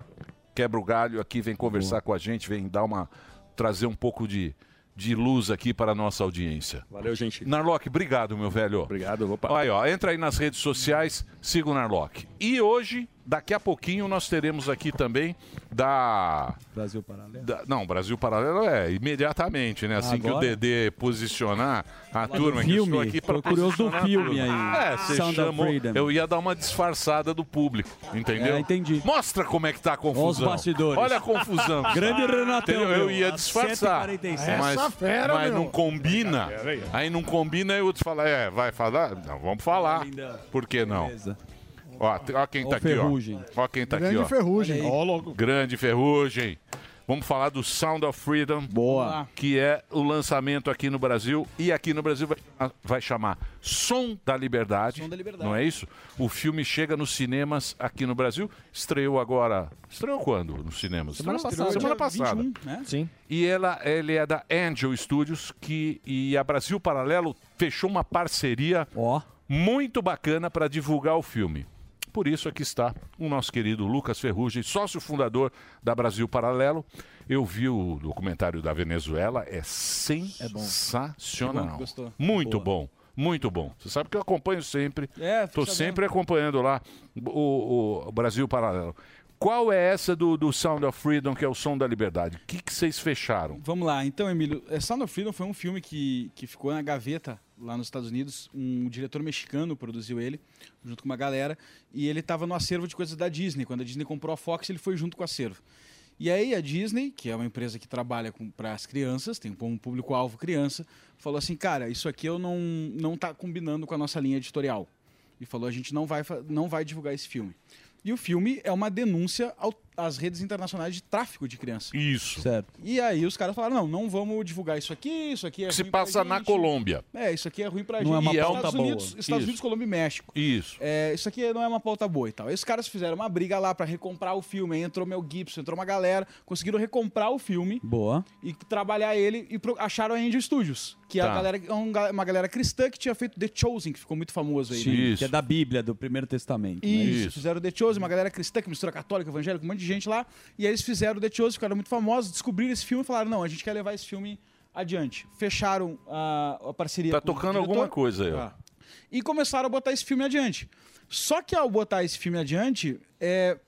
[SPEAKER 2] quebra o galho aqui, vem conversar com a gente, vem dar uma. trazer um pouco de, de luz aqui para a nossa audiência.
[SPEAKER 18] Valeu, gente.
[SPEAKER 2] Narlock, obrigado, meu velho.
[SPEAKER 18] Obrigado, vou
[SPEAKER 2] Aí, ó, entra aí nas redes sociais, siga o Narlock. E hoje, daqui a pouquinho, nós teremos aqui também da.
[SPEAKER 10] Brasil Paralelo.
[SPEAKER 2] Da- não, Brasil Paralelo é imediatamente, né? Assim
[SPEAKER 10] Agora?
[SPEAKER 2] que o Dedê posicionar a
[SPEAKER 10] do
[SPEAKER 2] turma que eu estou
[SPEAKER 10] filme,
[SPEAKER 2] aqui para
[SPEAKER 10] tô curioso do filme aí.
[SPEAKER 2] É, você
[SPEAKER 10] Sound of
[SPEAKER 2] chamou,
[SPEAKER 10] Freedom.
[SPEAKER 2] eu ia dar uma disfarçada do público, entendeu?
[SPEAKER 10] É,
[SPEAKER 2] entendi. Mostra como é que tá a confusão.
[SPEAKER 10] Olha os bastidores.
[SPEAKER 2] Olha tá a confusão.
[SPEAKER 10] Grande Renatão,
[SPEAKER 2] Entendeu? Eu
[SPEAKER 10] meu.
[SPEAKER 2] ia disfarçar.
[SPEAKER 10] 147.
[SPEAKER 2] Mas,
[SPEAKER 10] Essa fera,
[SPEAKER 2] mas
[SPEAKER 10] meu.
[SPEAKER 2] não combina. Aí não combina e o outro fala, é, vai falar? Não, vamos falar. Por que não? Ó, t- ó quem
[SPEAKER 10] Ó
[SPEAKER 2] tá
[SPEAKER 10] o
[SPEAKER 2] aqui, ó.
[SPEAKER 10] Ferrugem.
[SPEAKER 2] Ó quem tá
[SPEAKER 9] Grande
[SPEAKER 2] aqui, ó.
[SPEAKER 9] Ferrugem. Olha aí. Ó,
[SPEAKER 2] Grande Ferrugem. Vamos falar do Sound of Freedom. Boa. Que é o lançamento aqui no Brasil. E aqui no Brasil vai, ah, vai chamar Som da Liberdade. Som da Liberdade. Não é isso? O filme chega nos cinemas aqui no Brasil. Estreou agora. Estreou quando nos cinemas?
[SPEAKER 10] Semana
[SPEAKER 2] Estreou
[SPEAKER 10] passada.
[SPEAKER 2] Semana passada.
[SPEAKER 10] 21, né? Sim.
[SPEAKER 2] E ela, ele é da Angel Studios que, e a Brasil Paralelo fechou uma parceria muito bacana para divulgar o filme. Por isso aqui está o nosso querido Lucas Ferrugem, sócio fundador da Brasil Paralelo. Eu vi o documentário da Venezuela, é sensacional.
[SPEAKER 6] Bom, gostou.
[SPEAKER 2] muito bom, muito bom. Você sabe que eu acompanho sempre.
[SPEAKER 6] É,
[SPEAKER 2] Estou
[SPEAKER 6] fica
[SPEAKER 2] sempre acompanhando lá o, o Brasil Paralelo. Qual é essa do, do Sound of Freedom, que é o som da liberdade? O que, que vocês fecharam?
[SPEAKER 19] Vamos lá, então, Emílio. é, Sound of Freedom foi um filme que, que ficou na gaveta lá nos Estados Unidos. Um diretor mexicano produziu ele, junto com uma galera. E ele estava no acervo de coisas da Disney. Quando a Disney comprou a Fox, ele foi junto com o acervo. E aí a Disney, que é uma empresa que trabalha para as crianças, tem um público-alvo criança, falou assim, cara, isso aqui eu não não tá combinando com a nossa linha editorial. E falou, a gente não vai, fa- não vai divulgar esse filme. E o filme é uma denúncia ao as redes internacionais de tráfico de criança.
[SPEAKER 2] Isso.
[SPEAKER 6] Certo.
[SPEAKER 19] E aí os caras falaram, não, não vamos divulgar isso aqui, isso aqui é
[SPEAKER 2] Que se
[SPEAKER 19] ruim pra
[SPEAKER 2] passa na
[SPEAKER 19] gente.
[SPEAKER 2] Colômbia.
[SPEAKER 19] É, isso aqui é ruim pra
[SPEAKER 2] Não
[SPEAKER 19] gente.
[SPEAKER 2] é uma
[SPEAKER 19] E
[SPEAKER 2] pauta
[SPEAKER 19] Estados
[SPEAKER 2] boa.
[SPEAKER 19] Unidos,
[SPEAKER 2] Isso.
[SPEAKER 19] Estados Unidos, Colômbia e México.
[SPEAKER 2] Isso.
[SPEAKER 19] É, isso aqui não é uma pauta boa e tal. Esses caras fizeram uma briga lá pra recomprar o filme. Aí entrou Mel Gibson, entrou uma galera, conseguiram recomprar o filme
[SPEAKER 6] Boa.
[SPEAKER 19] e trabalhar ele e pro- acharam a Angel Studios, que é
[SPEAKER 6] Tá.
[SPEAKER 19] a galera, é um ga- uma galera cristã que tinha feito The Chosen, que ficou muito famoso aí. né?
[SPEAKER 6] Sim, que é da Bíblia, do Primeiro Testamento. né?
[SPEAKER 19] É Isso, fizeram o The Chosen, uma galera cristã que mistura católica, evangélica, um monte de gente lá. E aí eles fizeram o The Chosen, ficaram muito famosos, descobriram esse filme e falaram: não, a gente quer levar esse filme adiante. Fecharam ah, a, a parceria
[SPEAKER 2] Tá
[SPEAKER 19] com o
[SPEAKER 2] tocando
[SPEAKER 19] diretor
[SPEAKER 2] alguma coisa aí, ó.
[SPEAKER 19] E começaram a botar esse filme adiante. Só que ao botar esse filme adiante, é,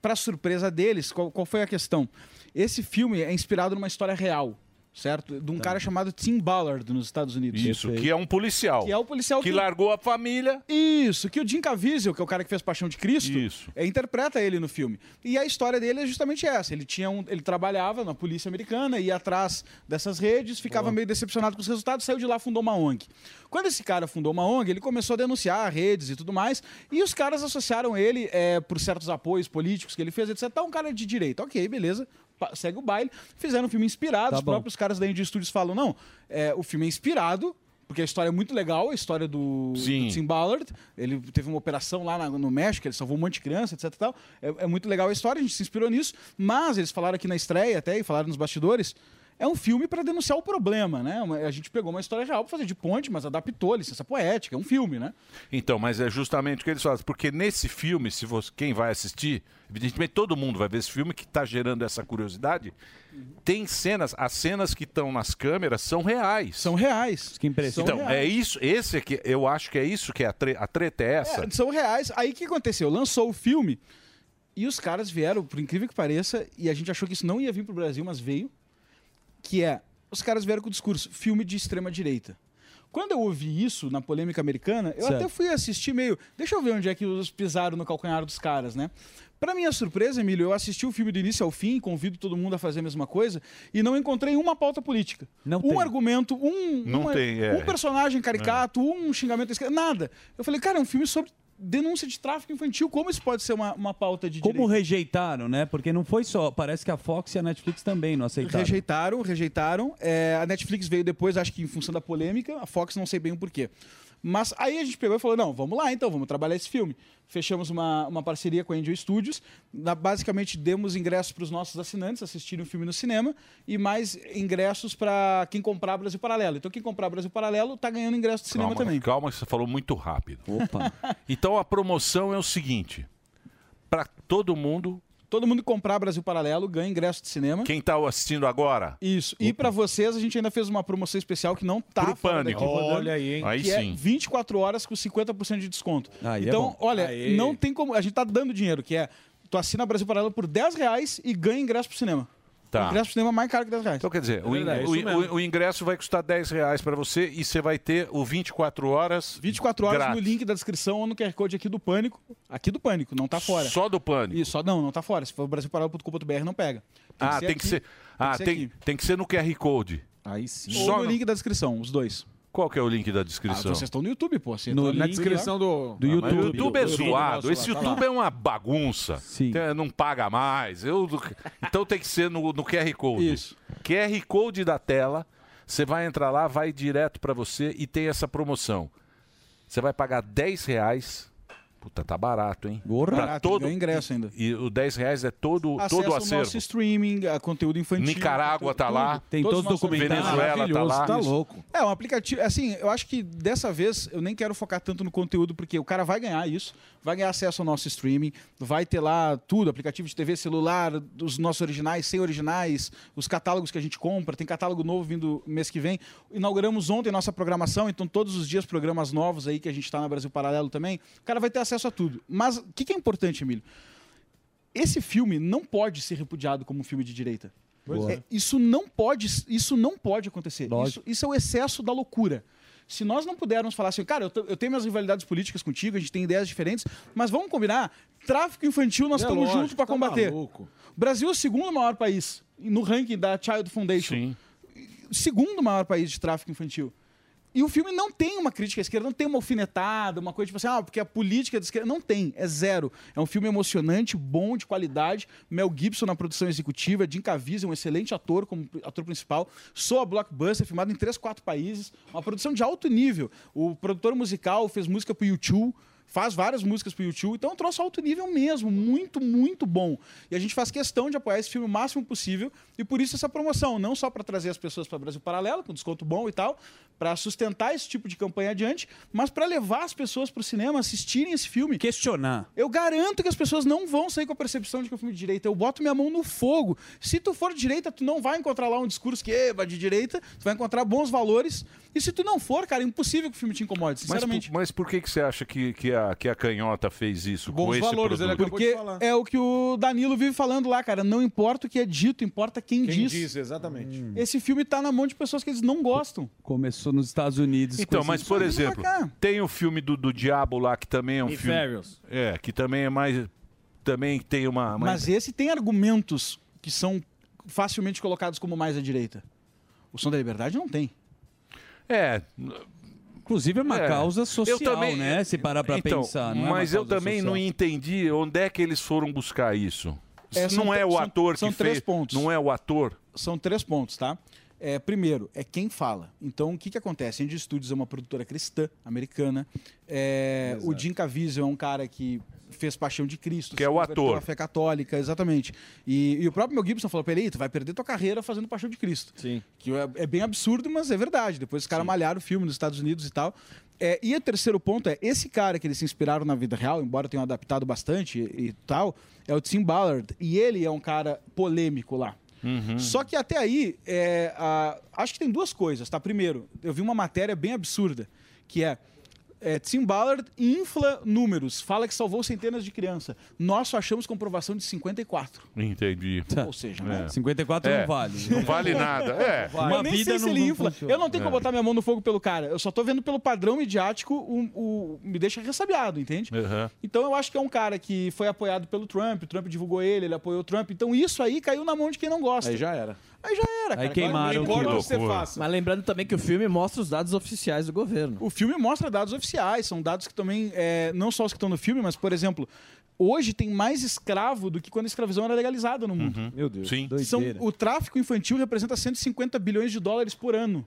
[SPEAKER 19] para surpresa deles, qual, qual foi a questão? Esse filme é inspirado numa história real, certo? De um cara chamado Tim Ballard nos Estados Unidos.
[SPEAKER 2] Isso, que é um policial.
[SPEAKER 19] Que é o policial
[SPEAKER 2] que largou a família.
[SPEAKER 19] Isso, que o Jim Caviezel, que é o cara que fez Paixão de Cristo, é, interpreta ele no filme. E a história dele é justamente essa. Ele tinha um, ele trabalhava na polícia americana, ia atrás dessas redes, ficava meio decepcionado com os resultados, saiu de lá, fundou uma ONG. Quando esse cara fundou uma ONG, ele começou a denunciar redes e tudo mais, e os caras associaram ele é, por certos apoios políticos que ele fez, etc. Tá um cara de direita, ok, beleza. pa- Segue o baile, fizeram um filme inspirado.
[SPEAKER 6] Tá
[SPEAKER 19] os
[SPEAKER 6] bom.
[SPEAKER 19] próprios caras da Indie Studios falam: não, é, o filme é inspirado, porque a história é muito legal, a história do,
[SPEAKER 2] Sim.
[SPEAKER 19] do Tim Ballard. Ele teve uma operação lá na- no México, ele salvou um monte de criança, etc. e Tal. É, é muito legal a história, a gente se inspirou nisso. Mas eles falaram aqui na estreia até e falaram nos bastidores. É um filme para denunciar o problema, né? Uma- A gente pegou uma história real pra fazer de ponte, mas adaptou, licença poética, é um filme, né?
[SPEAKER 2] Então, mas é justamente o que eles fazem. Porque nesse filme, se você, quem vai assistir, evidentemente todo mundo vai ver esse filme que está gerando essa curiosidade.
[SPEAKER 19] Uhum.
[SPEAKER 2] Tem cenas, as cenas que estão nas câmeras são reais. São
[SPEAKER 19] reais.
[SPEAKER 6] Que
[SPEAKER 19] impressão.
[SPEAKER 2] Então,
[SPEAKER 19] São
[SPEAKER 2] é
[SPEAKER 19] reais.
[SPEAKER 2] isso, esse aqui, eu acho que é isso que é a, tre- a treta é essa.
[SPEAKER 19] É, são reais. Aí o que aconteceu? Lançou o filme e os caras vieram, por incrível que pareça, e a gente achou que isso não ia vir pro Brasil, mas veio. Que é, os caras vieram com o discurso, filme de extrema direita. Quando eu ouvi isso na polêmica americana, eu
[SPEAKER 6] Certo.
[SPEAKER 19] até fui assistir meio. Deixa eu ver onde é que os pisaram no calcanhar dos caras, né? Pra minha surpresa, Emílio, eu assisti o filme do início ao fim, convido todo mundo a fazer a mesma coisa, e não encontrei uma pauta política. um argumento, um,
[SPEAKER 2] Não
[SPEAKER 19] uma-
[SPEAKER 2] tem, é.
[SPEAKER 19] um personagem caricato, um xingamento à esquerda, nada. Eu falei, cara, é um filme sobre denúncia de tráfico infantil. Como isso pode ser uma, uma pauta de
[SPEAKER 6] Como
[SPEAKER 19] direita?
[SPEAKER 6] rejeitaram, né? Porque não foi só. Parece que a Fox e a Netflix também não aceitaram.
[SPEAKER 19] Rejeitaram, rejeitaram. É, a Netflix veio depois, acho que em função da polêmica. A Fox não sei bem o porquê. Mas aí a gente pegou e falou: não, vamos lá então, vamos trabalhar esse filme. Fechamos uma, uma parceria com a Angel Studios. Na- basicamente, demos ingressos para os nossos assinantes assistirem o filme no cinema e mais ingressos para quem comprar Brasil Paralelo. Então, quem comprar Brasil Paralelo tá ganhando ingresso do cinema
[SPEAKER 2] calma, né?
[SPEAKER 19] também.
[SPEAKER 2] Calma, que você falou muito rápido. então a promoção é o seguinte: para todo mundo.
[SPEAKER 19] Todo mundo que comprar Brasil Paralelo ganha ingresso de cinema.
[SPEAKER 2] Quem está assistindo agora?
[SPEAKER 19] Isso. E pra vocês, a gente ainda fez uma promoção especial que não tá
[SPEAKER 2] Pro
[SPEAKER 19] fora
[SPEAKER 2] Pânico.
[SPEAKER 19] daqui rodando,
[SPEAKER 2] Olha aí, hein? Aí
[SPEAKER 19] que
[SPEAKER 2] sim.
[SPEAKER 19] É 24 horas com 50% de desconto.
[SPEAKER 6] Aí é
[SPEAKER 19] então,
[SPEAKER 6] bom.
[SPEAKER 19] olha,
[SPEAKER 6] Aí.
[SPEAKER 19] não tem como. A gente tá dando dinheiro, que é. Tu assina Brasil Paralelo por 10 reais e ganha ingresso pro cinema.
[SPEAKER 2] Tá.
[SPEAKER 19] O ingresso pro cinema é mais caro que 10 reais.
[SPEAKER 2] Então, quer dizer, o, in-
[SPEAKER 19] verdade,
[SPEAKER 2] o-
[SPEAKER 19] isso mesmo.
[SPEAKER 2] o- o ingresso vai custar 10 reais para você e você vai ter o 24 horas.
[SPEAKER 19] 24 horas no
[SPEAKER 2] grátis.
[SPEAKER 19] link da descrição ou no QR Code aqui do Pânico. Aqui do Pânico, não tá fora.
[SPEAKER 2] Só do Pânico?
[SPEAKER 19] Isso, só não, não tá fora. Se for brasilparalelo.com.br, não pega.
[SPEAKER 2] ah, tem que
[SPEAKER 19] aqui,
[SPEAKER 2] ser. Ah, tem,
[SPEAKER 19] aqui.
[SPEAKER 2] tem que ser no QR Code.
[SPEAKER 19] Aí sim.
[SPEAKER 2] Só
[SPEAKER 19] Ou no
[SPEAKER 2] no-
[SPEAKER 19] link da descrição, os dois.
[SPEAKER 2] Qual que é o link da
[SPEAKER 19] Ah,
[SPEAKER 2] descrição?
[SPEAKER 19] vocês estão no YouTube, pô. Você
[SPEAKER 2] No
[SPEAKER 19] entra
[SPEAKER 2] na
[SPEAKER 19] link lá.
[SPEAKER 2] descrição
[SPEAKER 19] do,
[SPEAKER 2] Ah, mas O YouTube é
[SPEAKER 19] do- do
[SPEAKER 2] zoado.
[SPEAKER 19] nosso
[SPEAKER 2] Esse
[SPEAKER 19] lá, tá
[SPEAKER 2] YouTube
[SPEAKER 19] lá.
[SPEAKER 2] é uma bagunça. Tem- Não paga mais. Eu- então tem que ser no, no QR Code.
[SPEAKER 19] Isso.
[SPEAKER 2] QR Code da tela. Você vai entrar lá, vai direto para você e tem essa promoção. Você vai pagar 10 reais. Puta, tá barato, hein?
[SPEAKER 19] Porra,
[SPEAKER 2] Pra
[SPEAKER 19] barato,
[SPEAKER 2] todo
[SPEAKER 19] ganha ingresso ainda.
[SPEAKER 2] E o 10 reais é todo,
[SPEAKER 19] Acesso
[SPEAKER 2] todo o
[SPEAKER 19] ao
[SPEAKER 2] acervo.
[SPEAKER 19] nosso streaming, a conteúdo infantil. conteúdo-
[SPEAKER 2] Nicarágua tá lá.
[SPEAKER 19] tudo.
[SPEAKER 2] Tem todos os
[SPEAKER 19] nossos
[SPEAKER 2] documentários. Venezuela tá lá. Tá louco.
[SPEAKER 19] É, um aplicativo. Assim, eu acho que dessa vez eu nem quero focar tanto no conteúdo, porque o cara vai ganhar isso, vai ganhar acesso ao nosso streaming, vai ter lá tudo: aplicativo de TV, celular, os nossos originais, sem originais, os catálogos que a gente compra. Tem catálogo novo vindo mês que vem. Inauguramos ontem nossa programação, então todos os dias programas novos aí que a gente tá na Brasil Paralelo também. O cara vai ter acesso a tudo. Mas o que, que é importante, Emílio? Esse filme não pode ser repudiado como um filme de direita.
[SPEAKER 6] Pois
[SPEAKER 19] É,
[SPEAKER 6] é.
[SPEAKER 19] isso não pode, isso não pode acontecer. Isso,
[SPEAKER 6] Lógico.
[SPEAKER 19] isso é o excesso da loucura. Se nós não pudermos falar assim, cara, eu, t- eu tenho minhas rivalidades políticas contigo, a gente tem ideias diferentes, mas vamos combinar, tráfico infantil nós
[SPEAKER 3] É
[SPEAKER 19] estamos
[SPEAKER 3] lógico,
[SPEAKER 19] juntos para
[SPEAKER 3] tá
[SPEAKER 19] combater.
[SPEAKER 3] maluco.
[SPEAKER 19] O Brasil é o segundo maior país no ranking da Child Foundation. Segundo maior país de tráfico infantil. E o filme não tem uma crítica à esquerda, não tem uma alfinetada, uma coisa tipo assim, ah, porque a política da esquerda. Não tem, é zero. É um filme emocionante, bom, de qualidade. Mel Gibson na produção executiva, Jim Caviezel, um excelente ator como ator principal. Soa blockbuster, filmado em três, quatro países. Uma produção de alto nível. O produtor musical fez música pro YouTube faz várias músicas pro YouTube, então é um troço alto nível mesmo, muito, muito bom. E a gente faz questão de apoiar esse filme o máximo possível e por isso essa promoção, não só para trazer as pessoas para Brasil Paralelo, com desconto bom e tal, para sustentar esse tipo de campanha adiante, mas para levar as pessoas pro cinema assistirem esse filme.
[SPEAKER 6] Questionar.
[SPEAKER 19] Eu garanto que as pessoas não vão sair com a percepção de que é um filme de direita. Eu boto minha mão no fogo. Se tu for de direita, tu não vai encontrar lá um discurso que "Eba, de direita, tu vai encontrar bons valores. E se tu não for, cara, é impossível que o filme te incomode,
[SPEAKER 2] Mas,
[SPEAKER 19] sinceramente.
[SPEAKER 2] por- mas por que, que você acha que, que, a, que a canhota fez isso com
[SPEAKER 19] Bons
[SPEAKER 2] esse
[SPEAKER 19] valores, ele
[SPEAKER 6] né?
[SPEAKER 2] produto?
[SPEAKER 19] acabou Porque é o que o Danilo vive falando lá, cara. Não importa o que é dito, importa quem,
[SPEAKER 3] Quem
[SPEAKER 19] diz.
[SPEAKER 3] disse, exatamente.
[SPEAKER 19] Esse filme tá na mão de pessoas que eles não gostam.
[SPEAKER 6] Começou nos Estados Unidos.
[SPEAKER 2] Então,
[SPEAKER 6] com
[SPEAKER 2] mas
[SPEAKER 6] esses
[SPEAKER 2] por
[SPEAKER 6] filmes.
[SPEAKER 2] exemplo, tem o filme do, do Diabo lá, que também é um filme.
[SPEAKER 6] Inferiors.
[SPEAKER 2] É, que também é mais. Também tem uma. uma-
[SPEAKER 19] Mas esse tem argumentos que são facilmente colocados como mais à direita. O Som da Liberdade não tem.
[SPEAKER 2] É.
[SPEAKER 6] Inclusive é uma
[SPEAKER 2] É.
[SPEAKER 6] causa social,
[SPEAKER 2] Eu também-
[SPEAKER 6] né? Se parar pra
[SPEAKER 2] Então,
[SPEAKER 6] pensar. Não é uma
[SPEAKER 2] mas eu
[SPEAKER 6] causa
[SPEAKER 2] também
[SPEAKER 6] social.
[SPEAKER 2] não entendi onde é que eles foram buscar isso.
[SPEAKER 19] É,
[SPEAKER 2] Isso
[SPEAKER 19] são
[SPEAKER 2] não é
[SPEAKER 19] tre-
[SPEAKER 2] o
[SPEAKER 19] são-
[SPEAKER 2] ator
[SPEAKER 19] são
[SPEAKER 2] que
[SPEAKER 19] três
[SPEAKER 2] fez.
[SPEAKER 19] pontos.
[SPEAKER 2] Não é o ator.
[SPEAKER 19] São três pontos, tá? É, primeiro, é quem fala. Então, o que, que acontece? A Indie Studios é uma produtora cristã, americana. É, o Jim Caviezel é um cara que fez Paixão de Cristo.
[SPEAKER 2] Que
[SPEAKER 19] se
[SPEAKER 2] é o
[SPEAKER 19] converteu
[SPEAKER 2] ator.
[SPEAKER 19] à fé católica, exatamente. E, e o próprio Mel Gibson falou pra ele, "Ei, tu vai perder tua carreira fazendo Paixão de Cristo. Sim. Que é, é bem absurdo, mas é verdade. Depois os caras malharam o filme nos Estados Unidos e tal. É, e o terceiro ponto é, esse cara que eles se inspiraram na vida real, embora tenham adaptado bastante e, e tal, é o Tim Ballard. E ele é um cara polêmico lá.
[SPEAKER 2] Hum.
[SPEAKER 19] Só que até aí, é, a- acho que tem duas coisas, tá? Primeiro, eu vi uma matéria bem absurda, que é, é, Tim Ballard infla números, fala que salvou centenas de crianças. Nós só achamos comprovação de 54.
[SPEAKER 2] Entendi.
[SPEAKER 6] Tá.
[SPEAKER 19] Ou seja,
[SPEAKER 2] É.
[SPEAKER 6] 54
[SPEAKER 2] É.
[SPEAKER 6] não vale.
[SPEAKER 2] Não vale nada. É.
[SPEAKER 19] eu nem sei se ele infla. Eu não tenho
[SPEAKER 2] É.
[SPEAKER 19] como botar minha mão no fogo pelo cara. Eu só tô vendo pelo padrão midiático, o, o- me deixa ressabiado, entende?
[SPEAKER 2] Aham.
[SPEAKER 19] Então eu acho que é um cara que foi apoiado pelo Trump, o Trump divulgou ele, ele apoiou o Trump. Então isso aí caiu na mão de quem não gosta.
[SPEAKER 3] Aí já era.
[SPEAKER 19] Aí já era, cara.
[SPEAKER 3] queimaram
[SPEAKER 19] Não importa
[SPEAKER 3] tudo.
[SPEAKER 19] o que você
[SPEAKER 3] Loucura.
[SPEAKER 19] faça.
[SPEAKER 7] Mas lembrando também que o filme mostra os dados oficiais do governo.
[SPEAKER 19] O filme mostra dados oficiais, são dados que também, é, não só os que estão no filme, mas, por exemplo, hoje tem mais escravo do que quando a escravidão era legalizada no mundo.
[SPEAKER 7] Uhum.
[SPEAKER 6] Meu Deus.
[SPEAKER 2] Sim.
[SPEAKER 19] São, o tráfico infantil representa 150 bilhões de dólares por ano.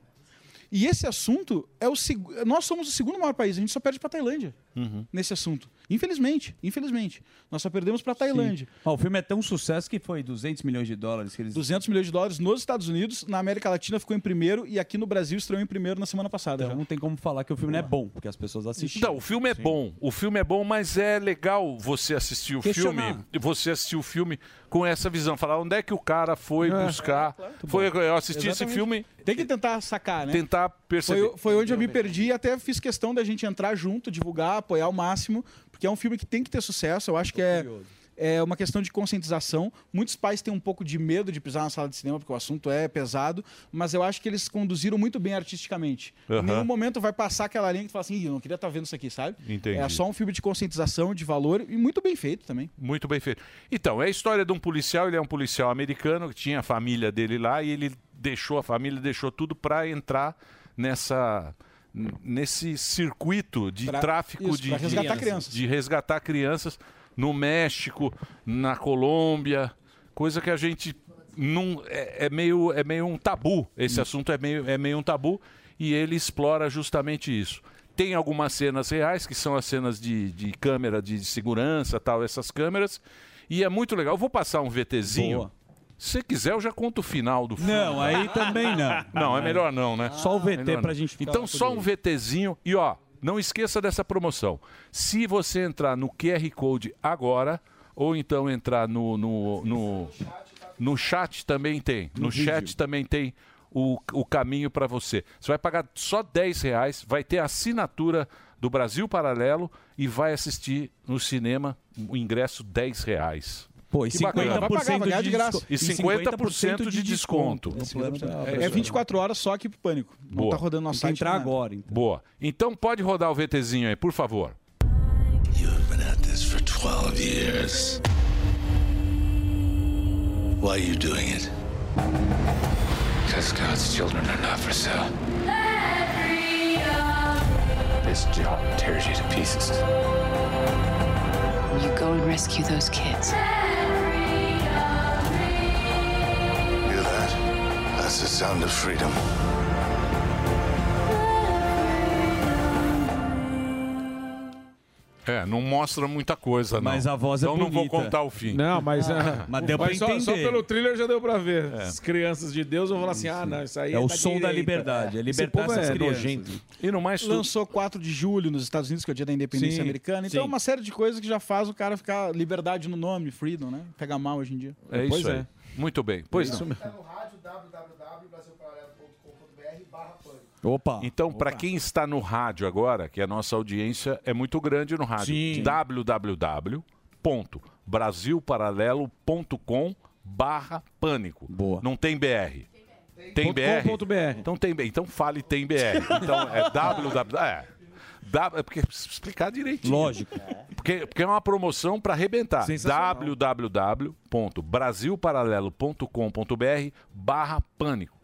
[SPEAKER 19] E esse assunto é o seg- nós somos o segundo maior país, a gente só perde para Tailândia
[SPEAKER 2] Uhum.
[SPEAKER 19] nesse assunto. Infelizmente, infelizmente, nós só perdemos para Tailândia.
[SPEAKER 6] Ó, o filme é tão sucesso que foi 200 milhões de dólares que eles
[SPEAKER 19] 200 milhões de dólares nos Estados Unidos, na América Latina ficou em primeiro e aqui no Brasil estreou em primeiro na semana passada.
[SPEAKER 6] Então não tem como falar que o filme não é bom, porque as pessoas assistem.
[SPEAKER 2] Não, o filme é bom. O filme é bom, mas é legal você assistir o
[SPEAKER 6] Questionar.
[SPEAKER 2] filme. Você assistir o filme com essa visão. Falar onde é que o cara foi
[SPEAKER 19] É.
[SPEAKER 2] buscar. foi, eu assisti esse
[SPEAKER 19] Exatamente.
[SPEAKER 2] filme.
[SPEAKER 19] Tem que tentar sacar, né?
[SPEAKER 2] Tentar perceber.
[SPEAKER 19] Foi, foi onde eu me perdi e até fiz questão da gente entrar junto, divulgar, apoiar ao máximo, porque é um filme que tem que ter sucesso. Eu acho que é, é uma questão de conscientização. Muitos pais têm um pouco de medo de pisar na sala de cinema, porque o assunto é pesado, mas eu acho que eles conduziram muito bem artisticamente.
[SPEAKER 2] Aham.
[SPEAKER 19] Em nenhum momento vai passar aquela linha que tu fala assim, "Ih, eu não queria estar vendo isso aqui, sabe?
[SPEAKER 2] Entendi.
[SPEAKER 19] É só um filme de conscientização, de valor e muito bem feito também.
[SPEAKER 2] Muito bem feito. Então, é a história de um policial, ele é um policial americano, que tinha a família dele lá e ele deixou a família, deixou tudo para entrar nessa n- nesse circuito de
[SPEAKER 19] Pra-
[SPEAKER 2] tráfico
[SPEAKER 19] isso,
[SPEAKER 2] de
[SPEAKER 19] pra resgatar
[SPEAKER 2] de-
[SPEAKER 19] crianças.
[SPEAKER 2] de resgatar crianças no México, na Colômbia, coisa que a gente não é, é meio é meio um tabu. Esse assunto é meio é meio um tabu e ele explora justamente isso. Tem algumas cenas reais que são as cenas de, de câmera de segurança, tal, essas câmeras e é muito legal. Eu vou passar um VTzinho. Se quiser, eu já conto o final do filme.
[SPEAKER 6] Não, aí também não.
[SPEAKER 2] Não, é melhor não, né?
[SPEAKER 6] Só o VT
[SPEAKER 2] Melhor não.
[SPEAKER 6] pra gente ficar
[SPEAKER 2] Então,
[SPEAKER 6] por
[SPEAKER 2] só um VTzinho. E ó, não esqueça dessa promoção. Se você entrar no QR Code agora, ou então entrar no. No, no, no chat também tem. No,
[SPEAKER 6] No
[SPEAKER 2] chat
[SPEAKER 6] vídeo.
[SPEAKER 2] também tem. O, o caminho para você. Você vai pagar só 10 reais, vai ter a assinatura do Brasil Paralelo e vai assistir no cinema o ingresso 10 reais.
[SPEAKER 6] Pô, e
[SPEAKER 2] Que bacana.
[SPEAKER 6] 50% Vai pagar, vai ganhar de de graça. desconto.
[SPEAKER 2] E
[SPEAKER 6] E
[SPEAKER 2] 50% de
[SPEAKER 6] 50% de
[SPEAKER 2] desconto.
[SPEAKER 6] desconto. Esse plano tá
[SPEAKER 19] É, 24 horas só aqui pro Pânico. Não tá rodando nosso site. nem nada.
[SPEAKER 2] Boa. Então pode rodar o VTzinho aí, por favor.
[SPEAKER 20] this for 12 years. Why are you doing it? Because God's children are not for sale.
[SPEAKER 1] Every
[SPEAKER 21] This job tears you to pieces.
[SPEAKER 8] You go and rescue those kids.
[SPEAKER 20] Hear that? That's the sound of freedom.
[SPEAKER 2] É, não mostra muita coisa, não.
[SPEAKER 6] Mas a voz é
[SPEAKER 2] Então não vou
[SPEAKER 6] bonita.
[SPEAKER 2] contar o fim.
[SPEAKER 3] Não, mas.
[SPEAKER 6] Ah,
[SPEAKER 3] ah,
[SPEAKER 6] mas deu pra
[SPEAKER 3] só,
[SPEAKER 6] entender.
[SPEAKER 3] Só pelo thriller já deu pra ver.
[SPEAKER 6] É.
[SPEAKER 3] As crianças de Deus vão falar assim: ah, não, isso aí
[SPEAKER 6] É o
[SPEAKER 3] da
[SPEAKER 6] som da
[SPEAKER 3] direita.
[SPEAKER 6] liberdade, é
[SPEAKER 3] Esse
[SPEAKER 6] libertar
[SPEAKER 3] povo
[SPEAKER 6] essas
[SPEAKER 3] é
[SPEAKER 6] crianças.
[SPEAKER 3] nojento.
[SPEAKER 2] E no mais
[SPEAKER 6] tudo-
[SPEAKER 19] Lançou 4 de julho nos Estados Unidos, que é o dia da independência
[SPEAKER 6] Sim,
[SPEAKER 19] americana. Então,
[SPEAKER 6] sim.
[SPEAKER 19] uma série de coisas que já faz o cara ficar liberdade no nome, freedom, né? Pega mal hoje em dia.
[SPEAKER 2] É
[SPEAKER 19] Pois É
[SPEAKER 2] isso aí. Muito bem. Pois
[SPEAKER 6] É
[SPEAKER 19] Isso
[SPEAKER 2] não.
[SPEAKER 19] mesmo.
[SPEAKER 6] Opa.
[SPEAKER 2] Então, para quem está no rádio agora, que a nossa audiência é muito grande no rádio,
[SPEAKER 6] Sim.
[SPEAKER 2] www.brasilparalelo.com barra pânico. Boa. Não tem BR. Tem
[SPEAKER 3] Ponto
[SPEAKER 2] BR?
[SPEAKER 3] com ponto BR.
[SPEAKER 2] Então tem BR. Então fale tem BR. Então é www. É. Da- é porque precisa explicar direitinho.
[SPEAKER 6] Lógico.
[SPEAKER 2] Porque, porque é uma promoção para arrebentar.
[SPEAKER 6] Sensacional.
[SPEAKER 2] www.brasilparalelo.com.br barra pânico.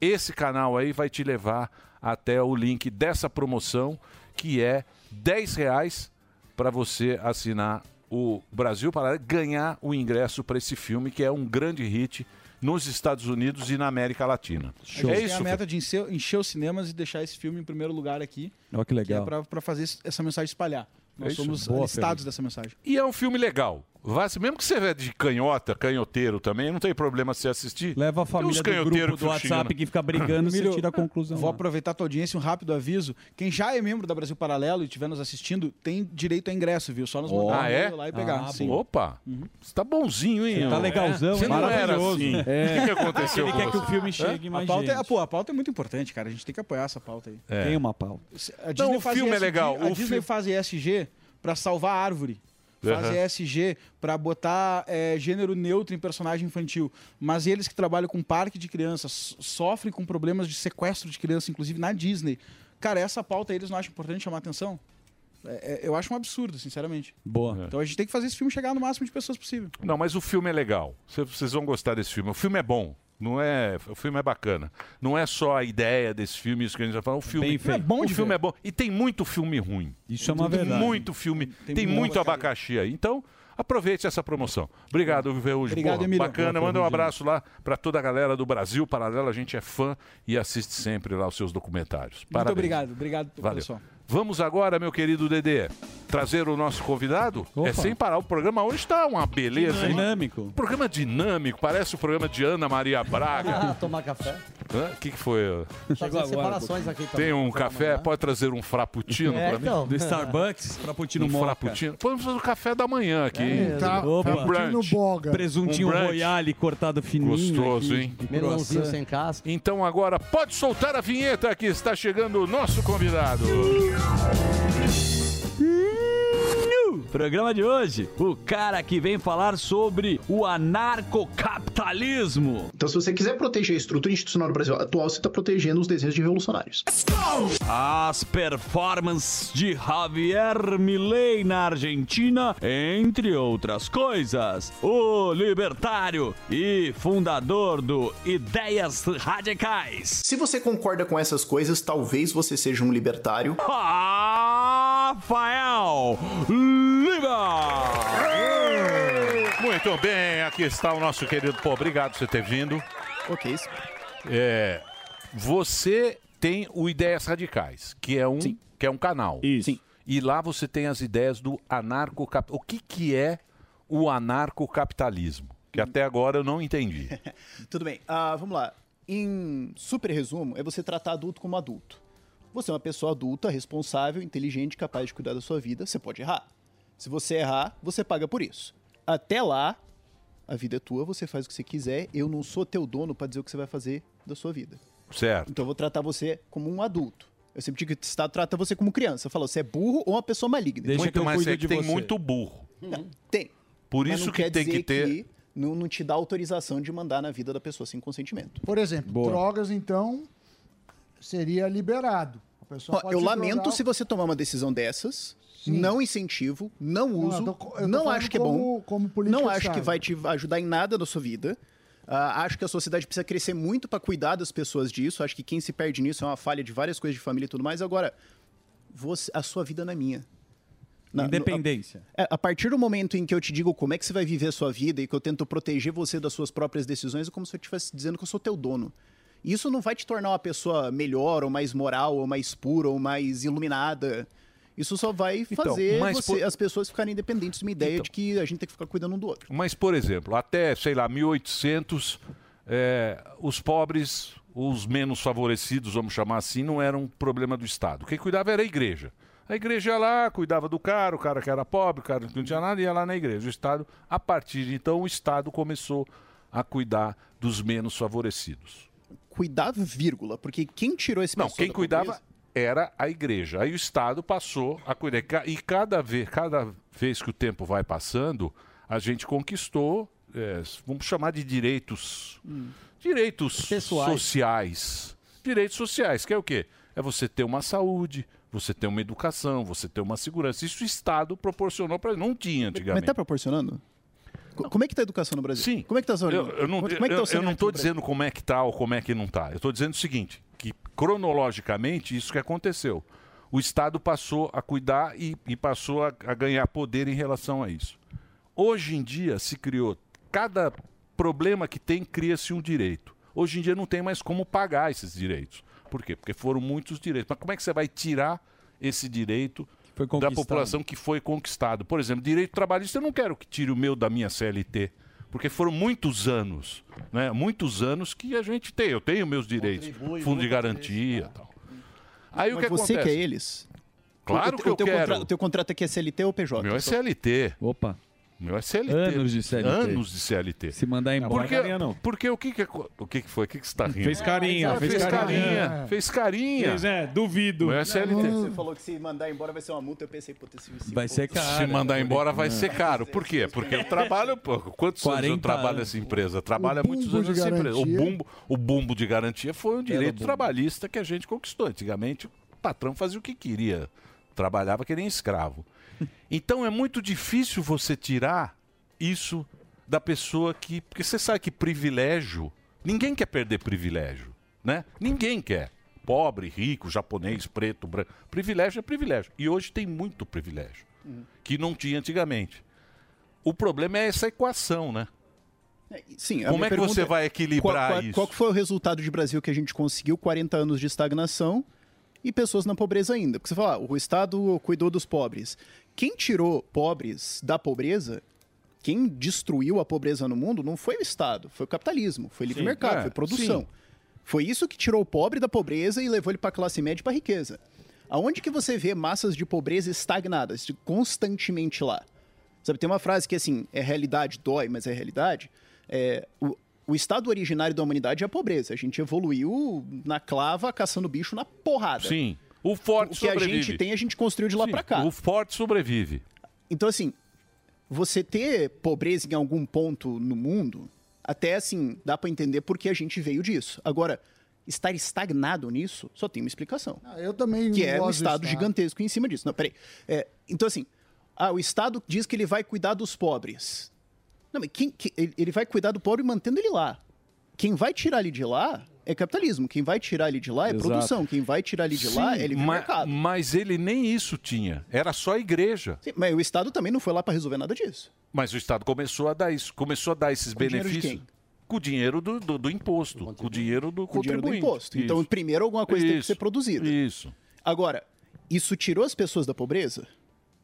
[SPEAKER 2] Esse canal aí vai te levar até o link dessa promoção, que é R$ 10 reais para você assinar o Brasil Paralelo, ganhar o ingresso para esse filme, que é um grande hit nos Estados Unidos e na América Latina.
[SPEAKER 19] A
[SPEAKER 2] É
[SPEAKER 19] gente tem
[SPEAKER 2] isso,
[SPEAKER 19] a meta de encher, encher os cinemas e deixar esse filme em primeiro lugar aqui.
[SPEAKER 6] Olha que legal. É
[SPEAKER 19] é pra, pra fazer esse- essa mensagem espalhar. Nós
[SPEAKER 2] isso.
[SPEAKER 19] somos
[SPEAKER 2] Boa,
[SPEAKER 19] alistados
[SPEAKER 2] Fernando.
[SPEAKER 19] dessa mensagem.
[SPEAKER 2] E é um filme legal. Vá, se- mesmo que você é de canhota, canhoteiro também, não tem problema você assistir. Leva a
[SPEAKER 6] família do grupo do WhatsApp que fica brigando, você tira a conclusão
[SPEAKER 19] Vou
[SPEAKER 6] lá.
[SPEAKER 19] aproveitar a tua audiência, um rápido aviso. Quem já é membro da Brasil Paralelo e estiver nos assistindo, tem direito a ingresso, viu? Só nos mandar um
[SPEAKER 2] ah, é?
[SPEAKER 19] e-mail lá e pegar.
[SPEAKER 2] Ah,
[SPEAKER 19] sim. Uhum.
[SPEAKER 2] Opa! Você tá bonzinho, hein?
[SPEAKER 19] Você tá
[SPEAKER 2] É.
[SPEAKER 19] legalzão,
[SPEAKER 2] Você
[SPEAKER 19] hein?
[SPEAKER 2] não era
[SPEAKER 19] Maravilhoso.
[SPEAKER 2] assim.
[SPEAKER 19] É.
[SPEAKER 2] O que, que aconteceu
[SPEAKER 19] Ele
[SPEAKER 2] com
[SPEAKER 6] é
[SPEAKER 19] quer que
[SPEAKER 2] você?
[SPEAKER 19] o filme chegue
[SPEAKER 2] Hã?
[SPEAKER 19] mais a pauta é, Pô, a pauta é muito importante, cara. A gente tem que apoiar essa pauta aí.
[SPEAKER 2] É.
[SPEAKER 6] Tem um uma pauta.
[SPEAKER 19] A Disney
[SPEAKER 2] Não, o
[SPEAKER 19] faz
[SPEAKER 2] filme é
[SPEAKER 19] ESG
[SPEAKER 2] legal.
[SPEAKER 19] A
[SPEAKER 2] O
[SPEAKER 19] Disney
[SPEAKER 2] fi-
[SPEAKER 19] faz ESG pra salvar a árvore. Faz
[SPEAKER 2] Aham.
[SPEAKER 19] ESG pra botar é, gênero neutro em personagem infantil. Mas eles que trabalham com parque de crianças sofrem com problemas de sequestro de criança, inclusive na Disney. Cara, essa pauta aí eles não acham importante chamar atenção? É, é, eu acho um absurdo, sinceramente.
[SPEAKER 3] É.
[SPEAKER 6] Boa.
[SPEAKER 19] Então a gente tem que fazer esse filme chegar no máximo de pessoas possível.
[SPEAKER 2] Não, mas o filme é legal. Cê- Vocês vão gostar desse filme. O filme é bom. Não é, o filme é bacana. Não é só a ideia desse filme, isso que a gente vai falar. O filme
[SPEAKER 6] Bem feito.
[SPEAKER 2] é bom. O
[SPEAKER 6] de
[SPEAKER 2] filme é bom. E tem muito filme ruim.
[SPEAKER 6] Isso é uma
[SPEAKER 2] Tem
[SPEAKER 6] verdade.
[SPEAKER 2] Muito filme. Tem,
[SPEAKER 6] Tem
[SPEAKER 2] muito
[SPEAKER 6] muita
[SPEAKER 2] abacaxi aí. Então, aproveite essa promoção. Obrigado, Ferrugem.
[SPEAKER 6] Obrigado,
[SPEAKER 2] Porra,
[SPEAKER 6] Emílio.
[SPEAKER 2] Bacana.
[SPEAKER 6] Boa,
[SPEAKER 2] Manda um
[SPEAKER 6] Ferrugem.
[SPEAKER 2] abraço lá para toda a galera do Brasil Paralelo. A gente é fã e assiste sempre lá os seus documentários. Parabéns.
[SPEAKER 19] Muito obrigado. Obrigado,
[SPEAKER 2] Valeu.
[SPEAKER 19] pessoal.
[SPEAKER 2] Vamos agora, meu querido Dedê, trazer o nosso convidado. É sem parar. O programa hoje está uma beleza. hein?
[SPEAKER 6] Dinâmico.
[SPEAKER 2] Programa dinâmico, parece o programa de Ana Maria Braga.
[SPEAKER 22] Ah, tomar café.
[SPEAKER 2] O que, que foi?
[SPEAKER 22] Chegou agora, separações aqui também.
[SPEAKER 2] Tem um café? Pode trazer um frappuccino
[SPEAKER 22] É,
[SPEAKER 2] pra mim?
[SPEAKER 22] então. Do
[SPEAKER 6] Starbucks, frappuccino
[SPEAKER 2] um
[SPEAKER 6] moca.
[SPEAKER 2] frappuccino. Podemos fazer o café da manhã aqui, hein?
[SPEAKER 6] mesmo. Tá, Opa. frappuccino
[SPEAKER 2] brunch. Um
[SPEAKER 6] boga. Presuntinho
[SPEAKER 2] brunch.
[SPEAKER 6] royale cortado fininho
[SPEAKER 2] Gostoso,
[SPEAKER 6] aqui,
[SPEAKER 2] hein?
[SPEAKER 6] de Melãozinho croissant. sem
[SPEAKER 2] casca. Então agora pode soltar a vinheta que está chegando o nosso convidado.
[SPEAKER 6] No programa de hoje, o cara que vem falar sobre o anarcocapitalismo.
[SPEAKER 23] Então, se você quiser proteger a estrutura institucional do Brasil atual, você está protegendo os desejos de revolucionários.
[SPEAKER 6] As performances de Javier Milei na Argentina, entre outras coisas. O libertário e fundador do Ideias Radicais.
[SPEAKER 23] Se você concorda com essas coisas, talvez você seja um libertário.
[SPEAKER 6] Rafael Lima!
[SPEAKER 2] Muito bem, aqui está o nosso querido. Pô, obrigado por você ter vindo.
[SPEAKER 23] Ok, isso.
[SPEAKER 2] É, você tem o Ideias Radicais, que é um, que é um canal. Sim. E lá você tem as ideias do anarcocapitalismo. O que, que é o anarcocapitalismo? Que até agora eu não entendi.
[SPEAKER 23] Tudo bem, ah, vamos lá. Em super resumo, é você tratar adulto como adulto. Você é uma pessoa adulta, responsável, inteligente, capaz de cuidar da sua vida. Você pode errar. Se você errar, você paga por isso. Até lá, a vida é tua, você faz o que você quiser. Eu não sou teu dono para dizer o que você vai fazer da sua vida.
[SPEAKER 2] Certo.
[SPEAKER 23] Então eu vou tratar você como um adulto. Eu sempre digo que o Estado trata você como criança. Fala, você é burro ou uma pessoa maligna.
[SPEAKER 2] Deixa Muito que eu mais, cuido é que de tem você. muito burro.
[SPEAKER 23] Não, tem.
[SPEAKER 2] Por
[SPEAKER 23] Mas
[SPEAKER 2] isso
[SPEAKER 23] não
[SPEAKER 2] que
[SPEAKER 23] quer
[SPEAKER 2] tem que
[SPEAKER 23] dizer
[SPEAKER 2] ter-
[SPEAKER 23] que não, não te dá autorização de mandar na vida da pessoa sem consentimento.
[SPEAKER 9] Por exemplo,
[SPEAKER 23] Boa.
[SPEAKER 9] drogas, então, seria liberado. A pessoa
[SPEAKER 23] Ó,
[SPEAKER 9] pode
[SPEAKER 23] eu
[SPEAKER 9] se
[SPEAKER 23] lamento
[SPEAKER 9] drogar.
[SPEAKER 23] se você tomar uma decisão dessas. Não incentivo, não uso,
[SPEAKER 9] eu
[SPEAKER 23] não,
[SPEAKER 9] tô- eu tô falando
[SPEAKER 23] acho que é
[SPEAKER 9] como-
[SPEAKER 23] bom,
[SPEAKER 9] como política
[SPEAKER 23] não
[SPEAKER 9] de
[SPEAKER 23] acho que
[SPEAKER 9] Estado.
[SPEAKER 23] vai te ajudar em nada na sua vida. Ah, acho que a sociedade precisa crescer muito para cuidar das pessoas disso. Acho que quem se perde nisso é uma falha de várias coisas de família e tudo mais. Agora, você- a sua vida não é minha. Na- no- a-
[SPEAKER 6] Independência.
[SPEAKER 23] é, a partir do momento em que eu te digo como é que você vai viver a sua vida e que eu tento proteger você das suas próprias decisões, é como se eu estivesse dizendo que eu sou teu dono. E Isso não vai te tornar uma pessoa melhor, ou mais moral, ou mais pura, ou mais iluminada. Isso só vai fazer
[SPEAKER 2] Então, mas
[SPEAKER 23] você-
[SPEAKER 2] por- Então.
[SPEAKER 23] as pessoas ficarem independentes de uma ideia de que a gente tem que ficar cuidando um do outro.
[SPEAKER 2] Mas, por exemplo, até, sei lá, 1800, é, os pobres, os menos favorecidos, vamos chamar assim, não eram um problema do Estado. Quem cuidava era a igreja. A igreja ia lá, cuidava do cara, o cara que era pobre, o cara que não tinha nada, ia lá na igreja. O Estado, a partir de então, o Estado começou a cuidar dos menos favorecidos.
[SPEAKER 23] Cuidar, vírgula, porque quem tirou esse
[SPEAKER 2] Não, quem cuidava era a igreja. Aí o Estado passou a cuidar. E ca- E cada vez, cada vez que o tempo vai passando, a gente conquistou, é, vamos chamar de direitos. Direitos sociais. Direitos sociais, que é o quê? É você ter uma saúde, você ter uma educação, você ter uma segurança. Isso o Estado proporcionou para Não tinha
[SPEAKER 23] Mas
[SPEAKER 2] antigamente.
[SPEAKER 23] tá proporcionando? Co- Como é que tá a educação no Brasil? Sim. Como é que tá a saúde?
[SPEAKER 2] Eu, eu não,
[SPEAKER 23] Como é que
[SPEAKER 2] eu,
[SPEAKER 23] tá o
[SPEAKER 2] eu não
[SPEAKER 23] saneamento
[SPEAKER 2] estou
[SPEAKER 23] no Brasil?
[SPEAKER 2] dizendo como é que tá ou como é que não tá. Eu estou dizendo o seguinte, que cronologicamente isso que aconteceu. O Estado passou a cuidar e, e passou a, a ganhar poder em relação a isso. Hoje em dia se criou, cada problema que tem, cria-se um direito. Hoje em dia não tem mais como pagar esses direitos. Por quê? Porque foram muitos direitos. Mas como é que você vai tirar esse direito da
[SPEAKER 6] conquistado.
[SPEAKER 2] população que foi conquistado. Por exemplo, direito trabalhista, eu não quero que tire o meu da minha CLT, porque foram muitos anos, né? Muitos anos que a gente tem. Eu tenho meus direitos,
[SPEAKER 23] Contribui
[SPEAKER 2] fundo de
[SPEAKER 23] muito
[SPEAKER 2] garantia, tal. Aí o
[SPEAKER 23] Mas
[SPEAKER 2] que
[SPEAKER 23] você
[SPEAKER 2] acontece?
[SPEAKER 23] quer eles?
[SPEAKER 2] Claro
[SPEAKER 23] O- o-
[SPEAKER 2] que
[SPEAKER 23] o
[SPEAKER 2] eu
[SPEAKER 23] teu
[SPEAKER 2] quero.
[SPEAKER 23] contra- o teu contrato aqui é CLT ou PJ?
[SPEAKER 2] Meu é
[SPEAKER 23] Só-
[SPEAKER 2] CLT.
[SPEAKER 6] Opa.
[SPEAKER 2] Meu é CLT.
[SPEAKER 6] Anos de CLT.
[SPEAKER 2] Anos de CLT.
[SPEAKER 6] Se mandar embora,
[SPEAKER 2] Porque,
[SPEAKER 6] carinha não.
[SPEAKER 2] porque o que que aco- o que que foi? O que que você tá rindo?
[SPEAKER 6] Fez carinha,
[SPEAKER 2] Ah,
[SPEAKER 6] fez
[SPEAKER 2] carinha.
[SPEAKER 6] carinha.
[SPEAKER 2] Fez carinha.
[SPEAKER 6] Fez, é, duvido.
[SPEAKER 2] Meu é CLT.
[SPEAKER 23] Você falou que se mandar embora vai ser uma multa, eu pensei, pô, se
[SPEAKER 6] Vai ser caro.
[SPEAKER 2] Se mandar embora vai
[SPEAKER 6] É.
[SPEAKER 2] ser caro. Por quê? Porque eu trabalho, pô, quantos anos eu
[SPEAKER 6] 40
[SPEAKER 2] trabalho
[SPEAKER 6] anos.
[SPEAKER 2] nessa empresa? Trabalho há
[SPEAKER 6] O
[SPEAKER 2] muitos
[SPEAKER 6] bumbo
[SPEAKER 2] anos
[SPEAKER 6] de
[SPEAKER 2] nessa empresa. O
[SPEAKER 6] garantia.
[SPEAKER 2] bumbo, o bumbo de garantia foi um direito
[SPEAKER 6] bumbo.
[SPEAKER 2] trabalhista que a gente conquistou. Antigamente, o patrão fazia o que queria. Trabalhava que nem escravo. Então é muito difícil você tirar isso da pessoa que. Porque você sabe que privilégio. Ninguém quer perder privilégio, né? Ninguém quer. Pobre, rico, japonês, preto, branco. Privilégio é privilégio. E hoje tem muito privilégio
[SPEAKER 3] Hum.
[SPEAKER 2] que não tinha antigamente. O problema é essa equação, né?
[SPEAKER 23] Sim, a
[SPEAKER 2] Como
[SPEAKER 23] minha
[SPEAKER 2] é que
[SPEAKER 23] pergunta
[SPEAKER 2] você vai equilibrar
[SPEAKER 23] qual, é, qual,
[SPEAKER 2] isso?
[SPEAKER 23] Qual que foi o resultado de Brasil que a gente conseguiu? 40 anos de estagnação e pessoas na pobreza ainda. Porque você fala, ah, o Estado cuidou dos pobres. Quem tirou pobres da pobreza, quem destruiu a pobreza no mundo, não foi o Estado, foi o capitalismo, foi livre
[SPEAKER 4] Sim,
[SPEAKER 23] mercado,
[SPEAKER 4] é,
[SPEAKER 23] foi produção.
[SPEAKER 4] sim.
[SPEAKER 23] Foi isso que tirou o pobre da pobreza e levou ele para a classe média e para a riqueza. Aonde que você vê massas de pobreza estagnadas de- constantemente lá? Sabe, tem uma frase que assim, é realidade, dói, mas é realidade. É, o, o estado originário da humanidade é a pobreza. A gente evoluiu na clava, caçando bicho na porrada.
[SPEAKER 2] Sim. O forte
[SPEAKER 23] O que
[SPEAKER 2] sobrevive.
[SPEAKER 23] a gente tem, a gente construiu de lá
[SPEAKER 2] Sim,
[SPEAKER 23] pra cá.
[SPEAKER 2] O forte sobrevive.
[SPEAKER 23] Então, assim, você ter pobreza em algum ponto no mundo, até assim, dá pra entender por que a gente veio disso. Agora, estar estagnado nisso só tem uma explicação.
[SPEAKER 9] Ah, eu também
[SPEAKER 23] Que é
[SPEAKER 9] gosto
[SPEAKER 23] um
[SPEAKER 9] do
[SPEAKER 23] Estado
[SPEAKER 9] Estado.
[SPEAKER 23] gigantesco em cima disso. Não, peraí. É, então, assim, ah, o Estado diz que ele vai cuidar dos pobres. Não, mas quem, que- ele ele vai cuidar do pobre mantendo ele lá. Quem vai tirar ele de lá é capitalismo. Quem vai tirar ele de lá é
[SPEAKER 2] Exato.
[SPEAKER 23] produção. Quem vai tirar ele de lá é
[SPEAKER 2] Sim,
[SPEAKER 23] livre
[SPEAKER 2] ma-
[SPEAKER 23] mercado.
[SPEAKER 2] Mas ele nem isso tinha. Era só a igreja.
[SPEAKER 23] Sim, mas o Estado também não foi lá para resolver nada disso.
[SPEAKER 2] Mas o Estado começou a dar isso. Começou a dar esses
[SPEAKER 23] Com o dinheiro de
[SPEAKER 2] benefícios. Com o dinheiro do, do, do imposto. Com o dinheiro do
[SPEAKER 23] com o dinheiro do
[SPEAKER 2] contribuinte.
[SPEAKER 23] imposto. Então,
[SPEAKER 2] Isso.
[SPEAKER 23] primeiro alguma coisa tem que
[SPEAKER 2] Isso.
[SPEAKER 23] ser produzida.
[SPEAKER 2] Isso.
[SPEAKER 23] Agora, isso tirou as pessoas da pobreza?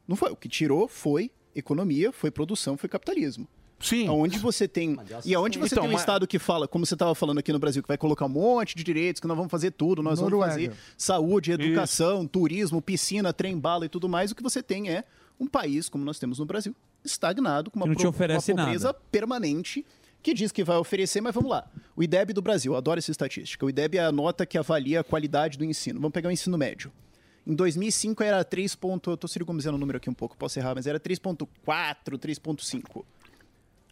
[SPEAKER 23] Não foi. O que tirou foi economia, foi produção, foi capitalismo.
[SPEAKER 2] Sim.
[SPEAKER 23] Aonde você tem. E aonde você Então, tem um mas- Estado que fala, como você estava falando aqui no Brasil, que vai colocar um monte de direitos, que nós vamos fazer tudo, nós
[SPEAKER 9] Noruega.
[SPEAKER 23] vamos fazer saúde, educação, turismo, piscina, trem bala e tudo mais, o que você tem é um país, como nós temos no Brasil, estagnado, com uma,
[SPEAKER 6] Que não te
[SPEAKER 23] pro-
[SPEAKER 6] oferece
[SPEAKER 23] uma pobreza
[SPEAKER 6] nada.
[SPEAKER 23] permanente que diz que vai oferecer, mas vamos lá. O IDEB do Brasil, eu adoro essa estatística. O IDEB é a nota que avalia a qualidade do ensino. Vamos pegar o ensino médio. Em 2005 era 3. Ponto, eu tô circuncisando o número aqui um pouco, posso errar, mas era 3.4, 3.5.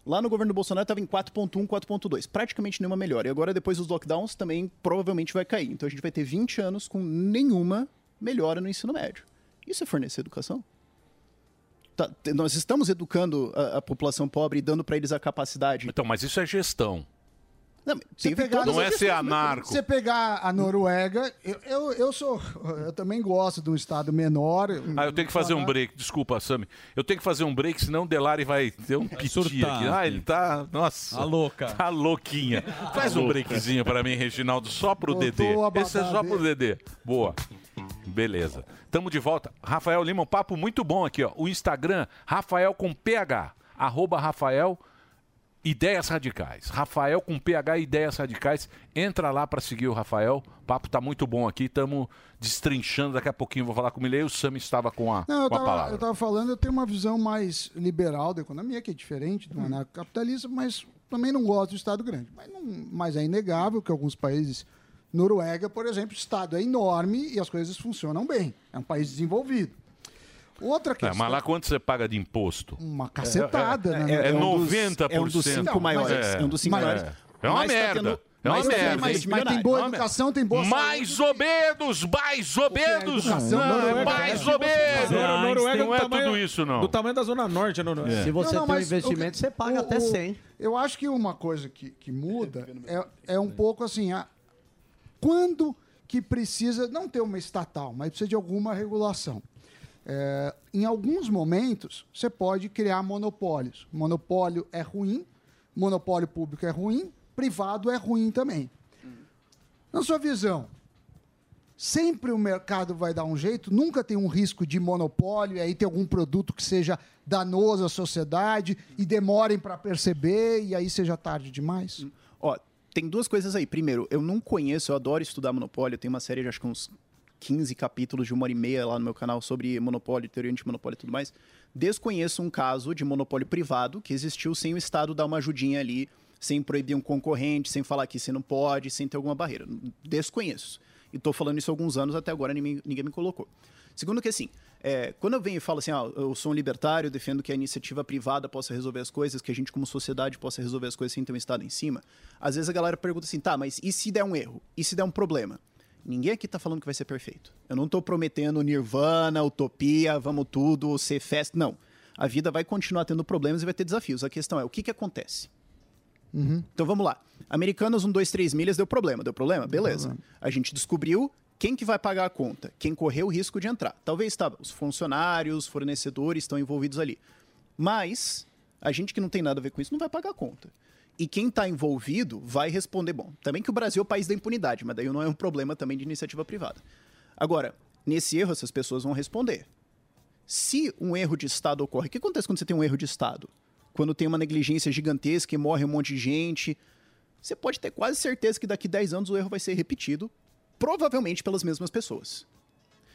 [SPEAKER 23] Lá no governo do Bolsonaro estava em 4.1, 4.2. Praticamente nenhuma melhora. E agora, depois dos lockdowns, também provavelmente vai cair. Então a gente vai ter 20 anos com nenhuma melhora no ensino médio. Isso é fornecer educação? Tá, te- nós estamos educando a, a população pobre e dando para eles a capacidade.
[SPEAKER 2] Então, mas isso é gestão.
[SPEAKER 23] Não,
[SPEAKER 9] Você
[SPEAKER 23] teve
[SPEAKER 9] pegar-
[SPEAKER 23] todas
[SPEAKER 2] Não
[SPEAKER 23] as
[SPEAKER 2] é ser
[SPEAKER 23] questões, né?
[SPEAKER 2] anarco.
[SPEAKER 9] Você pegar a Noruega, eu, eu, eu sou. Eu também gosto de um estado menor.
[SPEAKER 2] Ah, eu tenho que fazer um break. Desculpa, Sami. Eu tenho que fazer um break, senão o Delari vai ter um piti
[SPEAKER 10] surtar
[SPEAKER 2] aqui. Ah,
[SPEAKER 10] aqui.
[SPEAKER 2] ele tá. Nossa.
[SPEAKER 10] Tá louca.
[SPEAKER 2] Tá louquinha. Faz
[SPEAKER 10] Tá
[SPEAKER 2] um
[SPEAKER 10] louca.
[SPEAKER 2] breakzinho pra mim, Reginaldo, só pro
[SPEAKER 10] Botou
[SPEAKER 2] Dedê.
[SPEAKER 10] a babá
[SPEAKER 2] Esse é só pro
[SPEAKER 10] dele.
[SPEAKER 2] Dedê. Boa. Beleza. Tamo de volta. Rafael Lima, um papo muito bom aqui, ó. O Instagram, Rafael com PH. Arroba Rafael Ideias Radicais. Rafael com PH Ideias Radicais. Entra lá para seguir o Rafael. O papo tá muito bom aqui. Estamos destrinchando. Daqui a pouquinho vou falar com o Milei. O Sam estava com a,
[SPEAKER 9] Não, eu
[SPEAKER 2] com a
[SPEAKER 9] tava,
[SPEAKER 2] palavra.
[SPEAKER 9] eu tava falando, eu tenho uma visão mais liberal da economia, que é diferente do anarcocapitalista, mas também não gosto do Estado grande. Mas, não- mas é inegável que alguns países. Noruega, por exemplo, o Estado é enorme e as coisas funcionam bem. É um país desenvolvido. Outra
[SPEAKER 2] É,
[SPEAKER 9] questão.
[SPEAKER 2] mas lá quanto você paga de imposto?
[SPEAKER 9] Uma cacetada,
[SPEAKER 2] é,
[SPEAKER 9] né?
[SPEAKER 2] É, é,
[SPEAKER 9] É um dos-
[SPEAKER 2] 90%.
[SPEAKER 9] é um dos cinco
[SPEAKER 2] Não, mas-
[SPEAKER 9] maiores, é um dos cinco
[SPEAKER 2] mas-
[SPEAKER 9] maiores.
[SPEAKER 2] É uma
[SPEAKER 9] Mas É tá
[SPEAKER 2] merda.
[SPEAKER 9] tendo-
[SPEAKER 2] é uma
[SPEAKER 9] mas-
[SPEAKER 2] merda.
[SPEAKER 9] mas- mas tem boa educação, tem boa
[SPEAKER 2] Mais ou menos, mais ou
[SPEAKER 3] É
[SPEAKER 2] menos.
[SPEAKER 9] educação
[SPEAKER 2] Não, é
[SPEAKER 9] noruega,
[SPEAKER 2] mais
[SPEAKER 9] né?
[SPEAKER 2] ou menos.
[SPEAKER 3] Nor- Noruega
[SPEAKER 2] não é
[SPEAKER 3] do tamanho-
[SPEAKER 2] tudo isso, não.
[SPEAKER 3] Do tamanho da Zona Norte, a Noruega.
[SPEAKER 2] É. Se você
[SPEAKER 9] Não, não,
[SPEAKER 2] tem um
[SPEAKER 9] mas o
[SPEAKER 2] investimento,
[SPEAKER 9] que-
[SPEAKER 22] você paga
[SPEAKER 9] o-
[SPEAKER 22] até
[SPEAKER 9] o-
[SPEAKER 22] 100.
[SPEAKER 9] Eu acho que uma coisa que, que muda é, é um pouco assim, a- quando que precisa, não ter uma estatal, mas precisa de alguma regulação. É, em alguns momentos, você pode criar monopólios. Monopólio é ruim, monopólio público é ruim, privado é ruim também. Na sua visão, sempre o mercado vai dar um jeito, nunca tem um risco de monopólio, e aí tem algum produto que seja danoso à sociedade e demorem para perceber e aí seja tarde demais.
[SPEAKER 23] Ó, tem duas coisas aí. Primeiro, eu não conheço, eu adoro estudar monopólio. Tem uma série de acho que uns 15 capítulos de uma hora e meia lá no meu canal sobre monopólio, teoria antimonopólio e tudo mais. Desconheço um caso de monopólio privado que existiu sem o Estado dar uma ajudinha ali, sem proibir um concorrente, sem falar que você não pode, sem ter alguma barreira. Desconheço. E tô falando isso há alguns anos, até agora ninguém, ninguém me colocou. Segundo que assim, é, quando eu venho e falo assim, ah, eu sou um libertário, defendo que a iniciativa privada possa resolver as coisas, que a gente como sociedade possa resolver as coisas sem ter um Estado em cima, às vezes a galera pergunta assim, tá, mas e se der um erro? E se der um problema? Ninguém aqui tá falando que vai ser perfeito. Eu não tô prometendo nirvana, utopia, vamos tudo, ser festa, não. A vida vai continuar tendo problemas e vai ter desafios. A questão é, o que que acontece?
[SPEAKER 9] Uhum.
[SPEAKER 23] Então vamos lá. Americanos 1, 2, 3 milhas deu problema, deu problema? Beleza. A gente descobriu quem que vai pagar a conta, quem correu o risco de entrar. Talvez tá, os funcionários, fornecedores estão envolvidos ali. Mas a gente que não tem nada a ver com isso não vai pagar a conta. E quem está envolvido vai responder. Bom, também que o Brasil é o país da impunidade, mas daí não é um problema também de iniciativa privada. Agora, nesse erro, essas pessoas vão responder. Se um erro de Estado ocorre, o que acontece quando você tem um erro de Estado? Quando tem uma negligência gigantesca e morre um monte de gente. Você pode ter quase certeza que daqui 10 anos o erro vai ser repetido, provavelmente pelas mesmas pessoas.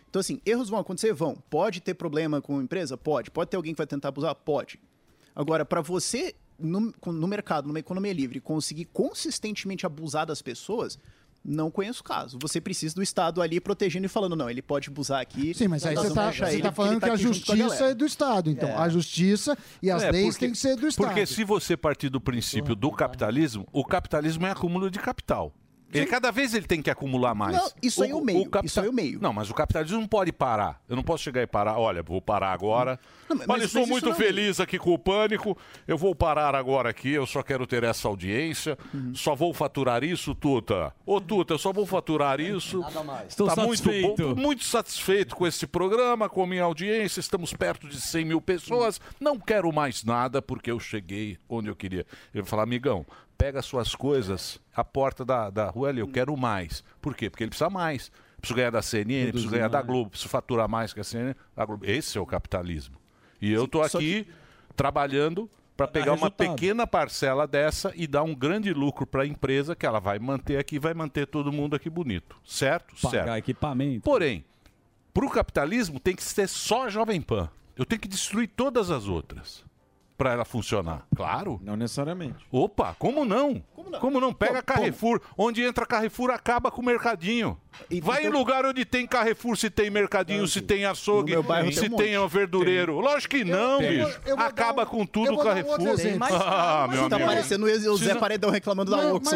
[SPEAKER 23] Então, assim, erros vão acontecer? Vão. Pode ter problema com a empresa? Pode. Pode ter alguém que vai tentar abusar? Pode. Agora, para você, no, com- no mercado, numa economia livre, conseguir consistentemente abusar das pessoas, não conheço o caso. Você precisa do Estado ali protegendo e falando, não, ele pode abusar aqui.
[SPEAKER 9] Sim, mas aí
[SPEAKER 23] nós
[SPEAKER 9] você
[SPEAKER 23] vamos
[SPEAKER 9] está
[SPEAKER 23] achar ele, porque
[SPEAKER 9] falando
[SPEAKER 23] ele tá
[SPEAKER 9] que a
[SPEAKER 23] aqui junto com a
[SPEAKER 9] justiça
[SPEAKER 23] galera."
[SPEAKER 9] é do Estado. Então, a justiça e as
[SPEAKER 2] É,
[SPEAKER 9] leis
[SPEAKER 2] porque-
[SPEAKER 9] têm que ser do Estado.
[SPEAKER 2] Porque se você partir do princípio do capitalismo, o capitalismo é acúmulo de capital. Ele, cada vez ele tem que acumular mais.
[SPEAKER 23] Não, isso aí é o meio,
[SPEAKER 2] capita- Não, mas o capitalismo não pode parar. Eu não posso chegar e parar. Olha, vou parar agora.
[SPEAKER 23] mas-
[SPEAKER 2] Olha,
[SPEAKER 23] mas
[SPEAKER 2] estou
[SPEAKER 23] isso
[SPEAKER 2] muito
[SPEAKER 23] não-
[SPEAKER 2] feliz aqui com o pânico. Eu vou parar agora aqui. Eu só quero ter essa audiência.
[SPEAKER 23] Uhum.
[SPEAKER 2] Só vou faturar isso, Tuta. Ô, Tuta, eu só vou faturar isso.
[SPEAKER 10] Estou
[SPEAKER 2] tá muito
[SPEAKER 10] satisfeito.
[SPEAKER 2] bom. Tô Muito satisfeito com esse programa, com a minha audiência. Estamos perto de 100 mil pessoas. Não quero mais nada porque eu cheguei onde eu queria. Ele vai falar, amigão, pega suas coisas, a porta da, da rua ali, eu quero mais. Por quê? Porque ele precisa mais. Preciso ganhar da CNN, preciso ganhar da Globo, preciso faturar mais que a CNN. A Globo. Esse é o capitalismo. E eu estou aqui trabalhando para pegar uma
[SPEAKER 10] resultado.
[SPEAKER 2] pequena parcela dessa e dar um grande lucro para a empresa que ela vai manter aqui, vai manter todo mundo aqui bonito, certo?
[SPEAKER 6] Pagar
[SPEAKER 2] certo.
[SPEAKER 6] equipamento.
[SPEAKER 2] Porém, para o capitalismo tem que ser só a Jovem Pan. Eu tenho que destruir todas as outras para ela funcionar. Claro.
[SPEAKER 3] Não necessariamente.
[SPEAKER 2] Opa, como não? Como não? Pega Carrefour. Onde entra Carrefour acaba com o mercadinho.
[SPEAKER 23] E-
[SPEAKER 2] Vai em
[SPEAKER 23] então-
[SPEAKER 2] lugar onde tem Carrefour, se tem mercadinho, se tem açougue,
[SPEAKER 23] No meu bairro
[SPEAKER 2] se
[SPEAKER 23] tem um
[SPEAKER 2] tem
[SPEAKER 23] monte.
[SPEAKER 2] é verdureiro.
[SPEAKER 23] Tem.
[SPEAKER 2] Lógico que
[SPEAKER 23] Eu-
[SPEAKER 2] não,
[SPEAKER 23] eu vou-
[SPEAKER 2] bicho.
[SPEAKER 23] eu vou
[SPEAKER 2] Acaba
[SPEAKER 23] dar um-
[SPEAKER 2] com
[SPEAKER 23] eu
[SPEAKER 2] tudo
[SPEAKER 23] vou dar um
[SPEAKER 2] Carrefour.
[SPEAKER 23] outro exemplo.
[SPEAKER 2] Mas- ah, meu
[SPEAKER 23] tá
[SPEAKER 2] amigo.
[SPEAKER 23] parecendo o o Zé
[SPEAKER 2] Precisa-
[SPEAKER 23] Paredão reclamando da Oxxo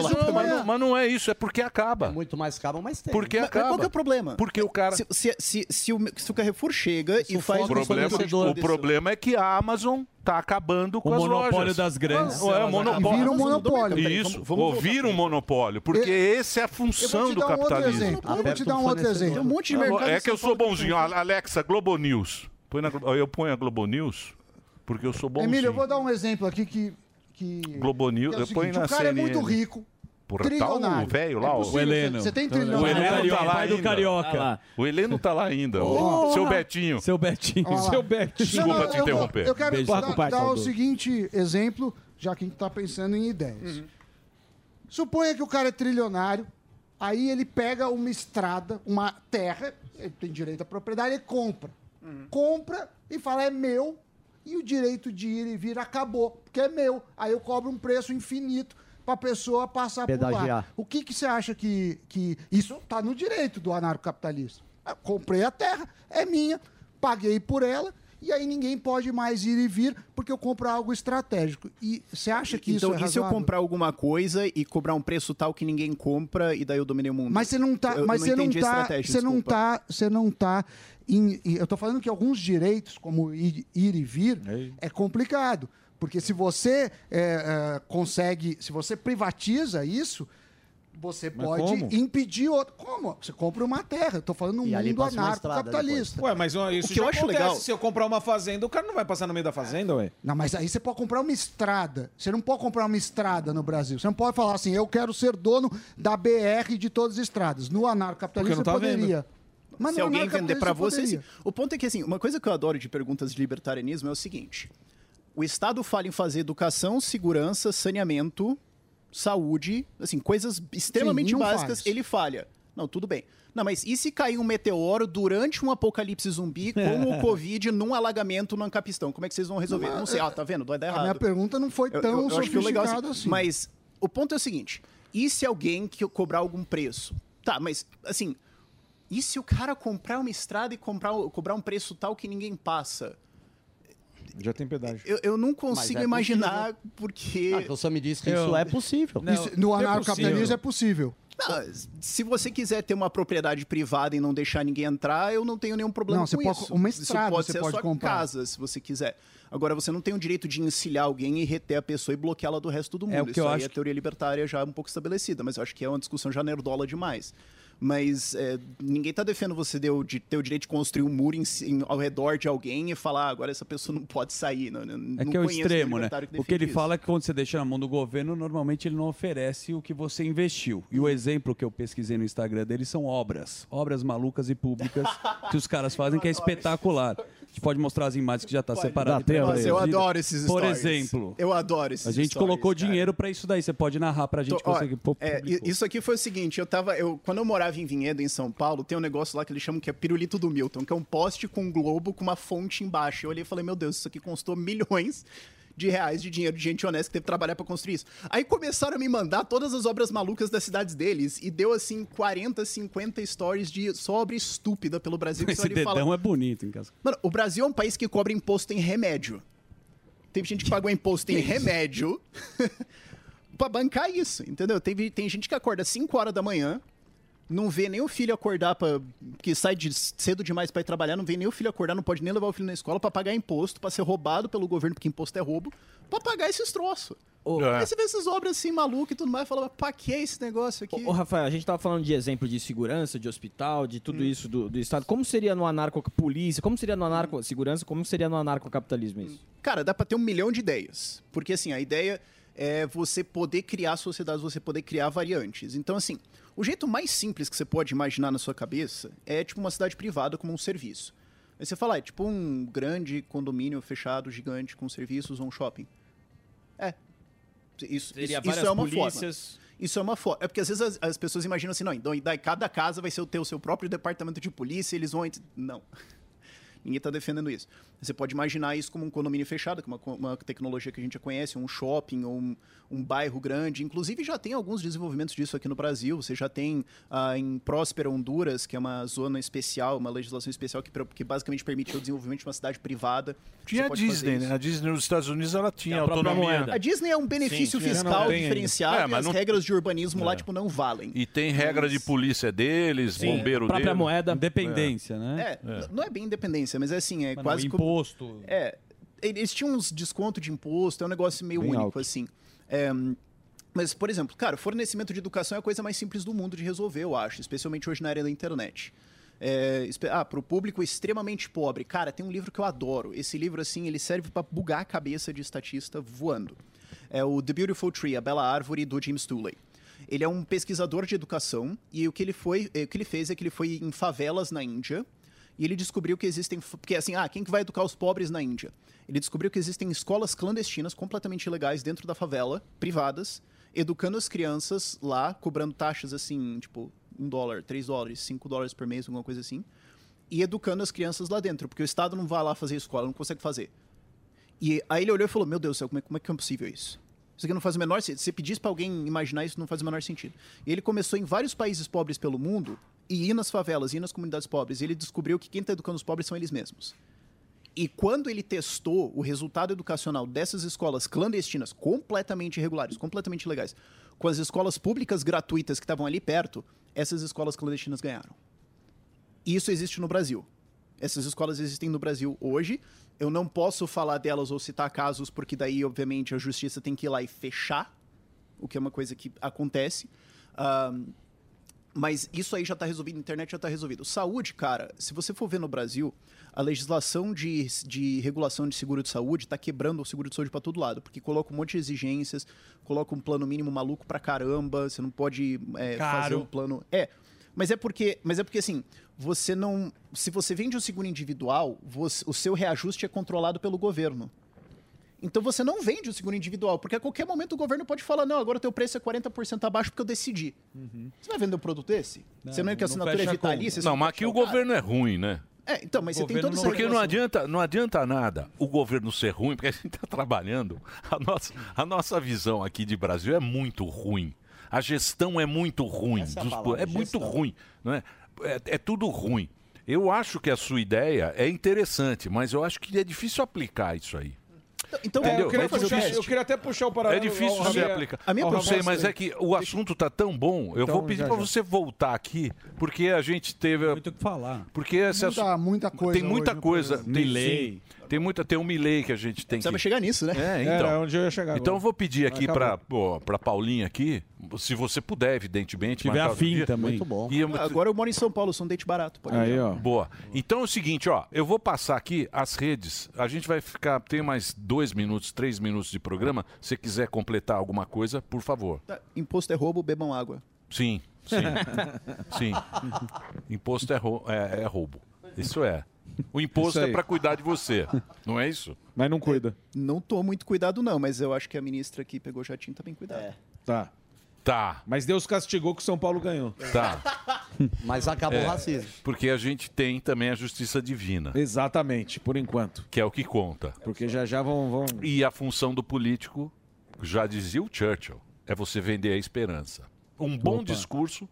[SPEAKER 23] lá.
[SPEAKER 2] não é isso, é porque acaba.
[SPEAKER 23] muito mais caro, mas tem. Porque mas, acaba. Qual que é o problema?
[SPEAKER 2] Porque o cara...
[SPEAKER 23] Se, se, se, se o, se o Carrefour chega e faz... um né?
[SPEAKER 2] o problema, o problema é que a Amazon tá acabando com
[SPEAKER 23] O
[SPEAKER 2] as lojas.
[SPEAKER 23] monopólio das grandes.
[SPEAKER 2] Não, é, o
[SPEAKER 23] Elas
[SPEAKER 2] monopólio.
[SPEAKER 23] acabam. Vira um monopólio. Peraí,
[SPEAKER 2] Isso,
[SPEAKER 23] vamos- vamos
[SPEAKER 2] Ou vira um monopólio, porque essa é a função do capitalismo.
[SPEAKER 9] exemplo. Eu vou te dar um outro exemplo.
[SPEAKER 23] Tem um monte de mercado
[SPEAKER 2] É
[SPEAKER 23] em
[SPEAKER 2] que eu
[SPEAKER 23] São
[SPEAKER 2] sou
[SPEAKER 23] Paulo
[SPEAKER 2] bonzinho.
[SPEAKER 23] tem.
[SPEAKER 2] A- Alexa, Globo News. Põe na Glo- Eu ponho a Globo News porque eu sou bonzinho.
[SPEAKER 9] Emílio, eu vou dar um exemplo aqui que. que
[SPEAKER 2] Globo News,
[SPEAKER 9] que é o
[SPEAKER 2] eu ponho
[SPEAKER 9] seguinte,
[SPEAKER 2] na
[SPEAKER 9] o cara é muito
[SPEAKER 2] CNN.
[SPEAKER 9] rico.
[SPEAKER 2] Porra, tá o
[SPEAKER 9] trilionário.
[SPEAKER 2] velho
[SPEAKER 9] É
[SPEAKER 2] lá,
[SPEAKER 9] possível, você- Você tem
[SPEAKER 23] Então,
[SPEAKER 9] trilionário.
[SPEAKER 2] O Heleno tá
[SPEAKER 9] Carioca,
[SPEAKER 2] lá
[SPEAKER 9] pai do
[SPEAKER 2] ainda.
[SPEAKER 9] Carioca.
[SPEAKER 2] Tá lá. O Heleno tá lá ainda.
[SPEAKER 9] Ó.
[SPEAKER 2] Seu Betinho. Seu Betinho.
[SPEAKER 9] Olha lá. Não,
[SPEAKER 2] Desculpa
[SPEAKER 9] não,
[SPEAKER 2] te
[SPEAKER 9] eu vou-
[SPEAKER 2] interromper.
[SPEAKER 9] Eu quero dar, dar o seguinte exemplo, já que a gente está pensando em
[SPEAKER 2] Uhum.
[SPEAKER 9] ideias. Suponha que o cara é trilionário, aí ele pega uma estrada, uma terra, ele tem direito à propriedade, ele compra. Compra e fala, é meu, e o direito de ir e vir acabou, porque é meu. Aí eu cobro um preço infinito para a pessoa passar por lá.
[SPEAKER 22] Pedagiar.
[SPEAKER 9] O que, que você acha que, que isso está no direito do anarcocapitalista? Eu comprei a terra, é minha, paguei por ela, e aí ninguém pode mais ir e vir porque eu compro algo estratégico. E você acha que isso
[SPEAKER 23] então,
[SPEAKER 9] é
[SPEAKER 23] e se eu
[SPEAKER 9] razoável?
[SPEAKER 23] comprar alguma coisa e cobrar um preço tal que ninguém compra e daí eu dominei o mundo?
[SPEAKER 9] Mas você não tá,
[SPEAKER 23] Eu- eu
[SPEAKER 9] mas você não
[SPEAKER 23] entendi a
[SPEAKER 9] tá,
[SPEAKER 23] estratégia,
[SPEAKER 9] você não
[SPEAKER 23] desculpa.
[SPEAKER 9] tá, você não tá em, em- eu tô falando que alguns direitos como ir, ir e vir é complicado, porque se você é, é, consegue, se você privatiza isso, você
[SPEAKER 3] Mas
[SPEAKER 9] pode
[SPEAKER 3] como?
[SPEAKER 9] impedir outro. Como? Você compra uma terra. Eu tô falando um
[SPEAKER 3] E ali
[SPEAKER 9] mundo
[SPEAKER 3] passa uma estrada
[SPEAKER 9] anarcocapitalista.
[SPEAKER 3] Ué, mas ó, isso
[SPEAKER 9] tá? O que
[SPEAKER 3] já
[SPEAKER 9] eu acho
[SPEAKER 3] acontece.
[SPEAKER 9] legal-
[SPEAKER 3] Se eu comprar uma fazenda, o cara não vai passar no meio da fazenda, ué.
[SPEAKER 9] Não, mas aí você pode comprar uma estrada. Você não pode comprar uma estrada no Brasil. Você não pode falar assim, eu quero ser dono da BR de todas as estradas. No anarcocapitalismo
[SPEAKER 23] Porque
[SPEAKER 9] você
[SPEAKER 23] não tá vendo.
[SPEAKER 9] poderia. Mas
[SPEAKER 23] se
[SPEAKER 9] no
[SPEAKER 23] alguém vender
[SPEAKER 9] anarcocapitalismo
[SPEAKER 23] pra
[SPEAKER 9] você
[SPEAKER 23] você, sim.
[SPEAKER 9] poderia.
[SPEAKER 23] o ponto é que assim, uma coisa que eu adoro de perguntas de libertarianismo é o seguinte: o Estado fala em fazer educação, segurança, saneamento, saúde, assim, coisas extremamente
[SPEAKER 22] não
[SPEAKER 23] básicas,
[SPEAKER 22] faz.
[SPEAKER 23] ele falha. Não, tudo bem. Não, mas e se cair um meteoro durante um apocalipse zumbi com o Covid num alagamento no Ancapistão? Como é que vocês vão resolver?
[SPEAKER 9] Não,
[SPEAKER 23] Não sei,
[SPEAKER 9] é-
[SPEAKER 23] ó, tá vendo? Vai dar
[SPEAKER 9] A minha
[SPEAKER 23] errado.
[SPEAKER 9] pergunta não foi
[SPEAKER 23] Eu-
[SPEAKER 9] tão
[SPEAKER 23] eu- eu acho que o legal é
[SPEAKER 9] sofisticada assim.
[SPEAKER 23] Mas o ponto é o seguinte: e se alguém que cobrar algum preço? Tá, mas assim, e se o cara comprar uma estrada e comprar, cobrar um preço tal que ninguém passa?
[SPEAKER 3] Já tem pedágio.
[SPEAKER 23] Eu, eu não consigo
[SPEAKER 22] é
[SPEAKER 23] imaginar porque.
[SPEAKER 22] Ah, então você me diz que isso é possível.
[SPEAKER 9] Isso- no anarcocapitalismo é possível.
[SPEAKER 23] Ah, se você quiser ter uma propriedade privada e não deixar ninguém entrar, eu não tenho nenhum problema
[SPEAKER 9] Não, você
[SPEAKER 23] com
[SPEAKER 9] pode-
[SPEAKER 23] isso.
[SPEAKER 9] uma
[SPEAKER 23] Isso
[SPEAKER 9] estrada
[SPEAKER 23] pode
[SPEAKER 9] você
[SPEAKER 23] ser
[SPEAKER 9] pode
[SPEAKER 23] a sua
[SPEAKER 9] comprar.
[SPEAKER 23] casa, se você quiser. Agora, você não tem o direito de encilhar alguém e reter a pessoa e bloqueá-la do resto do mundo.
[SPEAKER 22] É o que
[SPEAKER 23] isso
[SPEAKER 22] eu
[SPEAKER 23] aí
[SPEAKER 22] acho
[SPEAKER 23] é
[SPEAKER 22] que-
[SPEAKER 23] teoria libertária já um pouco estabelecida, mas eu acho que é uma discussão já nerdola demais. Mas é, ninguém está defendendo você de, de ter o direito de construir um muro em si- em- ao redor de alguém e falar, "Ah, agora essa pessoa não pode sair. Não, não
[SPEAKER 6] É que é o
[SPEAKER 23] conheço
[SPEAKER 6] extremo, né?
[SPEAKER 23] libertário que
[SPEAKER 6] o que
[SPEAKER 23] defende
[SPEAKER 6] ele
[SPEAKER 23] isso.
[SPEAKER 6] fala é que quando você deixa na mão do governo, normalmente ele não oferece o que você investiu. E o exemplo que eu pesquisei no Instagram dele são obras. Obras malucas e públicas que os caras fazem, que é espetacular. A gente pode mostrar as imagens que já tá separado.
[SPEAKER 22] Dá tempo. Nossa, eu
[SPEAKER 23] adoro esses
[SPEAKER 6] Por
[SPEAKER 23] stories.
[SPEAKER 6] exemplo.
[SPEAKER 23] Eu adoro esses
[SPEAKER 6] A gente
[SPEAKER 23] stories,
[SPEAKER 6] colocou dinheiro pra isso daí. Você pode narrar pra gente
[SPEAKER 23] Tô- ó,
[SPEAKER 6] conseguir... Pô,
[SPEAKER 23] é, i- isso aqui foi o seguinte, eu tava. Eu, quando eu morava em Vinhedo, em São Paulo, tem um negócio lá que eles chamam que é pirulito do Milton, que é um poste com um globo com uma fonte embaixo. Eu olhei e falei, meu Deus, isso aqui custou milhões de reais de dinheiro de gente honesta que teve que trabalhar pra construir isso. Aí começaram a me mandar todas as obras malucas das cidades deles e deu assim 40, 50 stories de só obra estúpida pelo Brasil. que
[SPEAKER 6] Esse
[SPEAKER 23] você olha e
[SPEAKER 6] dedão
[SPEAKER 23] fala,
[SPEAKER 6] é bonito, em casa.
[SPEAKER 23] Mano, o Brasil é um país que cobra imposto em remédio. Tem gente que pagou imposto em remédio pra bancar isso, entendeu? Tem, tem gente que acorda 5 horas da manhã, não vê nem o filho acordar, pra, que sai de- cedo demais pra ir trabalhar, não vê nem o filho acordar, não pode nem levar o filho na escola pra pagar imposto, pra ser roubado pelo governo, porque imposto é roubo, pra pagar esses troços.
[SPEAKER 12] É.
[SPEAKER 22] É.
[SPEAKER 23] Aí você vê essas obras assim, malucas e tudo mais, e fala, pra que esse negócio aqui?
[SPEAKER 22] Ô, Rafael, a gente tava falando de exemplo de segurança, de hospital, de
[SPEAKER 23] Hum.
[SPEAKER 22] tudo isso do, do Estado. Como seria no anarco-polícia? Como seria no anarco-segurança? Como seria no anarcocapitalismo isso?
[SPEAKER 23] Cara, dá pra ter um milhão de ideias. Porque, assim, a ideia é você poder criar sociedades, você poder criar variantes. Então, assim, o jeito mais simples que você pode imaginar na sua cabeça é, tipo, uma cidade privada como um serviço. Aí você fala, ah, é tipo um grande condomínio fechado, gigante, com serviços, um shopping. É. Isso,
[SPEAKER 22] Teria
[SPEAKER 23] isso- isso
[SPEAKER 22] várias
[SPEAKER 23] é uma
[SPEAKER 22] polícias.
[SPEAKER 23] forma. Isso é uma forma. É porque às vezes as, as pessoas imaginam assim, não, então daí cada casa vai ser o teu seu próprio departamento de polícia, eles vão... ent- Não. Ninguém está defendendo isso. Você pode imaginar isso como um condomínio fechado, que é uma, co- uma tecnologia que a gente já conhece, um shopping ou um, um bairro grande. Inclusive, já tem alguns desenvolvimentos disso aqui no Brasil. Você já tem ah, em Próspera, Honduras, que é uma zona especial, uma legislação especial que, pro- que basicamente permite o desenvolvimento de uma cidade privada.
[SPEAKER 4] Tinha
[SPEAKER 23] Você
[SPEAKER 4] a
[SPEAKER 23] pode fazer
[SPEAKER 4] Disney,
[SPEAKER 23] isso.
[SPEAKER 4] né? A Disney nos Estados Unidos ela tinha
[SPEAKER 23] é A própria
[SPEAKER 4] autonomia.
[SPEAKER 23] moeda. A Disney é um benefício
[SPEAKER 4] Sim, sim. Não,
[SPEAKER 23] fiscal
[SPEAKER 4] tem ainda.
[SPEAKER 23] diferenciado
[SPEAKER 4] É,
[SPEAKER 23] e
[SPEAKER 4] mas
[SPEAKER 23] as
[SPEAKER 4] não- É.
[SPEAKER 23] regras de urbanismo lá, tipo, não valem.
[SPEAKER 2] E tem regra de polícia deles,
[SPEAKER 23] Sim,
[SPEAKER 2] bombeiro
[SPEAKER 23] própria
[SPEAKER 2] deles.
[SPEAKER 23] moeda.
[SPEAKER 6] Dependência,
[SPEAKER 9] né?
[SPEAKER 23] É, n- não é bem independência, mas é assim,
[SPEAKER 6] né?
[SPEAKER 23] é
[SPEAKER 6] Mas não,
[SPEAKER 23] quase
[SPEAKER 6] imposto.
[SPEAKER 23] como- É, eles tinham uns desconto de imposto, é um negócio meio
[SPEAKER 6] Bem
[SPEAKER 23] único
[SPEAKER 6] alto.
[SPEAKER 23] assim. É, hum, mas, por exemplo, cara, fornecimento de educação é a coisa mais simples do mundo de resolver, eu acho, especialmente hoje na área da internet. É, espe- ah, pro público extremamente pobre. Cara, tem um livro que eu adoro. Esse livro, assim, ele serve pra bugar a cabeça de estatista voando. É o The Beautiful Tree, A Bela Árvore, do James Tooley. Ele é um pesquisador de educação e o que ele foi, eh, o que ele fez é que ele foi em favelas na Índia e ele descobriu que existem, f- porque assim, ah, quem que vai educar os pobres na Índia? Ele descobriu que existem escolas clandestinas completamente ilegais dentro da favela, privadas, educando as crianças lá, cobrando taxas assim, tipo, um dólar, três dólares, cinco dólares por mês, alguma coisa assim, e educando as crianças lá dentro, porque o Estado não vai lá fazer escola, não consegue fazer. E aí ele olhou e falou: Meu Deus do céu, como é, como é que é possível isso? Isso aqui não faz o menor sentido. Se você pedisse pra alguém imaginar isso, não faz o menor sentido. E ele começou em vários países pobres pelo mundo e ir nas favelas, ir nas comunidades pobres. E ele descobriu que quem tá educando os pobres são eles mesmos. E quando ele testou o resultado educacional dessas escolas clandestinas, completamente irregulares, completamente ilegais, com as escolas públicas gratuitas que estavam ali perto, essas escolas clandestinas ganharam. E isso existe no Brasil. Essas escolas existem no Brasil hoje. Eu não posso falar delas ou citar casos, porque daí, obviamente, a justiça tem que ir lá e fechar, o que é uma coisa que acontece. Ahn, mas isso aí já está resolvido, a internet já está resolvido. Saúde, cara, se você for ver no Brasil, a legislação de, de regulação de seguro de saúde está quebrando o seguro de saúde para todo lado, porque coloca um monte de exigências, coloca um plano mínimo maluco pra caramba, você não pode é, fazer
[SPEAKER 4] Caro.
[SPEAKER 23] um plano. É, mas é porque, mas é porque assim, você não, se você vende o seguro individual, você- o seu reajuste é controlado pelo governo. Então você não vende o seguro individual, porque a qualquer momento o governo pode falar: não, agora o teu preço é 40% abaixo porque eu decidi. Você vai vender um produto desse? você não é que a assinatura é vitalícia? você
[SPEAKER 2] Não, mas aqui o governo é ruim, né?
[SPEAKER 23] É, então, mas você tem todo esse
[SPEAKER 2] Porque não adianta, não adianta nada o governo ser ruim, porque a gente está trabalhando. A nossa, a nossa visão aqui de Brasil é muito ruim. A gestão é muito ruim.
[SPEAKER 4] Essa é a
[SPEAKER 2] Dos-
[SPEAKER 4] palavra,
[SPEAKER 2] é muito
[SPEAKER 4] gestão.
[SPEAKER 2] ruim. Não é? É, é tudo ruim. Eu acho que a sua ideia é interessante, mas eu acho que é difícil aplicar isso aí.
[SPEAKER 23] Então,
[SPEAKER 2] Entendeu?
[SPEAKER 3] eu, queria
[SPEAKER 2] É
[SPEAKER 3] puxar-
[SPEAKER 2] difícil.
[SPEAKER 3] eu queria até puxar o paralelo.
[SPEAKER 2] É difícil
[SPEAKER 3] ao-
[SPEAKER 2] você
[SPEAKER 3] a minha-
[SPEAKER 2] aplicar.
[SPEAKER 3] a minha
[SPEAKER 2] eu sei,
[SPEAKER 3] proposta-
[SPEAKER 2] mas é que o assunto tá tão bom. Eu
[SPEAKER 3] Então,
[SPEAKER 2] vou pedir
[SPEAKER 3] já,
[SPEAKER 2] para
[SPEAKER 3] já.
[SPEAKER 2] você voltar aqui, porque a gente teve. Muito o que falar. Porque esse
[SPEAKER 9] Muita-
[SPEAKER 2] assu-
[SPEAKER 9] muita coisa
[SPEAKER 2] Tem muita
[SPEAKER 9] hoje no
[SPEAKER 2] coisa.
[SPEAKER 9] programa.
[SPEAKER 2] Tem,
[SPEAKER 9] Milei.
[SPEAKER 2] sim. Tem muita. Tem um Milley que a gente tem.
[SPEAKER 23] Precisava
[SPEAKER 2] que...
[SPEAKER 23] chegar nisso, né?
[SPEAKER 2] É, então.
[SPEAKER 23] Era onde eu ia chegar
[SPEAKER 2] Então
[SPEAKER 23] agora.
[SPEAKER 2] eu vou pedir aqui
[SPEAKER 23] Acabou.
[SPEAKER 2] para para Paulinha aqui, se você puder, evidentemente.
[SPEAKER 23] Tiver
[SPEAKER 2] marcar o
[SPEAKER 23] afim
[SPEAKER 2] dia.
[SPEAKER 23] também. Muito bom.
[SPEAKER 2] E eu-
[SPEAKER 23] Ah, Agora eu moro em São Paulo, sou um date barato. Pode ir.
[SPEAKER 2] Boa. Então é o seguinte, ó, eu vou passar aqui as redes. A gente vai ficar, tem mais dois minutos, três minutos de programa. Se quiser completar alguma coisa, por favor.
[SPEAKER 23] Tá, Imposto é roubo, bebam água.
[SPEAKER 2] Sim, sim, sim. Imposto é, rou- é- é roubo. Isso é. O imposto
[SPEAKER 23] Isso
[SPEAKER 2] é
[SPEAKER 23] aí.
[SPEAKER 2] para cuidar de você, não é isso?
[SPEAKER 23] Mas não cuida. Não tô muito cuidado, não, mas eu acho que a ministra que pegou o jatinho tá bem cuidada.
[SPEAKER 3] Tá.
[SPEAKER 2] Tá.
[SPEAKER 3] Mas Deus castigou que o São Paulo ganhou.
[SPEAKER 2] Tá.
[SPEAKER 23] Mas
[SPEAKER 3] acabou
[SPEAKER 2] É,
[SPEAKER 3] o racismo.
[SPEAKER 2] Porque a gente tem também a justiça divina.
[SPEAKER 3] Exatamente, por enquanto.
[SPEAKER 2] Que é o que conta.
[SPEAKER 3] Porque já já vão. vão...
[SPEAKER 2] E a função do político, já dizia o Churchill, é você vender a esperança. Um bom
[SPEAKER 4] Opa.
[SPEAKER 2] discurso